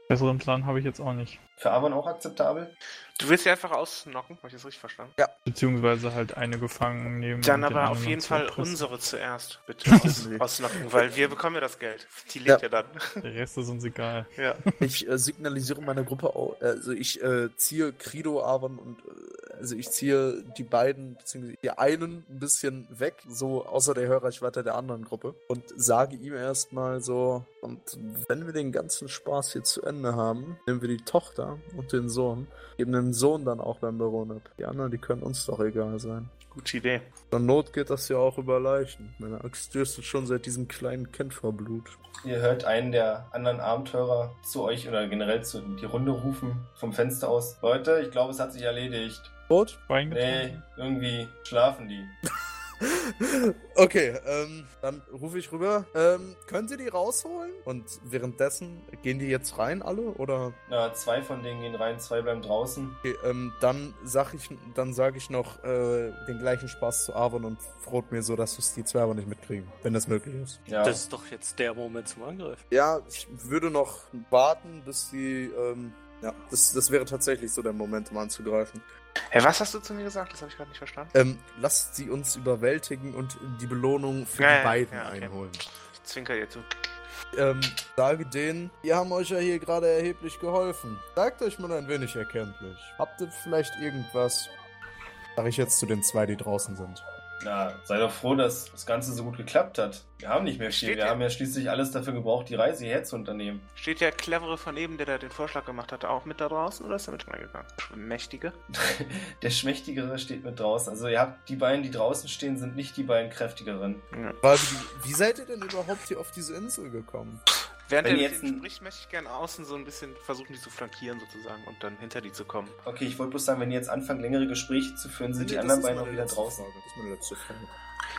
F: Besseren Plan habe ich jetzt auch nicht.
A: Für Avon auch akzeptabel?
I: Du willst sie einfach ausnocken, habe ich das richtig verstanden?
F: Beziehungsweise halt eine gefangen nehmen.
I: Dann
F: und den
I: aber auf
F: anderen
I: jeden
F: zu
I: Fall
F: erpressen.
I: unsere zuerst bitte aus, ausnocken, weil wir bekommen ja das Geld. Die lebt ja, dann.
F: Der Rest ist uns egal.
I: Ja.
E: Ich äh, signalisiere meiner Gruppe, au- also ich äh, ziehe Krido, Aaron und äh, also ich ziehe die beiden, beziehungsweise die einen ein bisschen weg, so außer der Hörreichweite der anderen Gruppe und sage ihm erstmal so, und wenn wir den ganzen Spaß hier zu Ende haben, nehmen wir die Tochter und den Sohn, geben den Sohn dann auch beim Baron ab. Die anderen, die können uns doch egal sein.
I: Gute Idee.
E: Zur Not geht das ja auch über Leichen. Meine Axt dürstet schon seit diesem kleinen Kind vor Blut.
A: Ihr hört einen der anderen Abenteurer zu euch oder generell zu die Runde rufen vom Fenster aus. Leute, ich glaube, es hat sich erledigt.
E: Tot?
A: Nee,
F: Reingezogen.
A: irgendwie schlafen die.
E: Okay, ähm, dann rufe ich rüber. Ähm, können Sie die rausholen? Und währenddessen gehen die jetzt rein alle oder?
A: Na, zwei von denen gehen rein, zwei bleiben draußen.
E: Okay, ähm, dann sag ich, dann sage ich noch äh, den gleichen Spaß zu Avon und frot mir so, dass es die zwei aber nicht mitkriegen, wenn das möglich ist.
A: Ja.
C: Das ist doch jetzt der Moment zum Angreifen.
E: Ja, ich würde noch warten, bis die. Ähm, ja, das, das wäre tatsächlich so der Moment, um anzugreifen.
I: Hey, was hast du zu mir gesagt? Das habe ich gerade nicht verstanden.
E: Ähm, lasst sie uns überwältigen und die Belohnung für
I: Ja,
E: die
I: ja,
E: beiden
I: ja, okay.
E: einholen.
I: Ich zwinker dir zu.
E: ähm, sage denen, wir haben euch ja hier gerade erheblich geholfen. Sagt euch mal ein wenig erkenntlich. Habt ihr vielleicht irgendwas? Sag ich jetzt zu den zwei, die draußen sind.
A: Na, sei doch froh, dass das Ganze so gut geklappt hat. Wir haben nicht mehr viel.
I: Steht
A: wir
I: ja-
A: haben ja schließlich alles dafür gebraucht, die Reise hierher zu unternehmen.
I: Steht der clevere von eben, der da den Vorschlag gemacht hatte, auch mit da draußen oder ist er mit reingegangen? Mächtige?
A: Der Schmächtigere steht mit draußen. Also ihr habt die beiden, die draußen stehen, sind nicht die beiden Kräftigeren.
E: Also, wie, wie seid ihr denn überhaupt hier auf diese Insel gekommen?
I: Während
A: Wenn
I: er mit
A: jetzt
I: denen
A: ein-
I: spricht, möchte ich gerne außen so ein bisschen versuchen, die zu flankieren sozusagen und dann hinter die zu kommen.
A: Okay, ich wollte bloß sagen, wenn ihr jetzt anfangt, längere Gespräche zu führen, sind die anderen beiden auch wieder draußen.
E: Das ist meine letzte Frage.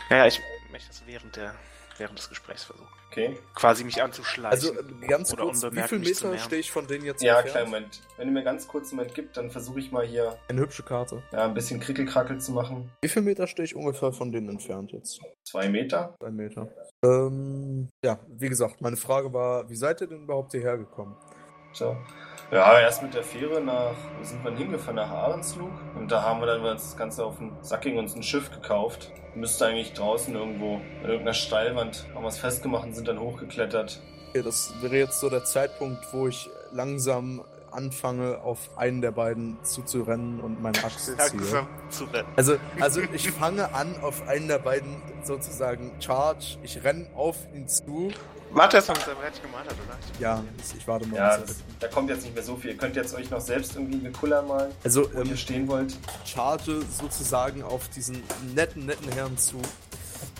I: Naja, ich möchte das während, der, während des Gesprächs versuchen.
A: Okay?
I: Quasi mich anzuschleichen.
E: Also, ähm, ganz
I: oder
E: kurz, wie
I: unbemerkt
E: viel
I: mich zu
E: Meter
I: nähern.
E: stehe ich von denen jetzt
A: Ja,
E: entfernt?
A: kleinen Moment. Wenn ihr mir ganz kurz einen Moment gibt, dann versuche ich mal hier
E: Eine hübsche Karte.
A: ja, ein bisschen Krickelkrackel zu machen.
E: Wie viel Meter stehe ich ungefähr von denen entfernt jetzt?
A: Zwei Meter.
E: Ein Meter. Ähm, ja, wie gesagt, meine Frage war, wie seid ihr denn überhaupt hierher gekommen?
A: So. Ja, erst mit der Fähre nach, wo sind wir denn hingefahren? Nach Ahrensloog. Und da haben wir dann das Ganze auf dem Sacking uns ein Schiff gekauft. Müsste eigentlich draußen irgendwo, an irgendeiner Steilwand, haben wir es festgemacht und sind dann hochgeklettert.
E: Okay, das wäre jetzt so der Zeitpunkt, wo ich langsam anfange, auf einen der beiden zuzurennen und meine Axt zu ziehe.
I: Langsam zu rennen.
E: Also, also ich fange an, auf einen der beiden sozusagen Charge. Ich renne auf ihn zu.
I: Warte erst mal mit seinem Rädchen gemalt hat, oder?
E: Ja, ich, ich warte mal. Also,
A: Ja,
E: bis er-
A: da kommt jetzt nicht mehr so viel. Ihr könnt jetzt euch noch selbst irgendwie eine Kuller malen,
E: also
A: wo ihr
E: ähm,
A: stehen wollt.
E: charge sozusagen auf diesen netten, netten Herrn zu.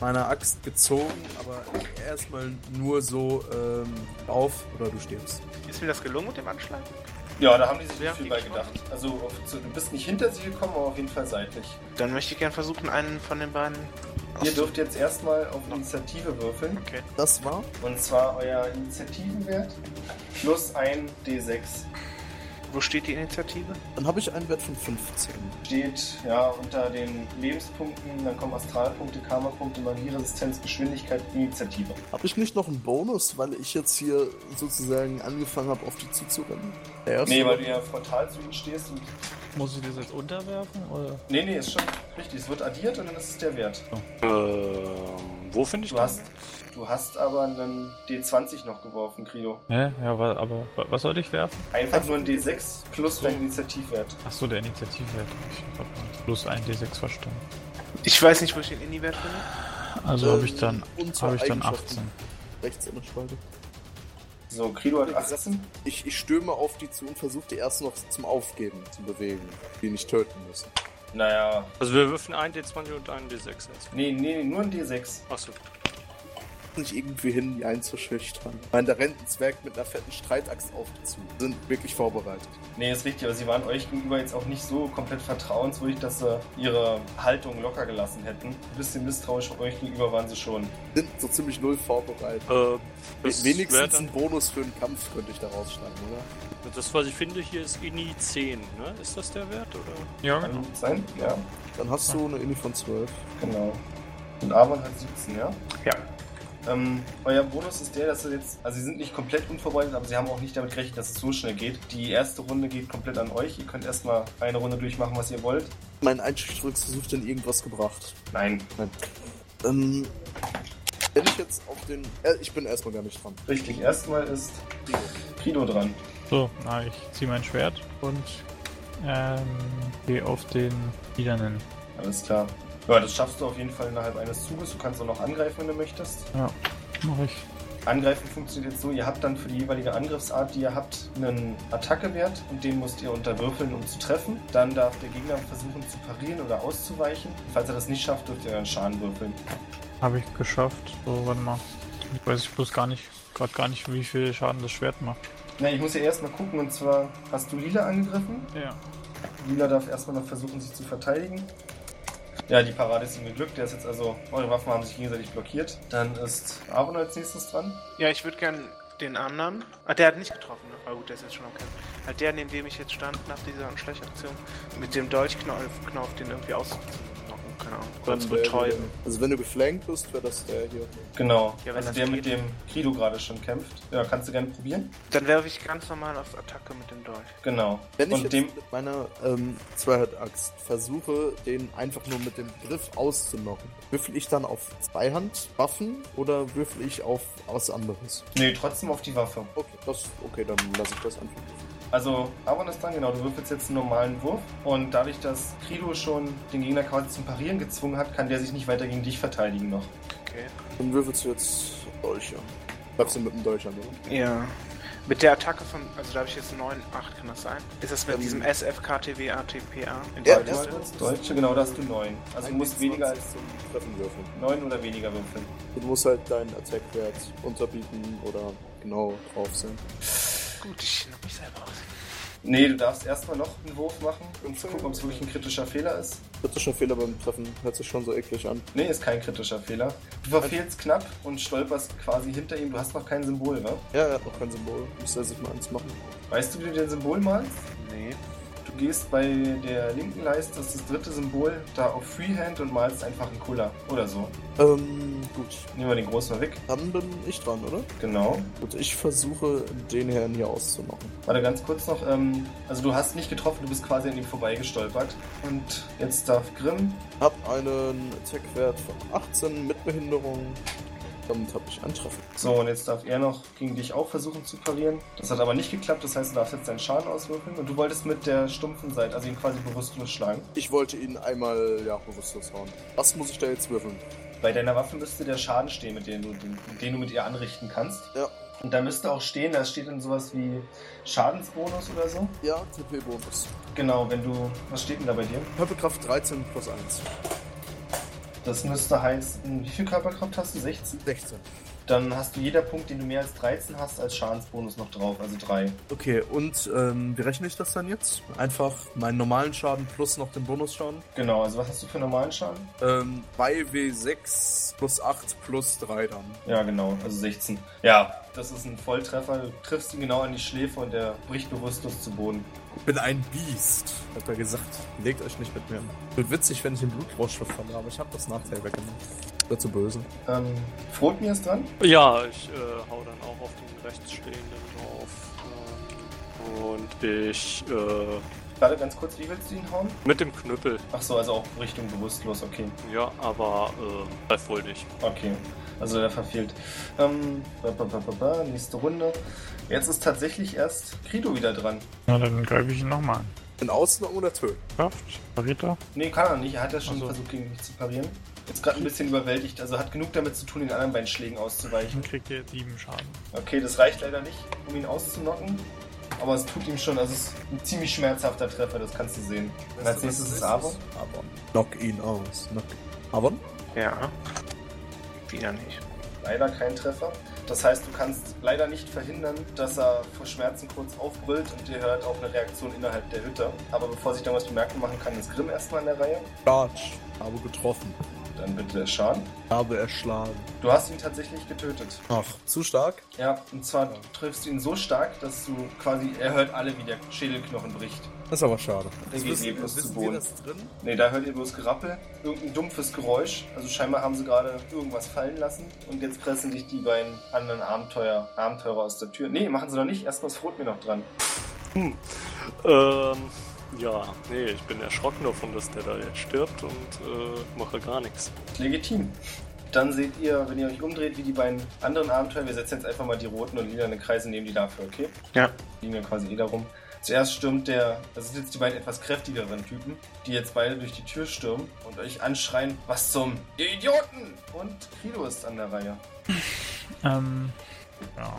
E: Meiner Axt gezogen, aber erstmal nur so ähm, auf oder du stirbst.
I: Ist mir das gelungen mit dem Anschlag?
A: Ja, da haben die sich
I: Wer
A: nicht
I: hat
A: viel
I: die
A: bei
I: geschossen?
A: gedacht. Also auf, so, du bist nicht hinter sie gekommen, aber auf jeden Fall seitlich.
I: Dann möchte ich gern versuchen, einen von den beiden.
A: Ihr dürft jetzt erstmal auf Initiative würfeln.
I: Okay.
E: Das war?
A: Und zwar euer Initiativenwert plus ein D6.
I: Wo steht die Initiative?
E: Dann habe ich einen Wert von 15.
A: Steht ja unter den Lebenspunkten, dann kommen Astralpunkte, Karma-Punkte, Magieresistenz, Geschwindigkeit, Initiative.
E: Habe ich nicht noch einen Bonus, weil ich jetzt hier sozusagen angefangen habe, auf die zuzurennen? Der erste
A: Nee, weil du ja frontal zu ihnen stehst und.
F: Muss ich das jetzt unterwerfen? Oder?
A: Nee, nee, ist schon richtig. Es wird addiert und dann ist es der Wert.
C: Ähm, wo finde ich
A: Du hast, du hast aber einen D20 noch geworfen, Krido.
F: Hä? Ja, wa- aber wa- was sollte ich werfen?
A: Einfach nur ein D6 plus dein Initiativwert.
F: Achso, der Initiativwert. Ich hab plus ein D6 verstanden.
I: Ich weiß nicht, wo ich den Indie-Wert finde.
F: Also habe ich dann,
E: und zwar
F: hab ich dann
E: Eigenschaften.
F: 18.
E: rechts in der Spalte.
A: So, Krido hat 18.
E: Ich, ich stürme auf die zu und versuche die erst noch zum Aufgeben zu bewegen, die nicht töten müssen.
A: Naja,
C: Also wir würfen einen D20 und einen D6 jetzt.
A: nee, nee, nur ein D6.
C: Achso.
E: Nicht irgendwie hin, die einzuschüchtern. Ich meine, da rennt ein Zwerg mit einer fetten Streitaxt auf die zu. Sind wirklich vorbereitet.
A: Nee, ist richtig, aber sie waren euch gegenüber jetzt auch nicht so komplett vertrauenswürdig, dass sie ihre Haltung locker gelassen hätten. Ein bisschen misstrauisch euch gegenüber waren sie schon.
E: Sind so ziemlich null vorbereitet.
C: Äh, das wär
E: Wenigstens
C: dann,
E: einen Bonus für einen Kampf könnte ich da rausschlagen, oder?
C: das, was ich finde, hier ist INI 10, ne? Ist das der Wert, oder?
F: Ja,
A: Kann
F: genau.
A: gut sein? Ja,
E: Dann hast du eine Inni von 12.
A: genau. Und Aaron hat 17, ja?
I: Ja.
A: Ähm, euer Bonus ist der, dass sie jetzt, also sie sind nicht komplett unvorbereitet, aber sie haben auch nicht damit gerechnet, dass es so schnell geht. Die erste Runde geht komplett an euch. Ihr könnt erstmal eine Runde durchmachen, was ihr wollt.
E: Mein Einschüchterungsversuch hat dann irgendwas gebracht.
A: Nein,
E: Ähm, wenn ich jetzt auf den... Äh, ich bin erstmal gar nicht dran.
A: richtig. Erstmal ist Krido dran.
F: So, na, ich ziehe mein Schwert und ähm, gehe auf den Liedernen.
A: Alles klar. Ja, das schaffst du auf jeden Fall innerhalb eines Zuges. Du kannst auch noch angreifen, wenn du möchtest.
F: Mach ich.
A: Angreifen funktioniert jetzt so, ihr habt dann für die jeweilige Angriffsart, die ihr habt, einen Attackewert und den müsst ihr unterwürfeln, um zu treffen. Dann darf der Gegner versuchen zu parieren oder auszuweichen. Falls er das nicht schafft, dürft ihr dann Schaden würfeln.
F: Habe ich geschafft. So, warte mal. Ich weiß ich bloß gar nicht, gerade gar nicht, wie viel Schaden das Schwert macht.
A: Na, ich muss ja erstmal gucken, und zwar hast du Lila angegriffen.
F: Ja.
A: Lila darf erstmal noch versuchen, sich zu verteidigen. Ja, die Parade ist ihm geglückt. Der ist jetzt also, eure Waffen haben sich gegenseitig blockiert. Dann ist Aaron als nächstes dran.
I: Ja, ich würde gern den anderen. Ah, der hat nicht getroffen, ne? Ah, gut, der ist jetzt schon am Kämpfen. Halt der, neben dem ich jetzt stand, nach dieser Anschlagaktion, mit dem Dolchknopf Knopf, den irgendwie auszunocken, keine Ahnung. Oder zu betäuben.
E: Also wenn du geflankt bist, wäre das der hier.
A: Genau.
I: Ja, wenn
A: also
I: das
A: der, mit
I: geht.
A: dem Krido gerade schon kämpft. Ja, kannst du gerne probieren.
I: Dann werfe ich ganz normal auf Attacke mit dem Dolch.
A: Genau.
E: Wenn ich
A: und
E: jetzt
A: dem,
E: mit meiner ähm, Zweihand-Axt versuche, den einfach nur mit dem Griff auszunocken, würfel ich dann auf Zweihand-Waffen oder würfel ich auf was anderes?
A: Nee, trotzdem auf die Waffe.
E: Okay, das, okay dann lasse ich das einfach. würfeln.
A: Also, Aaron ist dran, genau. Du würfelst jetzt einen normalen Wurf. Und dadurch, dass Krido schon den Gegner quasi zum Parieren gezwungen hat, kann der sich nicht weiter gegen dich verteidigen noch.
I: Okay.
E: Dann würfelst du jetzt Dolche. Bleibst du mit dem Dolch an, oder?
I: Ja. Mit der Attacke von, also da habe ich jetzt 9, 8, kann das sein? Ist das mit
E: Ähm.
I: diesem SFKTW ATPA? In
E: Ja,
I: Deutsch?
E: das-
A: Deutsche, genau, da hast du neun. Also, du musst weniger als
E: 1d20 zum Treffen würfeln.
A: neun oder weniger würfeln.
E: Du musst halt deinen Attack-Wert unterbieten oder genau drauf sein.
I: Gut, ich schnapp mich selber aus.
A: Nee, du darfst erstmal noch einen Wurf machen, um zu gucken, ob es wirklich ein kritischer Fehler ist.
E: Kritischer Fehler beim Treffen hört sich schon so eklig an.
A: Nee, ist kein kritischer Fehler. Du verfehlst knapp und stolperst quasi hinter ihm. Du hast noch kein Symbol, ne?
E: Ja, er hat noch kein Symbol. Muss er sich mal eins machen.
A: Weißt du, wie du dir ein Symbol malst?
I: Nee.
A: Du gehst bei der linken Leiste, das ist das dritte Symbol, da auf Freehand und malst einfach einen Kuller oder so.
E: Ähm, gut.
A: Nehmen wir den großen mal weg.
E: Dann bin ich dran, oder?
A: Genau.
E: Gut, ich versuche, den Herrn hier auszumachen.
A: Warte ganz kurz noch. Ähm, also du hast nicht getroffen, du bist quasi an ihm vorbeigestolpert. Und jetzt darf Grimm.
E: Hab einen Attack-Wert von 18 mit Behinderung. Damit habe ich antreffen.
A: So, und jetzt darf er noch gegen dich auch versuchen zu parieren. Das hat aber nicht geklappt, das heißt, du darfst jetzt deinen Schaden auswürfeln. Und du wolltest mit der stumpfen Seite, also ihn quasi bewusstlos schlagen.
E: Ich wollte ihn einmal, ja, bewusstlos hauen. Was muss ich da jetzt würfeln?
A: Bei deiner Waffe müsste der Schaden stehen, mit dem du, den, den du mit ihr anrichten kannst.
E: Ja.
A: Und da müsste auch stehen, da steht dann sowas wie Schadensbonus oder so.
E: Ja, TP-Bonus.
A: Genau, wenn du. Was steht denn da bei dir?
E: Körperkraft 13 plus 1.
A: Das müsste heißen, wie viel Körperkraft hast du? 16?
E: 16.
A: Dann hast du jeder Punkt, den du mehr als 13 hast, als Schadensbonus noch drauf, also 3.
E: Okay, und ähm, wie rechne ich das dann jetzt? Einfach meinen normalen Schaden plus noch den Bonusschaden.
A: Genau, also was hast du für normalen Schaden?
E: Ähm, 2W6 plus 8 plus 3 dann.
A: Ja, genau, also 16. Ja, das ist ein Volltreffer. Du triffst ihn genau an die Schläfe und er bricht bewusstlos zu Boden.
E: bin ein Biest, hat er gesagt. Legt euch nicht mit mir an. Wird witzig, wenn ich den Blutrausch verfange, aber ich habe das Nachteil weggenommen. Wird zu böse.
A: Ähm, Frotmir ist dran.
C: Ja, ich äh, hau dann auch auf den rechtsstehenden drauf. ähm, Und ich äh,
A: Warte ganz kurz, wie willst du ihn hauen?
C: mit dem Knüppel.
A: Ach so, also auch Richtung bewusstlos, okay.
C: Ja, aber äh, bei voll nicht.
A: Okay, also der verfehlt. Ähm, ba, ba, ba, ba, ba, nächste Runde. Jetzt ist tatsächlich erst Krido wieder dran.
J: Na, dann greife ich ihn nochmal an.
E: In Außen oder töten?
J: Kraft, pariert er?
A: Nee, kann er nicht. Er hat ja schon
J: Ach so.
A: versucht, gegen mich zu parieren. Ist gerade ein bisschen überwältigt, also hat genug damit zu tun, den anderen beiden Schlägen auszuweichen.
J: Dann kriegt ihr sieben Schaden.
A: Okay, das reicht leider nicht, um ihn auszunocken. Aber es tut ihm schon, also es ist ein ziemlich schmerzhafter Treffer, das kannst du sehen. Und als nächstes ist Avo.
E: Avon. Knock ihn aus. Knock. Avon?
B: Ja. Wieder nicht.
A: Leider kein Treffer. Das heißt, du kannst leider nicht verhindern, dass er vor Schmerzen kurz aufbrüllt und ihr hört auch eine Reaktion innerhalb der Hütte. Aber bevor sich da was bemerkbar machen kann, ist Grimm erstmal in der Reihe.
E: Charge. Habe getroffen.
A: Dann bitte Schaden.
E: Habe erschlagen.
A: Du hast ihn tatsächlich getötet.
E: Ach, zu stark?
A: Ja, und zwar triffst du ihn so stark, dass du quasi, er hört alle, wie der Schädelknochen bricht.
E: Das ist aber schade.
A: Er geht leblos zu Boden.
E: drin?
A: Ne, da hört ihr bloß Gerappel, irgendein dumpfes Geräusch. Also scheinbar haben sie gerade irgendwas fallen lassen. Und jetzt pressen sich die beiden anderen Abenteuer, Abenteurer aus der Tür. Ne, machen sie noch nicht. Erstmal ist Frot mir noch dran.
C: Ähm, ja, nee, ich bin erschrocken davon, dass der da jetzt stirbt und äh, mache gar nichts.
A: Legitim. Dann seht ihr, wenn ihr euch umdreht, wie die beiden anderen Abenteuer. Wir setzen jetzt einfach mal die roten und lilanen Kreise neben die dafür, okay?
B: Ja.
A: Die liegen ja quasi eh darum. Zuerst stürmt der, das sind jetzt die beiden etwas kräftigeren Typen, die jetzt beide durch die Tür stürmen und euch anschreien, was zum, ihr Idioten! Und Kilo ist an der Reihe.
J: Ähm, ja.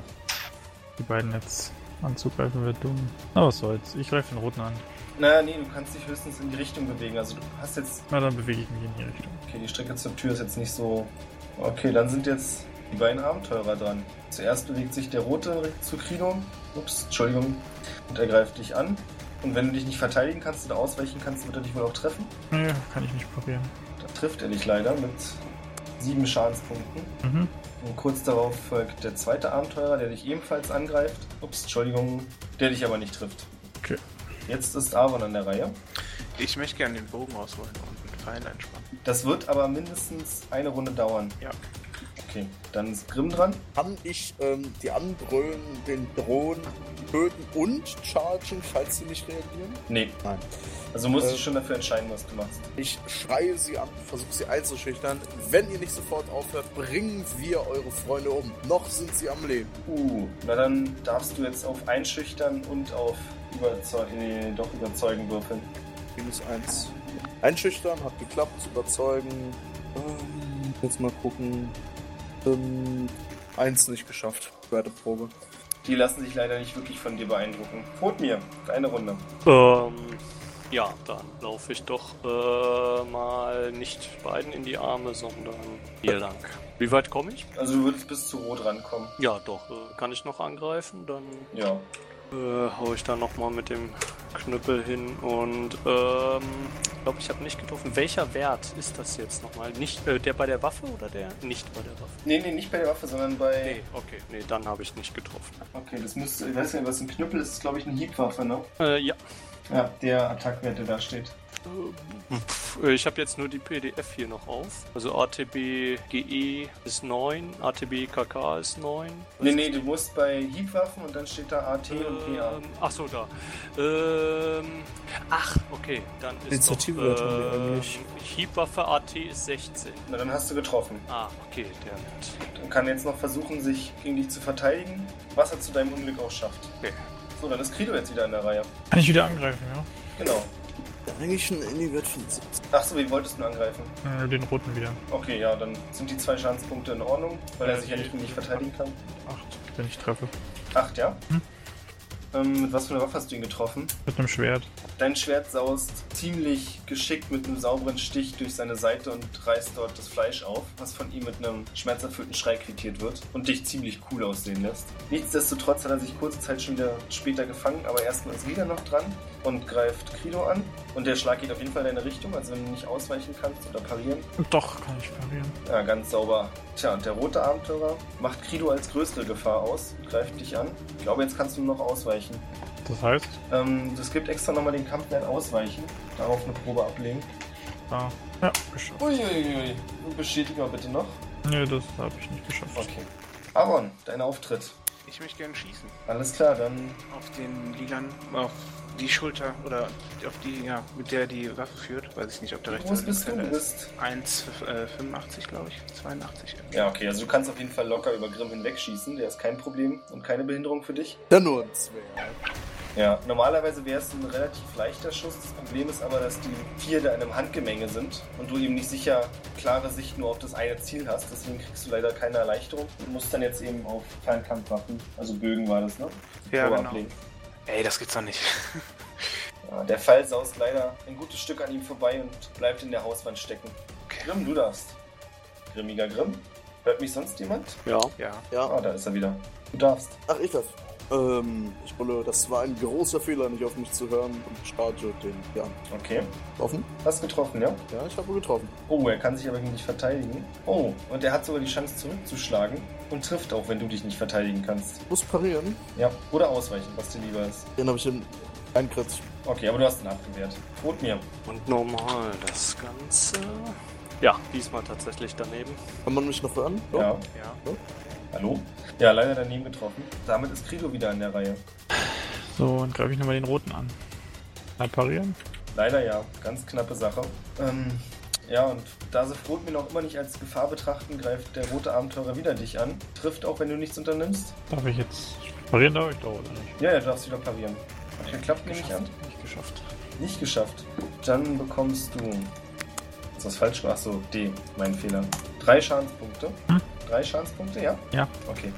J: Die beiden jetzt anzugreifen wird dumm. Na, was soll's. Ich greife den roten an.
A: Naja, nee, du kannst dich höchstens in die Richtung bewegen. Also du hast jetzt.
J: Na, dann bewege ich mich in die Richtung.
A: Okay, die Strecke zur Tür ist jetzt nicht so. Okay, dann sind jetzt die beiden Abenteurer dran. Zuerst bewegt sich der Rote zu Krino. Ups, Entschuldigung. Und er greift dich an. Und wenn du dich nicht verteidigen kannst oder ausweichen kannst, wird er dich wohl auch treffen.
J: Nee, kann ich nicht parieren.
A: Da trifft er dich leider mit sieben Schadenspunkten.
J: Mhm.
A: Und kurz darauf folgt der zweite Abenteurer, der dich ebenfalls angreift. Ups, Entschuldigung. Der dich aber nicht trifft.
J: Okay.
A: Jetzt ist Avon an der Reihe.
B: Ich möchte gerne den Bogen ausholen und mit Pfeil einspannen.
A: Das wird aber mindestens eine Runde dauern.
B: Ja.
A: Okay, dann ist Grimm dran.
E: Kann ich ähm, die anbrüllen, den drohen, töten und chargen, falls sie nicht reagieren?
A: Nee.
E: Nein.
A: Also musst
E: Äh.
A: du schon dafür entscheiden, was du machst.
E: Ich schreie sie an, versuche sie einzuschüchtern. Wenn ihr nicht sofort aufhört, bringen wir eure Freunde um. Noch sind sie am Leben.
A: Uh, na dann darfst du jetzt auf Einschüchtern und auf Überzeugen, nee, doch Überzeugen würfeln.
E: Minus eins. Einschüchtern, hat geklappt, überzeugen. Ähm, jetzt mal gucken. Ähm, eins nicht geschafft. Werteprobe.
A: Die lassen sich leider nicht wirklich von dir beeindrucken. Rot mir, deine Runde.
C: Ähm, ja, dann laufe ich doch äh, mal nicht beiden in die Arme, sondern hier lang. Wie weit komme ich?
A: Also du würdest bis zu Rot rankommen.
C: Ja, doch. Äh, kann ich noch angreifen? Dann
A: Ja.
C: äh, hau ich da nochmal mit dem Knüppel hin und ähm, ich glaube, ich habe nicht getroffen. Welcher Wert ist das jetzt nochmal? Nicht äh, der bei der Waffe oder der nicht bei der Waffe?
A: Nee, nee, nicht bei der Waffe, sondern bei.
C: Nee, okay. Nee, dann habe ich nicht getroffen.
A: Okay, das müsste. Ich weiß nicht, was ein Knüppel ist, ist glaube ich eine Hiebwaffe, ne?
C: Äh, ja.
A: Ja, der Attackwert, der da steht.
C: Pff, Ich habe jetzt nur die PDF hier noch auf. Also ATB GE E ist 9, ATB KK ist 9.
A: Nee, nee, du musst bei Hiebwaffen und dann steht da AT und PA.
C: Ähm, ach so, da. Ähm, ach, okay, dann ist
K: Initiative-Werte haben wir
C: doch, ähm,
K: eigentlich.
C: Hiebwaffe AT ist 16.
A: Na, dann hast du getroffen.
C: Ah, okay, der hat.
A: Dann kann jetzt noch versuchen, sich gegen dich zu verteidigen, was er zu deinem Unglück auch schafft.
C: Okay.
A: So, dann ist Krido jetzt wieder in der Reihe.
F: Kann ich wieder angreifen, ja?
A: Genau.
E: Eigentlich ein Indie-Wert von 17.
A: Achso, wie wolltest du ihn angreifen?
F: Äh, Den roten wieder.
A: Okay, ja, dann sind die zwei Schadenspunkte in Ordnung, weil er
F: Ja,
A: sich ja nicht
F: die-
A: gegen dich verteidigen kann.
F: Acht, wenn ich treffe.
A: Acht, ja?
F: Hm.
A: Ähm, mit was für einer Waffe hast du ihn getroffen?
F: Mit einem Schwert.
A: Dein Schwert saust ziemlich geschickt mit einem sauberen Stich durch seine Seite und reißt dort das Fleisch auf, was von ihm mit einem schmerzerfüllten Schrei quittiert wird und dich ziemlich cool aussehen lässt. Nichtsdestotrotz hat er sich kurze Zeit schon wieder später gefangen, aber erstmal ist Lila noch dran und greift Krilo an. Und der Schlag geht auf jeden Fall in deine Richtung, also wenn du nicht ausweichen kannst oder parieren,
F: Doch, kann ich parieren.
A: ja, ganz sauber. Tja, und der rote Abenteurer macht Krido als größere Gefahr aus, greift dich an. Ich glaube, jetzt kannst du nur noch ausweichen.
F: Das heißt,
A: Ähm, es gibt extra nochmal den Kampfwert ausweichen. Darauf eine Probe ablegen.
F: ah, ja, geschafft.
A: Uiuiui. Bestätigen wir bitte noch.
F: Nee, das habe ich nicht geschafft.
A: Okay. Aaron, dein Auftritt.
B: Ich möchte gerne schießen.
A: Alles klar, dann.
B: Auf den lilan, auf die Schulter oder auf die, ja, mit der die Waffe führt. Weiß ich nicht, ob der rechte
A: Wo
B: oder
A: bist
B: linke
A: du? Du
B: Teller ist.
A: bist.
B: 1,85 glaube ich. 82.
A: Ja, okay, also du kannst auf jeden Fall locker über Grimm hinwegschießen. Der ist kein Problem und keine Behinderung für dich.
K: Dann nur ein Zwerg.
A: Ja, normalerweise wäre es ein relativ leichter Schuss. Das Problem ist aber, dass die vier da in einem Handgemenge sind und du eben nicht sicher klare Sicht nur auf das eine Ziel hast. Deswegen kriegst du leider keine Erleichterung und musst dann jetzt eben auf Fernkampfwaffen, also Bögen war das, ne?
B: Ja,
A: Probe
B: genau.
A: ablegen.
B: Ey, das gibt's doch nicht.
A: Ja, der Fall saust leider ein gutes Stück an ihm vorbei und bleibt in der Hauswand stecken. Grimm, du darfst. Grimmiger Grimm. Hört mich sonst jemand?
C: Ja.
B: Ja.
A: Ah,
E: Ja,
A: da ist er wieder. Du darfst.
E: ach, ich darf. Ähm, ich wolle, das war ein großer Fehler, nicht auf mich zu hören und charge den. Ja,
A: Okay.
E: offen?
A: Hast getroffen, ja?
E: Ja, ich habe getroffen.
A: Oh, er kann sich aber gegen dich verteidigen. Oh, und er hat sogar die Chance zurückzuschlagen und trifft auch, wenn du dich nicht verteidigen kannst.
E: Muss parieren.
A: Ja, oder ausweichen, was dir lieber ist.
E: Den habe ich in einen Kritz.
A: Okay, aber du hast ihn abgewehrt. Rot mir.
C: Und normal das Ganze. Ja, diesmal tatsächlich daneben.
E: Kann man mich noch hören?
A: Ja.
B: Ja.
A: Hallo? Ja, leider daneben getroffen. Damit ist Krido wieder in der Reihe.
F: So, dann greife ich nochmal den roten an. Mal parieren?
A: Leider ja, ganz knappe Sache. Ähm, ja, und da sie Rotmir noch immer nicht als Gefahr betrachten, greift der rote Abenteurer wieder dich an. Trifft auch, wenn du nichts unternimmst.
F: Darf ich jetzt parieren? Darf ich doch oder nicht?
A: Ja, ja, du darfst wieder parieren. Hat geklappt, nehme ich an.
F: Geschafft. Nicht geschafft.
A: Nicht geschafft. Dann bekommst du. Ist das falsch? Ach so, D, mein Fehler. Drei Schadenspunkte.
F: Hm?
A: Drei Schadenspunkte, ja?
F: Ja.
A: Okay.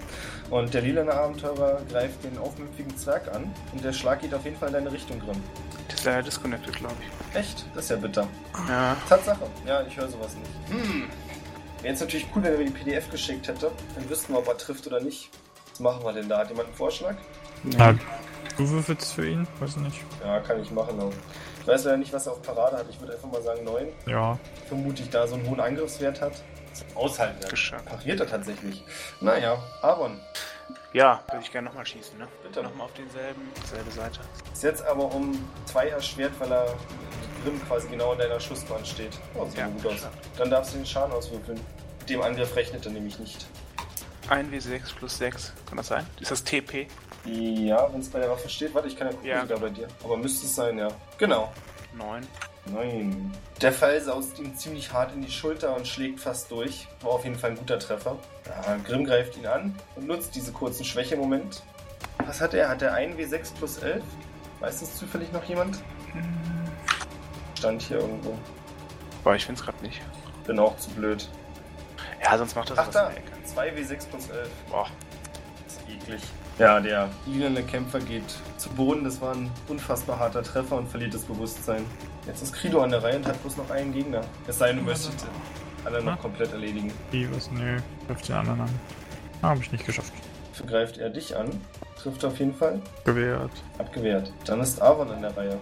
A: Und der lilane Abenteurer greift den aufmüpfigen Zwerg an und der Schlag geht auf jeden Fall in deine Richtung, Grimm.
B: Das ist leider disconnected, glaube ich.
A: Echt? Das ist ja bitter.
B: Ja.
A: Tatsache. Ja, ich höre sowas nicht. Wäre jetzt natürlich cool, wenn er mir die PDF geschickt hätte. Dann wüssten wir, ob er trifft oder nicht. Was machen wir denn da? Hat jemand einen Vorschlag?
F: Ja. Du würfelst für ihn? Weiß nicht.
A: Ja, kann ich machen. aber Ich weiß leider nicht, was er auf Parade hat. Ich würde einfach mal sagen 9.
F: Ja.
A: Vermutlich, da er so einen hohen Angriffswert hat. Zum Aushalten. ja.
B: Geschafft.
A: Pariert er tatsächlich. Naja, Aaron.
B: Ja, würde ich gerne nochmal schießen, ne?
A: Bitte.
B: Nochmal auf denselben, selbe Seite.
A: Ist jetzt aber um 2 erschwert, weil er Grimm quasi genau in deiner Schussbahn steht. Oh, sieht
B: Ja,
A: aber gut aus.
B: geschafft.
A: Dann darfst du den Schaden auswürfeln. Mit dem Angriff rechnet er nämlich nicht.
B: 1W6 plus 6, kann das sein? Ist das TP?
A: Ja, wenn es bei der Waffe steht. Warte, ich kann ja gucken,
B: Ja.
A: wie da bei dir. Aber müsste es sein, ja. Genau.
B: 9.
A: Nein. Der Fall saust ihm ziemlich hart in die Schulter und schlägt fast durch. War auf jeden Fall ein guter Treffer. Ja, Grimm greift ihn an und nutzt diese kurzen Schwächemoment. Was hat er? Hat er 1 W6 plus 11? Weiß das zufällig noch jemand? Stand hier irgendwo.
B: Boah, ich find's gerade nicht.
A: Bin auch zu blöd.
B: Ja, sonst macht das
A: Ach
B: was
A: da,
B: in der Ecke.
A: 2 W6 plus 11.
B: Boah,
A: ist eklig. Ja, der liegende Kämpfer geht zu Boden. Das war ein unfassbar harter Treffer und verliert das Bewusstsein. Jetzt ist Krido an der Reihe und hat bloß noch einen Gegner. Es sei denn, du möchtest ihn alle noch
F: Hm?
A: komplett erledigen.
F: Die was? Nö. Trifft den anderen an. Ah, hab ich nicht geschafft.
A: Dafür greift er dich an. Trifft auf jeden Fall.
F: Gewehrt.
A: Abgewehrt. Dann ist Aaron an der Reihe.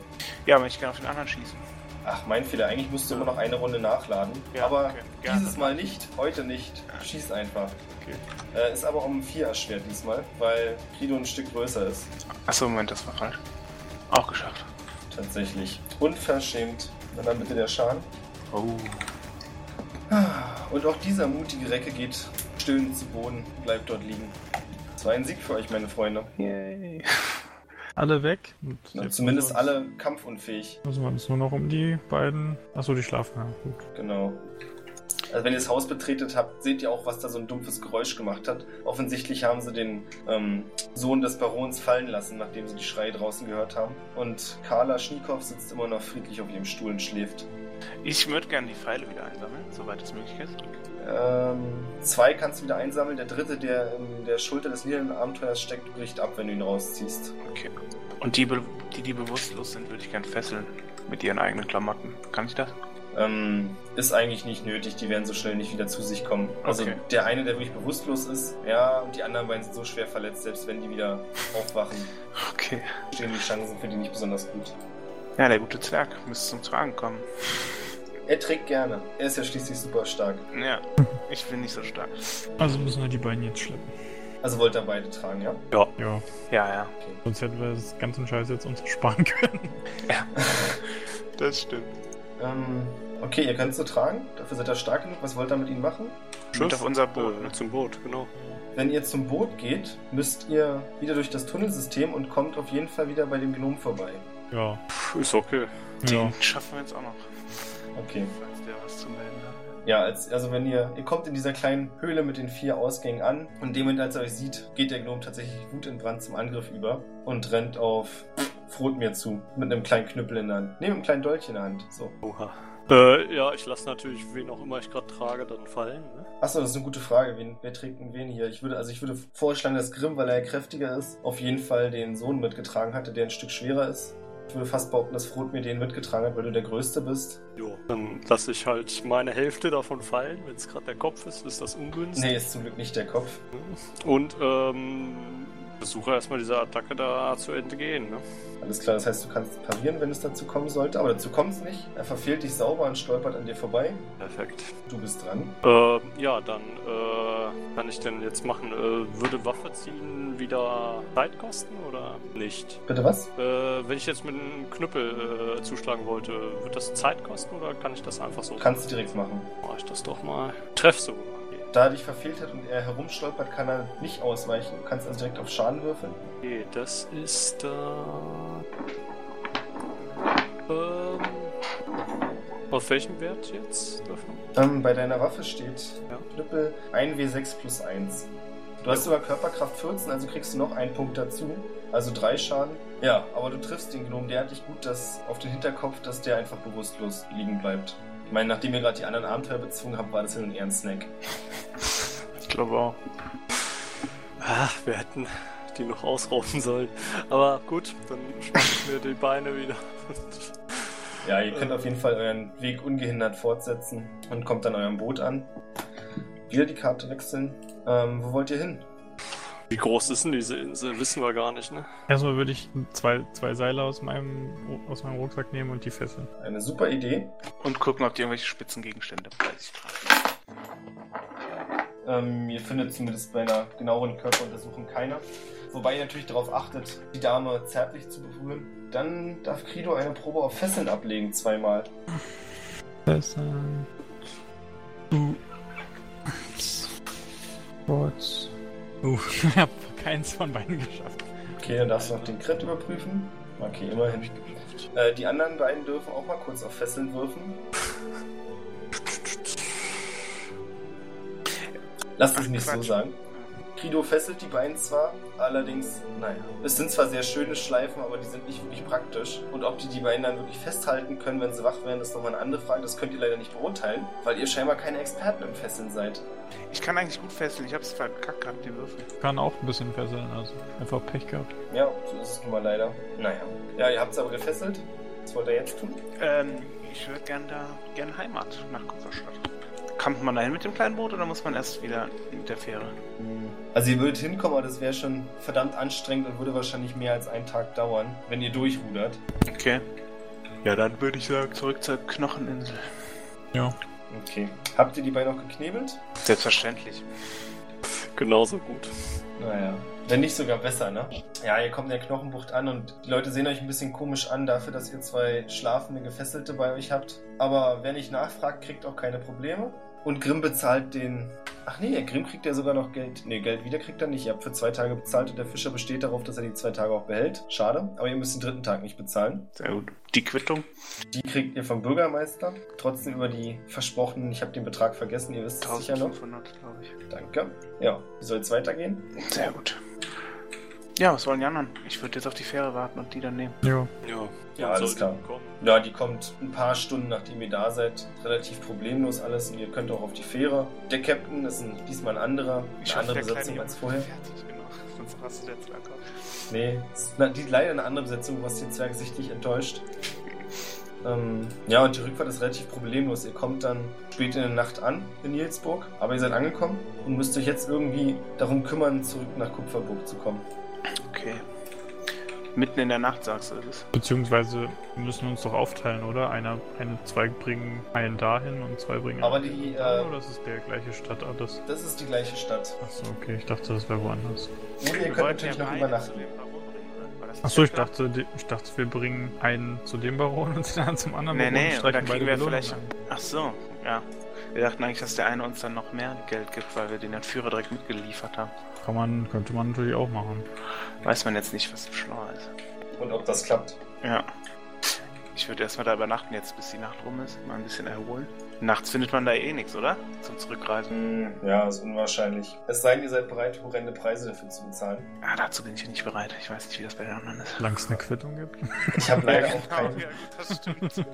B: ja, möchte ich gerne auf den anderen schießen.
A: Ach, mein Fehler. Eigentlich musst du immer noch eine Runde nachladen.
B: Ja,
A: aber
B: okay. Gerne.
A: dieses Mal nicht. Heute nicht. Schieß einfach.
B: Okay.
A: Äh, ist aber um 4 erschwert diesmal, weil Krido ein Stück größer ist.
B: Achso, Moment, das war falsch. Auch geschafft.
A: tatsächlich. Unverschämt. Und dann bitte der Schaden.
B: Oh.
A: Und auch dieser mutige Recke geht stöhnend zu Boden, bleibt dort liegen. Es war ein Sieg für euch, meine Freunde.
B: Yay.
J: Alle weg. Und
A: Na,
J: jetzt
A: zumindest
J: müssen wir
A: alle kampfunfähig.
J: uns- Müssen wir uns nur noch um die beiden. Achso, die schlafen. Ja, gut.
A: Genau. Also wenn ihr das Haus betretet habt, seht ihr auch, was da so ein dumpfes Geräusch gemacht hat. Offensichtlich haben sie den ähm, Sohn des Barons fallen lassen, nachdem sie die Schreie draußen gehört haben. Und Carla Schniekow sitzt immer noch friedlich auf ihrem Stuhl und schläft.
B: Ich würde gerne die Pfeile wieder einsammeln, soweit es möglich ist.
A: Ähm, zwei kannst du wieder einsammeln. Der dritte, der in der Schulter des lilanen Abenteuers steckt, bricht ab, wenn du ihn rausziehst.
B: Okay. Und die, be- die, die bewusstlos sind, würde ich gerne fesseln. Mit ihren eigenen Klamotten. Kann ich das?
A: Ähm, ist eigentlich nicht nötig, die werden so schnell nicht wieder zu sich kommen. Also
B: Okay.
A: der eine, der wirklich bewusstlos ist, ja, und die anderen beiden sind so schwer verletzt, selbst wenn die wieder aufwachen,
B: Okay.
A: stehen die Chancen für die nicht besonders gut.
B: Ja, der gute Zwerg müsste zum Tragen kommen.
A: Er trägt gerne. Er ist ja schließlich super stark.
B: Ja, ich bin nicht so stark.
J: Also müssen wir die beiden jetzt schleppen.
A: Also wollte er beide tragen, ja?
J: Ja,
B: Ja, ja.
J: sonst hätten wir das ganzen Scheiß jetzt uns ersparen können.
B: Das stimmt.
A: Ähm, okay, ihr könnt sie tragen. Dafür seid ihr stark genug. Was wollt ihr mit ihnen machen?
B: Mit auf unser Boot,
C: Äh,
B: ne?
C: Zum Boot, genau.
A: Wenn ihr zum Boot geht, müsst ihr wieder durch das Tunnelsystem und kommt auf jeden Fall wieder bei dem Gnom vorbei.
J: Ja.
C: Puh, ist okay.
J: ja.
B: Den schaffen wir jetzt auch noch.
A: Okay.
B: Falls der was zu melden hat.
A: Ja, als, also wenn ihr, ihr kommt in dieser kleinen Höhle mit den vier Ausgängen an und in dem Moment, als er euch sieht, geht der Gnom tatsächlich wutentbrannt zum Angriff über und rennt auf Frotmir zu mit einem kleinen Knüppel in der Hand. Ne, mit einem kleinen Dolch in der Hand. So.
C: Oha. Äh, ja, ich lasse natürlich, wen auch immer ich gerade trage, dann fallen. Ne?
A: Achso, das ist eine gute Frage. Wen, wer trägt denn wen hier? Ich würde, also ich würde vorschlagen, dass Grimm, weil er ja kräftiger ist, auf jeden Fall den Sohn mitgetragen hatte, der ein Stück schwerer ist. Ich würde fast behaupten, dass Frotmir den mitgetragen hat, weil du der Größte bist.
C: Jo. Dann lasse ich halt meine Hälfte davon fallen. Wenn es gerade der Kopf ist, ist das ungünstig.
A: Nee, ist zum Glück nicht der Kopf.
C: Und ähm, versuche erstmal diese Attacke da zu entgehen. Ne?
A: Alles klar, das heißt, du kannst parieren, wenn es dazu kommen sollte, aber dazu kommt es nicht. Er verfehlt dich sauber und stolpert an dir vorbei.
C: Perfekt.
A: Du bist dran.
C: Ähm, ja, dann äh, kann ich denn jetzt machen, äh, würde Waffe ziehen wieder Zeit kosten oder nicht?
A: Bitte was?
C: Äh, wenn ich jetzt mit einem Knüppel äh, zuschlagen wollte, wird das Zeit kosten oder kann ich das einfach so?
A: Du kannst direkt machen.
C: Mach ich das doch mal. Treff sogar.
A: Da er dich verfehlt hat und er herumstolpert, kann er nicht ausweichen. Du kannst also direkt auf Schaden würfeln.
C: Okay, das ist äh, ähm, auf welchem Wert jetzt? davon?
A: Ähm, bei deiner Waffe steht
C: Ja.
A: Knüppel 1w6 plus 1. Du hast sogar Körperkraft 14, also kriegst du noch einen Punkt dazu. Also drei Schaden. Ja, aber du triffst den Gnom derartig gut, dass auf den Hinterkopf, dass der einfach bewusstlos liegen bleibt. Ich meine, nachdem ihr gerade die anderen Abenteuer bezwungen habt, war das hin und her ein Snack.
B: Ich glaube auch.
C: Ach, Ah, wir hätten die noch ausraufen sollen. Aber gut, dann schmeiß ich mir die Beine wieder.
A: Ja, ihr könnt auf jeden Fall euren Weg ungehindert fortsetzen und kommt an eurem Boot an. Wieder die Karte wechseln. Ähm, wo wollt ihr hin?
C: Wie groß ist denn diese Insel? Wissen wir gar nicht, ne?
J: Erstmal würde ich zwei, zwei Seile aus meinem, aus meinem Rucksack nehmen und die fesseln.
A: Eine super Idee.
B: Und gucken, ob die irgendwelche spitzen Gegenstände bei sich tragen.
A: Ähm, ihr findet zumindest bei einer genaueren Körperuntersuchung keiner. Wobei ihr natürlich darauf achtet, die Dame zärtlich zu berühren. Dann darf Krido eine Probe auf Fesseln ablegen, zweimal.
J: Fesseln. Du. Sport. Uh, ich hab keins von beiden geschafft.
A: Okay, dann darfst du noch den Crit überprüfen. Okay, immerhin. Äh, die anderen beiden dürfen auch mal kurz auf Fesseln würfen. Lass es
B: Ach,
A: nicht so
B: Quatsch.
A: sagen. Krido fesselt die beiden zwar, allerdings, naja. Es sind zwar sehr schöne Schleifen, aber die sind nicht wirklich praktisch. Und ob die die beiden dann wirklich festhalten können, wenn sie wach werden, ist nochmal eine andere Frage. Das könnt ihr leider nicht beurteilen, weil ihr scheinbar keine Experten im Fesseln seid.
B: Ich kann eigentlich gut fesseln. Ich habe es verkackt gehabt, die Würfel.
J: Kann auch ein bisschen fesseln, also einfach Pech gehabt.
A: Ja, so ist es nun mal leider. Naja. Ja, ihr habt es aber gefesselt. Was wollt ihr jetzt tun?
B: Ähm, ich würde gern da, gern Heimat nach Kupferstadt. Kommt man dahin mit dem kleinen Boot oder muss man erst wieder mit der Fähre?
A: Also ihr würdet hinkommen, aber das wäre schon verdammt anstrengend und würde wahrscheinlich mehr als einen Tag dauern, wenn ihr durchrudert.
B: Okay. Ja, dann würde ich sagen, zurück zur Knocheninsel.
A: Okay. Habt ihr die beiden auch geknebelt?
B: Selbstverständlich.
C: Genauso gut.
A: Naja. Wenn nicht sogar besser, ne? Ja, ihr kommt in der Knochenbucht an und die Leute sehen euch ein bisschen komisch an dafür, dass ihr zwei schlafende Gefesselte bei euch habt. Aber wer nicht nachfragt, kriegt auch keine Probleme. Und Grimm bezahlt den. Ach nee, Grimm kriegt ja sogar noch Geld. Nee, Geld wieder kriegt er nicht. Ihr habt für zwei Tage bezahlt und der Fischer besteht darauf, dass er die zwei Tage auch behält. Schade, aber ihr müsst den dritten Tag nicht bezahlen.
B: Sehr gut. Die Quittung?
A: Die kriegt ihr vom Bürgermeister. Trotzdem über die versprochenen, ich habe den Betrag vergessen, ihr wisst es sicher noch.
B: 1500, glaube ich.
A: Danke. Ja, wie soll es weitergehen?
B: Sehr gut. Ja, was wollen die anderen? Ich würde jetzt auf die Fähre warten und die dann nehmen.
F: Jo.
C: Ja,
A: Ja, alles klar. Ja, die kommt ein paar Stunden, nachdem ihr da seid. Relativ problemlos alles und ihr könnt auch auf die Fähre. Der Captain ist ein, diesmal ein anderer.
B: Ich
A: eine andere
B: der kleine
A: Besetzung
B: Junge
A: als vorher.
B: Fertig, genau. Sonst hast du jetzt Anker.
A: Nee, ist na, die, leider eine andere Besetzung, was jetzt sehr sichtlich enttäuscht. Ähm, ja, und die Rückfahrt ist relativ problemlos. Ihr kommt dann spät in der Nacht an in Nielsburg, aber ihr seid angekommen und müsst euch jetzt irgendwie darum kümmern, zurück nach Kupferburg zu kommen.
B: Okay. Mitten in der Nacht sagst du es.
F: Beziehungsweise wir müssen uns doch aufteilen, oder? Einer, eine, zwei bringen einen dahin und zwei bringen
A: Aber
F: einen
A: die,
F: dahin.
A: äh,
F: Oder ist es der gleiche Stadtadress?
A: Das ist die gleiche Stadt.
F: Achso, okay, ich dachte, das wäre woanders.
A: Und ihr
B: Wir
A: könnt
B: wollten
A: natürlich
B: ja
A: noch
B: beide
A: übernachten.
B: zu dem Baron bringen, oder? War das nicht
F: Achso, ich
B: der Plan?
F: dachte, die, ich dachte, wir bringen einen zu dem Baron und den anderen zum anderen
B: Nee,
F: Baron.
B: nee,
F: und
B: und
F: streichen
B: dann
F: beide
B: kriegen wir
F: Belohnungen
B: vielleicht-
F: ein.
B: Ach so, ja. Wir dachten eigentlich, dass der eine uns dann noch mehr Geld gibt, weil wir den Entführer direkt mitgeliefert haben.
F: Kann man, könnte man natürlich auch machen.
B: Weiß man jetzt nicht, was schlauer ist.
A: Und ob das klappt.
B: Ja. Ich würde erstmal da übernachten jetzt, bis die Nacht rum ist. Mal ein bisschen erholen. Nachts findet man da eh nichts, oder? Zum Zurückreisen.
A: Hm, Ja, ist unwahrscheinlich. Es sei denn, ihr seid bereit, horrende Preise dafür zu bezahlen.
B: Ah, dazu bin ich ja nicht bereit. Ich weiß nicht, wie das bei den anderen ist.
F: Solange es eine Quittung gibt.
A: Ich habe leider auch keine.
B: ja, genau. gut, das stimmt.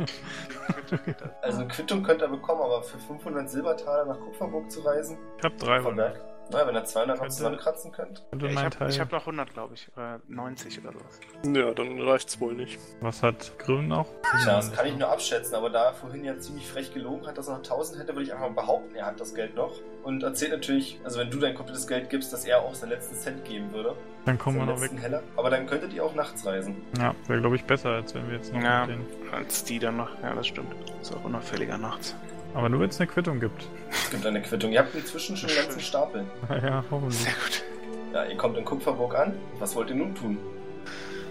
A: Also eine Quittung könnt ihr bekommen, aber für 500 Silbertaler nach Kupferburg zu reisen,
F: Ich hab 300.
A: Kupferberg, na, wenn ihr 200 noch
F: Könnte-
A: zusammenkratzen könnt.
F: Könnte
B: ich
F: mein
B: habe
F: Teil.
B: hab noch 100, glaube ich. Oder 90 oder sowas.
C: Ja, dann reicht's wohl nicht.
F: Was hat Grimm noch?
B: Genau,
A: Tja, das kann ich nur abschätzen, aber da er vorhin ja ziemlich frech gelogen hat, dass er noch 1000 hätte, würde ich einfach behaupten, er hat das Geld noch. Und erzählt natürlich, also wenn du dein komplettes Geld gibst, dass er auch seinen letzten Cent geben würde.
F: Dann kommen wir
A: seinen
F: noch weg.
A: letzten Heller. Aber dann könntet ihr auch nachts reisen.
F: Ja, wäre glaube ich besser, als wenn wir jetzt noch
B: Ja.
F: mit den.
B: Als die dann noch. Ja, das stimmt. Ist auch unauffälliger nachts.
F: Aber nur wenn es eine Quittung gibt.
A: Es gibt eine Quittung. Ihr habt inzwischen schon einen ganzen Stapel.
F: ja, hoffentlich.
B: Sehr gut.
A: Ja, ihr kommt in Kupferburg an. Was wollt ihr nun tun?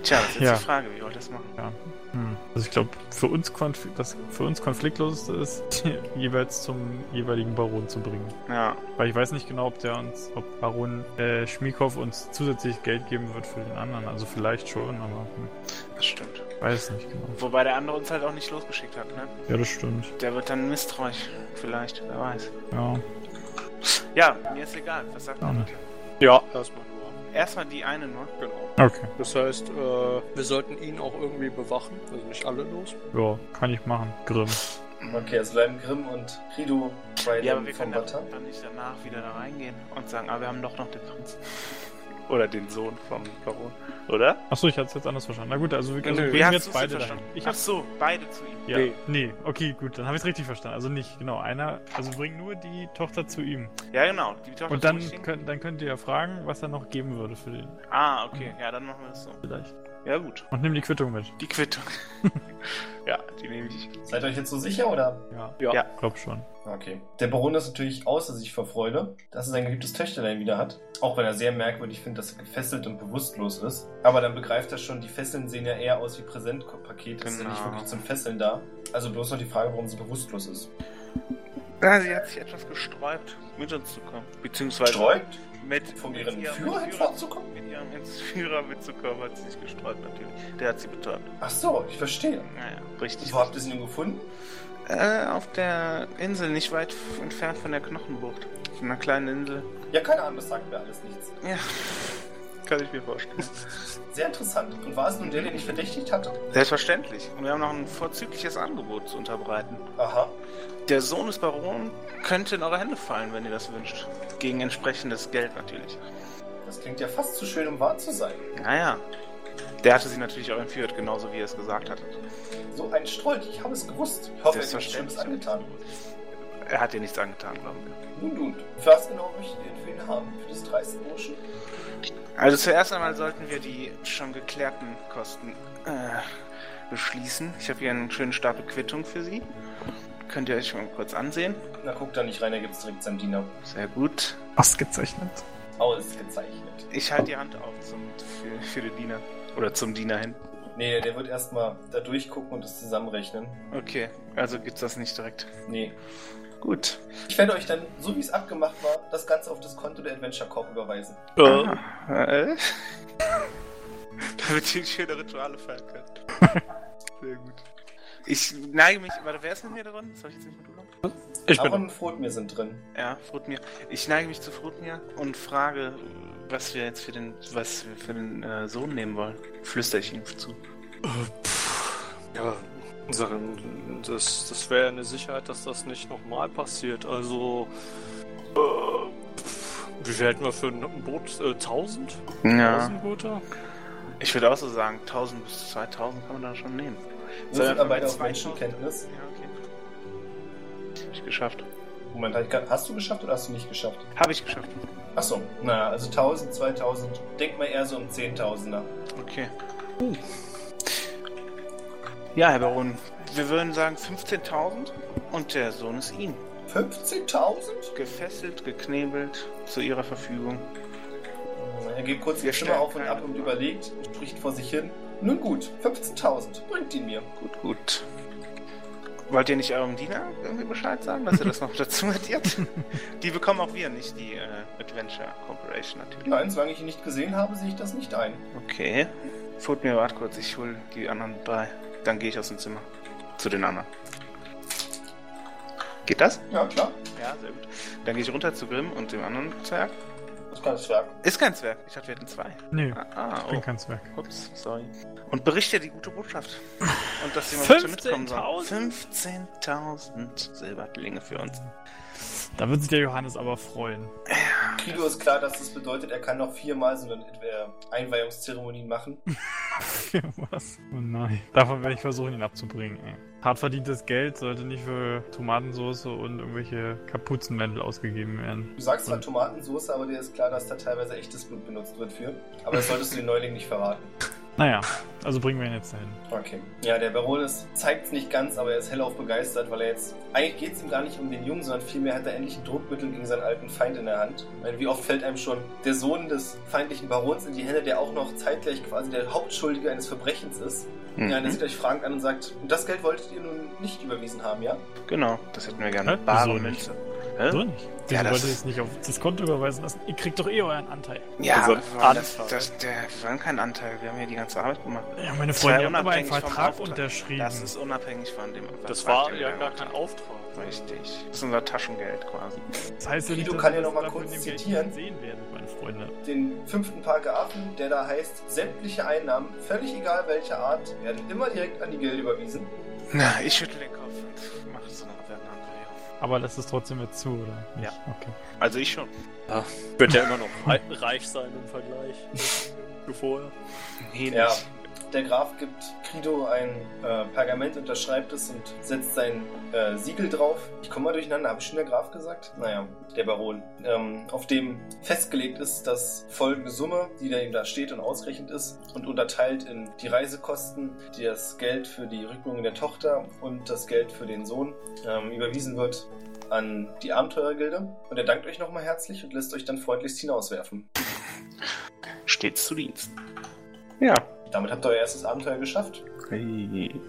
B: Tja, das ist jetzt
F: Ja.
B: die Frage, wie wollt ihr das machen?
F: Hm. Also ich glaube, für uns konf das für uns konfliktloseste ist, die jeweils zum jeweiligen Baron zu bringen.
B: Ja,
F: Weil ich weiß nicht genau, ob der uns, ob Baron äh, Schmikow uns zusätzlich Geld geben wird für den anderen. Also vielleicht schon, aber hm,
B: das stimmt.
F: ich weiß nicht genau.
B: Wobei der andere uns halt auch nicht losgeschickt hat, ne?
F: Ja, das stimmt.
B: Der wird dann misstrauisch, vielleicht, wer weiß.
F: Ja.
B: Ja, mir ist egal, was sagt
F: Arne.
B: man?
C: Ja, erstmal nur.
B: Erstmal die eine nur.
C: Genau.
F: Okay.
C: Das heißt, äh, wir sollten ihn auch irgendwie bewachen. Also nicht alle los.
F: Ja, kann ich machen. Grimm. Mhm.
A: Okay, also bleiben Grimm und Rido Friday
B: Ja, aber wir
A: vom
B: können
A: Butter.
B: dann, dann nicht danach wieder da reingehen und sagen, ah, wir haben doch noch den Prinzen. Oder den Sohn vom Baron. Oder?
F: Achso, ich hatte es jetzt anders verstanden. Na gut, also wir also
C: Nö.
F: bringen
B: Wie hast
F: jetzt
B: du's
F: beide
B: denn
F: dahin.
B: verstanden?
F: Ich
B: Ach
F: hab's
B: so, beide zu ihm.
F: Ja. Nee.
C: Nee.
F: okay, gut, dann habe ich es richtig verstanden. Also nicht, genau, einer, also bring nur die Tochter zu ihm.
B: Ja, genau. Die Tochter
F: Und dann,
B: ist richtig.
F: könnt, dann könnt ihr ja fragen, was er noch geben würde für den
B: Ah, okay. Ja, dann machen wir das so.
F: vielleicht.
B: Ja, gut.
F: Und nimm die Quittung mit.
B: Die Quittung. ja, die nehme ich.
A: Seid ihr euch jetzt so sicher oder?
F: Ja,
C: Ja.
B: Ja.
F: glaub schon.
A: Okay. Der Baron ist natürlich außer sich vor Freude, dass er sein geliebtes Töchterlein wieder hat. Auch wenn er sehr merkwürdig findet, dass er gefesselt und bewusstlos ist. Aber dann begreift er schon, die Fesseln sehen ja eher aus wie Präsentpakete. Genau. Sind
B: Genau.
A: nicht wirklich zum Fesseln da. Also bloß noch die Frage, warum sie bewusstlos ist.
B: Ah, sie hat sich etwas gesträubt, mit uns zu kommen. Beziehungsweise
A: Sträubt,
B: mit
A: von
B: mit
A: ihrem
B: ihrem
A: Um Führer hervorzukommen?
B: Mit ihrem Entführer mitzukommen, hat sie sich gesträubt natürlich. Der hat sie betäubt.
A: Ach so, ich verstehe.
B: Naja, richtig.
A: Wo habt ihr sie nun gefunden?
B: Äh, auf der Insel, nicht weit f- entfernt von der Knochenbucht. Auf einer kleinen Insel.
A: Ja, keine Ahnung, das sagt mir alles nichts.
B: Ja. Kann ich mir vorstellen.
A: Sehr interessant. Und war es nun der, den ich verdächtigt hatte?
B: Selbstverständlich. Und wir haben noch ein vorzügliches Angebot zu unterbreiten.
A: Aha.
B: Der Sohn des Baron könnte in eure Hände fallen, wenn ihr das wünscht. Gegen entsprechendes Geld natürlich.
A: Das klingt ja fast zu schön, um wahr zu sein.
B: Naja. Der hatte sie natürlich auch entführt, genauso wie ihr es gesagt hattet.
A: So ein Strolch, ich habe es gewusst. Ich hoffe, er hat mir nichts Schlimmes
B: Selbstverständlich.
A: angetan.
B: Er hat dir nichts angetan, glaube ich.
A: Nun, nun, für was genau möchtet ihr denn für ihn haben? Für das dreiste Burschen?
B: Also zuerst einmal sollten wir die schon geklärten Kosten äh, beschließen. Ich habe hier einen schönen Stapel Quittung für Sie. Könnt ihr euch mal kurz ansehen.
A: Na, guck da nicht rein, da gibt's direkt seinen Diener.
B: Sehr gut.
F: Ausgezeichnet.
A: Ausgezeichnet.
B: Ich halte die Hand auf zum, für, für den Diener. Oder zum Diener hin.
A: Nee, der wird erstmal da durchgucken und es zusammenrechnen.
B: Okay, also gibt's das nicht direkt.
A: Nee.
B: Gut.
A: Ich werde euch dann, so wie es abgemacht war, das Ganze auf das Konto der Adventure Corp überweisen.
C: Äh,
B: Äh? Damit ihr schöne Rituale feiern könnt. Sehr gut. Ich neige mich, warte, wer ist mit mir drin? Das hab ich jetzt nicht mitbekommen.
C: ich bin.
A: Aaron und Frotmir sind drin.
B: Ja, Frutmir. Ich neige mich zu Frutmir und frage, was wir jetzt für den, was wir für den äh, Sohn nehmen wollen. Flüster ich ihm zu.
C: Ja, Sachen, das, das wäre eine Sicherheit, dass das nicht nochmal passiert. Also. Äh, pff, wie viel hätten wir für ein Boot? Äh, 1000? 1000 Boote?
B: Ich würde auch so sagen, 1000 bis 2000 kann man da schon nehmen.
A: Wir sind
B: einfach
A: aber beide
B: mit
A: auf
B: 2000.
A: Menschenkenntnis.
B: Ja, okay. Hab ich geschafft.
A: Moment, hab ich grad- hast du geschafft oder hast du nicht geschafft?
B: Habe ich geschafft.
A: Achso, naja, also 1000, 2000. Denk mal eher so um 10.000er.
B: Okay. Ja, Herr Baron, wir würden sagen 15.000 und der Sohn ist Ihnen.
A: 15.000?
B: Gefesselt, geknebelt, zu Ihrer Verfügung.
A: Er geht kurz
B: Wir
A: die Stimme
B: stellen
A: auf und ab
B: keine
A: und
B: Frage.
A: überlegt, spricht vor sich hin. Nun gut, 15.000. Bringt ihn mir.
B: Gut, gut. Wollt ihr nicht eurem Diener irgendwie Bescheid sagen, dass ihr das noch dazu addiert? die bekommen auch wir nicht, die äh, Adventure Corporation natürlich.
A: Nein, solange ich ihn nicht gesehen habe, sehe ich das nicht ein.
B: Okay. Fut mir, wart kurz, ich hol die anderen bei. Dann gehe ich aus dem Zimmer. Zu den anderen. Geht das?
A: Ja, klar.
B: Ja, sehr gut. Dann gehe ich runter zu Grimm und dem anderen Zwerg.
A: Das kann ich sagen.
B: Ist kein Zwerg. Ich dachte, wir hätten zwei.
F: Nö,
B: Ah, ah
F: ich bin
B: oh.
F: kein Zwerg.
B: Ups, sorry. Und berichte die gute Botschaft. Und dass jemand bitte mitkommen soll. 15.000 Silberlinge für uns.
F: Da wird sich der Johannes aber freuen.
A: Kido ist klar, dass das bedeutet, er kann noch viermal so eine äh, Einweihungszeremonie machen.
F: Für was? Oh nein. Davon werde ich versuchen, ihn abzubringen. Ey. Hart verdientes Geld sollte nicht für Tomatensauce und irgendwelche Kapuzenmäntel ausgegeben werden.
A: Du sagst zwar Tomatensauce, aber dir ist klar, dass da teilweise echtes Blut benutzt wird für. Aber das solltest du den Neuling nicht verraten.
F: Naja, also bringen wir ihn jetzt dahin.
A: Okay. Ja, der Baron ist, zeigt es nicht ganz, aber er ist hellauf begeistert, weil er jetzt. Eigentlich geht es ihm gar nicht um den Jungen, sondern vielmehr hat er endlich ein Druckmittel gegen seinen alten Feind in der Hand. Ich meine, wie oft fällt einem schon der Sohn des feindlichen Barons in die Hände, der auch noch zeitgleich quasi der Hauptschuldige eines Verbrechens ist. Ja,
B: Mhm.
A: der sieht euch fragend an und sagt: Und das Geld wolltet ihr nun nicht überwiesen haben, ja?
B: Genau, das hätten wir gerne.
F: Hä?
B: Bare
F: Wieso nicht?
B: Münze. Hä?
F: So nicht. Wieso
B: Ja,
F: ja,
B: das-
F: wollt ihr es nicht auf das Konto überweisen lassen? Ihr kriegt doch eh euren Anteil.
B: Ja,
C: Also,
B: wir wollen das,
C: Anteil.
B: das, der, wir wollen keinen Anteil. Wir haben hier die ganze Arbeit gemacht.
F: Ja, meine
B: Das war
F: Freunde haben aber einen
B: unabhängig vom
F: Vertrag
B: Auftrag.
F: unterschrieben.
B: Das ist unabhängig von dem.
C: Das
B: Vertrag,
C: war
B: den wir
C: ja
B: haben.
C: gar kein Auftrag.
B: Richtig. Das ist unser Taschengeld quasi.
F: das heißt ja nicht,
A: Guido
F: dass
A: kann
F: ihr
A: ja noch
F: das
A: mal
F: dafür
A: kurz
F: in dem Geld
A: zitieren.
F: sehen werdet, meine Freunde.
A: den fünften Paragraphen, der da heißt, sämtliche Einnahmen, völlig egal welcher Art, werden immer direkt an die Gilde überwiesen.
B: Na, ich schüttle den Kopf und mache so eine Abwehrhandbewegung.
F: Aber lasst es trotzdem jetzt zu, oder?
B: Ja.
F: Okay.
B: Also ich schon.
C: Wird ja immer noch rei- reich sein im Vergleich zu vorher.
B: Nee,
A: Ja.
B: nicht.
A: Der Graf gibt Krido ein äh, Pergament, unterschreibt es und setzt sein äh, Siegel drauf. Ich komme mal durcheinander, habe ich schon der Graf gesagt? Naja, der Baron. Ähm, auf dem festgelegt ist, dass folgende Summe, die da eben da steht und ausgerechnet ist und unterteilt in die Reisekosten, die das Geld für die Rückbringung der Tochter und das Geld für den Sohn ähm, überwiesen wird an die Abenteurergilde. Und er dankt euch nochmal herzlich und lässt euch dann freundlichst hinauswerfen.
B: Stets zu Dienst. Ja.
A: Damit habt ihr euer erstes Abenteuer geschafft.
B: Genau.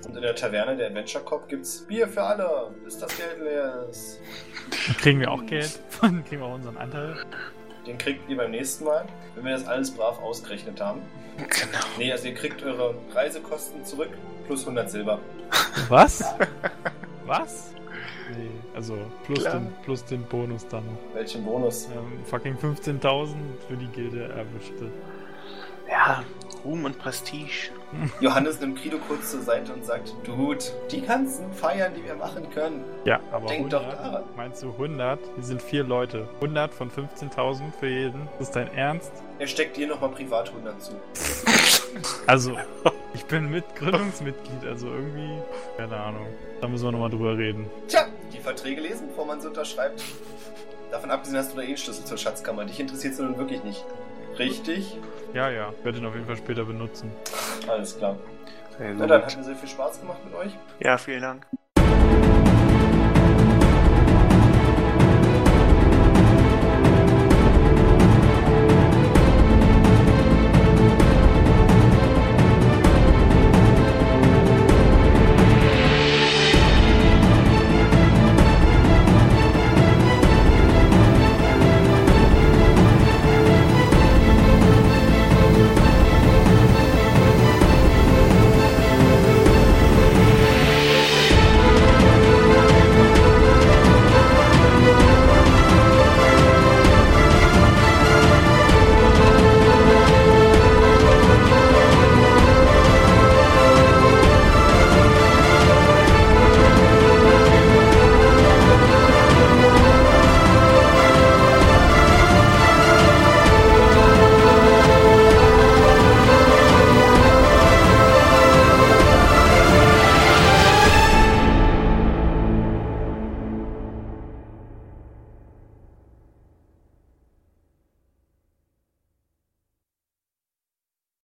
A: Und in der Taverne der Adventure Cop gibt's Bier für alle, bis das Geld leer ist.
F: Kriegen wir auch Geld? Kriegen wir auch unseren Anteil?
A: Den kriegt ihr beim nächsten Mal, wenn wir das alles brav ausgerechnet haben.
B: Genau.
A: Nee, also ihr kriegt eure Reisekosten zurück, plus 100 Silber.
F: Was? Was? Nee, also plus
B: Klar.
F: den, plus den Bonus dann noch.
A: Welchen Bonus?
F: Ähm, fucking 15.000 für die Gilde erwischte.
B: Ja, Ruhm und Prestige.
A: Johannes nimmt Krido kurz zur Seite und sagt, Dude, die ganzen Feiern, die wir machen können.
F: Ja, aber
A: Denk
F: 100,
A: doch daran.
F: meinst du 100? Wir sind vier Leute. 100 von 15.000 für jeden. Ist das dein Ernst?
A: Er steckt dir nochmal privat 100 zu.
F: Also, ich bin mit Gründungsmitglied, also irgendwie, keine Ahnung. Da müssen wir nochmal drüber reden.
A: Tja, die Verträge lesen, bevor man sie unterschreibt. Davon abgesehen hast du da eh einen Schlüssel zur Schatzkammer. Dich interessiert's nun wirklich nicht. Richtig?
F: Ja, ja, ich werde ihn auf jeden Fall später benutzen.
A: Alles klar.
B: Sehr
A: Und dann hat mir sehr viel Spaß gemacht mit euch.
B: Ja, vielen Dank.